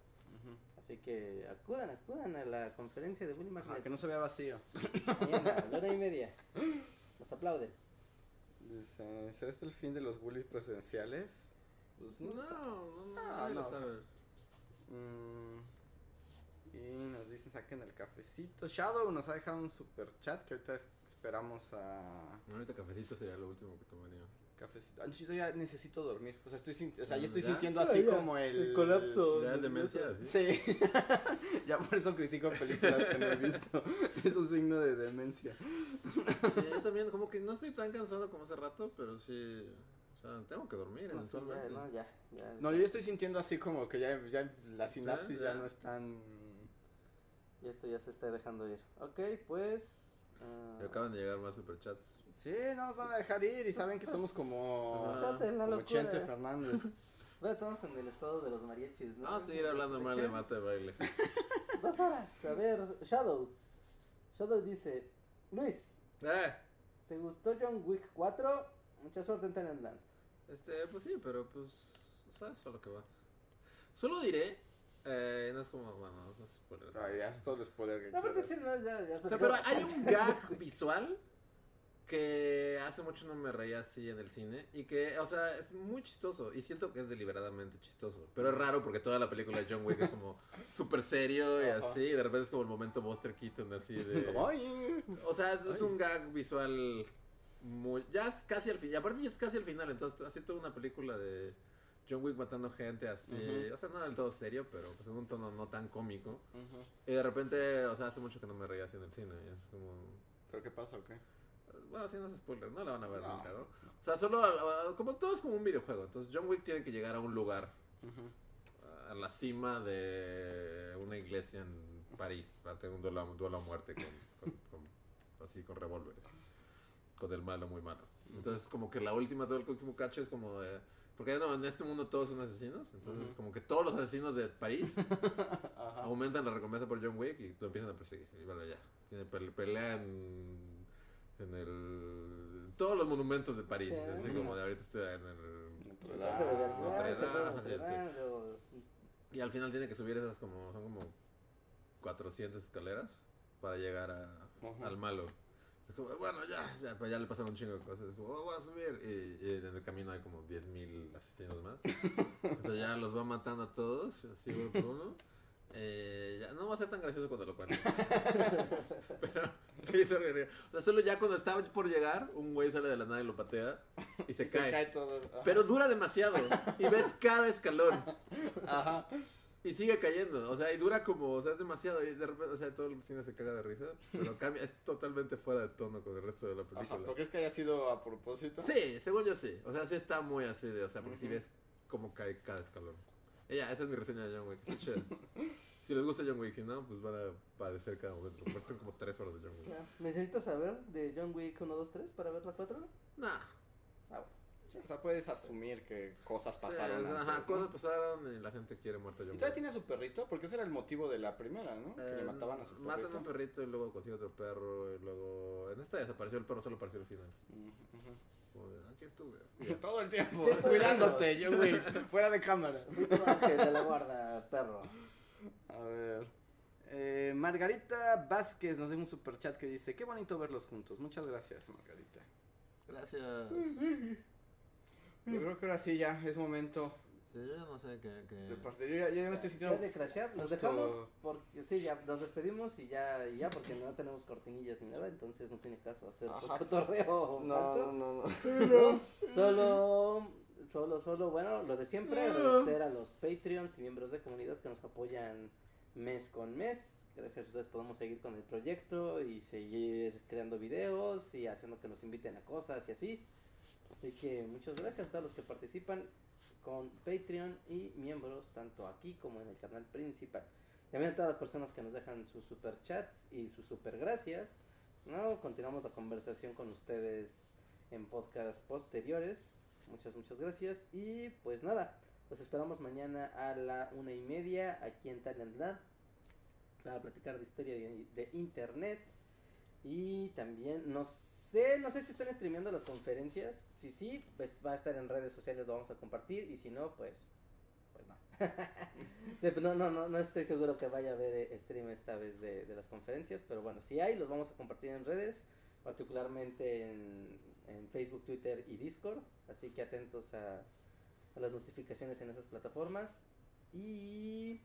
Ujú.
Así que acudan, acudan a la conferencia de Bully
Ajá,
Magnet.
que no se vea vacío.
Mañana, a la hora y media. Nos aplauden.
Dice, ¿será este el fin de los bullies presenciales? Pues
No,
no, sé.
no, no,
Ah,
nadie lo
no.
sabe.
Mm, y nos dicen saquen el cafecito. Shadow nos ha dejado un super chat que ahorita es- esperamos a
Ahorita cafecito sería lo último que tomaría.
cafecito. Ah, no, yo ya necesito dormir. O sea, estoy sin- o sea,
Ah,
ya estoy
¿ya?
sintiendo así
Ah, ya.
como el,
El colapso.
¿Ya es demencia? ¿sí?
Sí. ya por eso critico películas que no he visto. es un signo de demencia.
Sí, yo también, como que no estoy tan cansado como hace rato, pero sí. O sea, tengo que dormir
No, Pues sí, ya,
eventualmente.
no, ya, ya.
No, yo ya estoy sintiendo así como que ya, ya la sinapsis ya
Ya.
no es tan
Y esto ya se está dejando ir. Ok, pues... ah,
Y acaban de llegar más superchats.
Sí, no nos van a dejar ir y saben que somos como,
Ajá.
Chat es la
como
locura. ¿eh?
Chente Fernández.
Bueno, estamos en el estado de los mariachis, ¿no?
Vamos a seguir Ah, hablando mal de Marta de baile.
Dos horas. A ver, Shadow. Shadow dice, Luis,
¡Eh!
¿te gustó John Wick 4? Mucha suerte en Tenenland.
Este, pues sí, pero pues sabes a lo que vas. Solo diré, eh, no es como, bueno, no es spoiler.
Ay, ya es todo el spoiler que
No, porque
quieras.
si no, ya, ya.
O sea, pero hay un gag visual que hace mucho no me reía así en el cine y que, o sea, es muy chistoso y siento que es deliberadamente chistoso, pero es raro porque toda la película de John Wick es como súper serio y
Ajá.
así, y de repente es como el momento Buster Keaton así de...
Ay.
O sea, es, es un gag visual muy... Ya es casi al final. Y aparte ya es casi al final, entonces así toda una película de John Wick matando gente así.
Ujú.
O sea, no del todo serio, pero pues, en un tono no tan cómico.
Ujú.
Y de repente, o sea, hace mucho que no me reía así en el cine. y es como...
¿Pero qué pasa o qué?
Bueno, así no es spoiler, no la van a ver
No.
nunca, ¿no? O sea, solo... a- a- Como todo es como un videojuego. Entonces John Wick tiene que llegar a un lugar,
Ujú.
a la cima de una iglesia en París, para tener un duelo a, un duelo a muerte con, con- con- así con revólveres, con el malo muy malo. Entonces como que la última, todo el último cacho es como de... Porque no, en este mundo todos son asesinos, entonces
Ujú.
como que todos los asesinos de París
Ajá.
aumentan la recompensa por John Wick y lo empiezan a perseguir. Y bueno, ya, tiene pe- pelea en, en el... en todos los monumentos de París,
Sí.
así como de ahorita estoy en el... Ah,
Notre
Ya se debe
Dame.
Notre Dame.
olvidar, Ah, se puede
ajá, sí, sí.
olvidar, luego-
Y al final tiene que subir esas como, son como 400 escaleras para llegar a-
Ajá.
al malo. Es como, bueno, ya, ya, pero ya le pasan un chingo de cosas. Es como, oh, voy a subir. Y, y en el camino hay como 10.000 asesinos más. Entonces ya los va matando a todos, así uno por uno. Eh, ya, no va a ser tan gracioso cuando lo cuentes. pero sí se reiría. O sea, solo ya cuando está por llegar, un güey sale de la nada y lo patea y se,
Y
cae.
todo. Ajá.
Pero dura demasiado. Y ves cada escalón.
Ajá.
Y sigue cayendo, o sea, y dura como, o sea, es demasiado, y de repente, o sea, todo el cine se caga de risa, pero cambia, es totalmente fuera de tono con el resto de la
Ajá,
película.
¿pero crees que haya sido a propósito?
Sí, según yo sí, o sea, sí está muy así de, o sea, porque si
Ujú.
ves cómo cae cada escalón. Y ya, esa es mi reseña de John Wick, está chida. si les gusta John Wick, si no, pues van a padecer cada momento, porque son como tres horas de John Wick.
Ya. ¿Necesitas saber de John Wick 1, 2, 3 para ver la 4?
Nah,
Ah,
Sí, O sea, puedes asumir que cosas pasaron.
sí, o sea,
antes,
ajá,
¿no?
cosas pasaron y la gente quiere muerto a
¿Y
John
todavía
Wick.
tiene a su perrito? Porque ese era el motivo de la primera, ¿no? que le
Eh,
mataban a su perrito.
Matan a un perrito y luego consigue otro perro y luego... En esta desapareció el perro, solo apareció el final.
Ujú, ujú.
Como de, "Ah, aquí estuve.
Todo el tiempo,
Sí, todo el
cuidándote, yo, güey. Fuera de cámara.
Big Ángel de la guarda, perro.
A ver. Eh, Margarita Vázquez nos deja un super chat que dice, qué bonito verlos juntos. Muchas gracias, Margarita.
Gracias.
Yo creo que ahora sí ya es momento
Sí, yo no sé qué...
de partir. Yo ya, ya me estoy
Ya
sintiendo...
de crashear, nos
justo-
dejamos porque sí, ya nos despedimos y ya, y ya porque no tenemos cortinillas ni nada, entonces no tiene caso hacer pues,
Ajá.
cotorreo falso.
no, no.
Solo, solo, solo, bueno, lo de siempre, agradecer a los Patreons y miembros de comunidad que nos apoyan mes con mes. Gracias a ustedes podemos seguir con el proyecto y seguir creando videos y haciendo que nos inviten a cosas y así. Así que muchas gracias a todos los que participan con Patreon y miembros tanto aquí como en el canal principal. También a todas las personas que nos dejan sus super chats y sus super gracias. ¿no? Continuamos la conversación con ustedes en podcasts posteriores. Muchas, muchas gracias. Y pues nada, los esperamos mañana a la una y media aquí en Talentland para platicar de historia de, de internet. Y también, no sé, no sé si están streameando las conferencias. Si sí, pues va a estar en redes sociales, lo vamos a compartir. Y si no, pues, pues no. Sí, pero no, no, no, no estoy seguro que vaya a haber eh, stream esta vez de, de las conferencias. Pero bueno, si hay, los vamos a compartir en redes particularmente en, en Facebook, Twitter y Discord. Así que atentos a, a las notificaciones en esas plataformas. Y,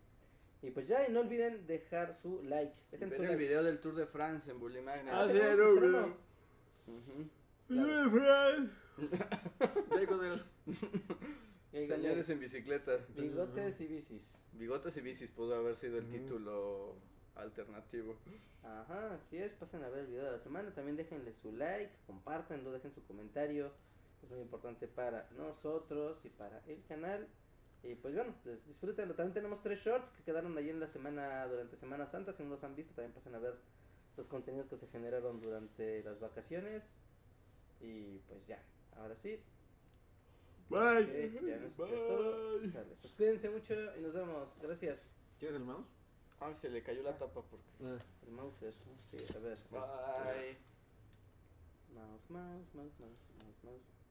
y pues ya, y no olviden dejar su like. Dejen su
Ver el
like.
video del Tour de France en Bully Magnet.
Ah, sí,
Tenemos
no,
estreno.
güey.
Ujú.
Claro.
Ya con él.
Y ahí gané
Señores en bicicleta.
bigotes y bicis.
Bigotes y bicis pudo haber sido el
Ujú.
título alternativo.
Ajá, así es, pasen a ver el video de la semana, también déjenle su like, compártanlo, dejen su comentario, es muy importante para nosotros y para el canal. Y pues bueno, pues disfrútenlo, también tenemos tres shorts que quedaron ahí en la semana, durante Semana Santa, si no los han visto, también pasen a ver los contenidos que se generaron durante las vacaciones. Y pues ya, ahora sí,
Bye.
eh, ya, es- ya es todo.
Bye.
Sale, Pues cuídense mucho y nos vemos, gracias.
¿Quieres el mouse?
Ay, Ah, se le cayó la tapa porque... pues,
El mouse es, sí, a ver,
Bye.
mouse, mouse, mouse, mouse, mouse.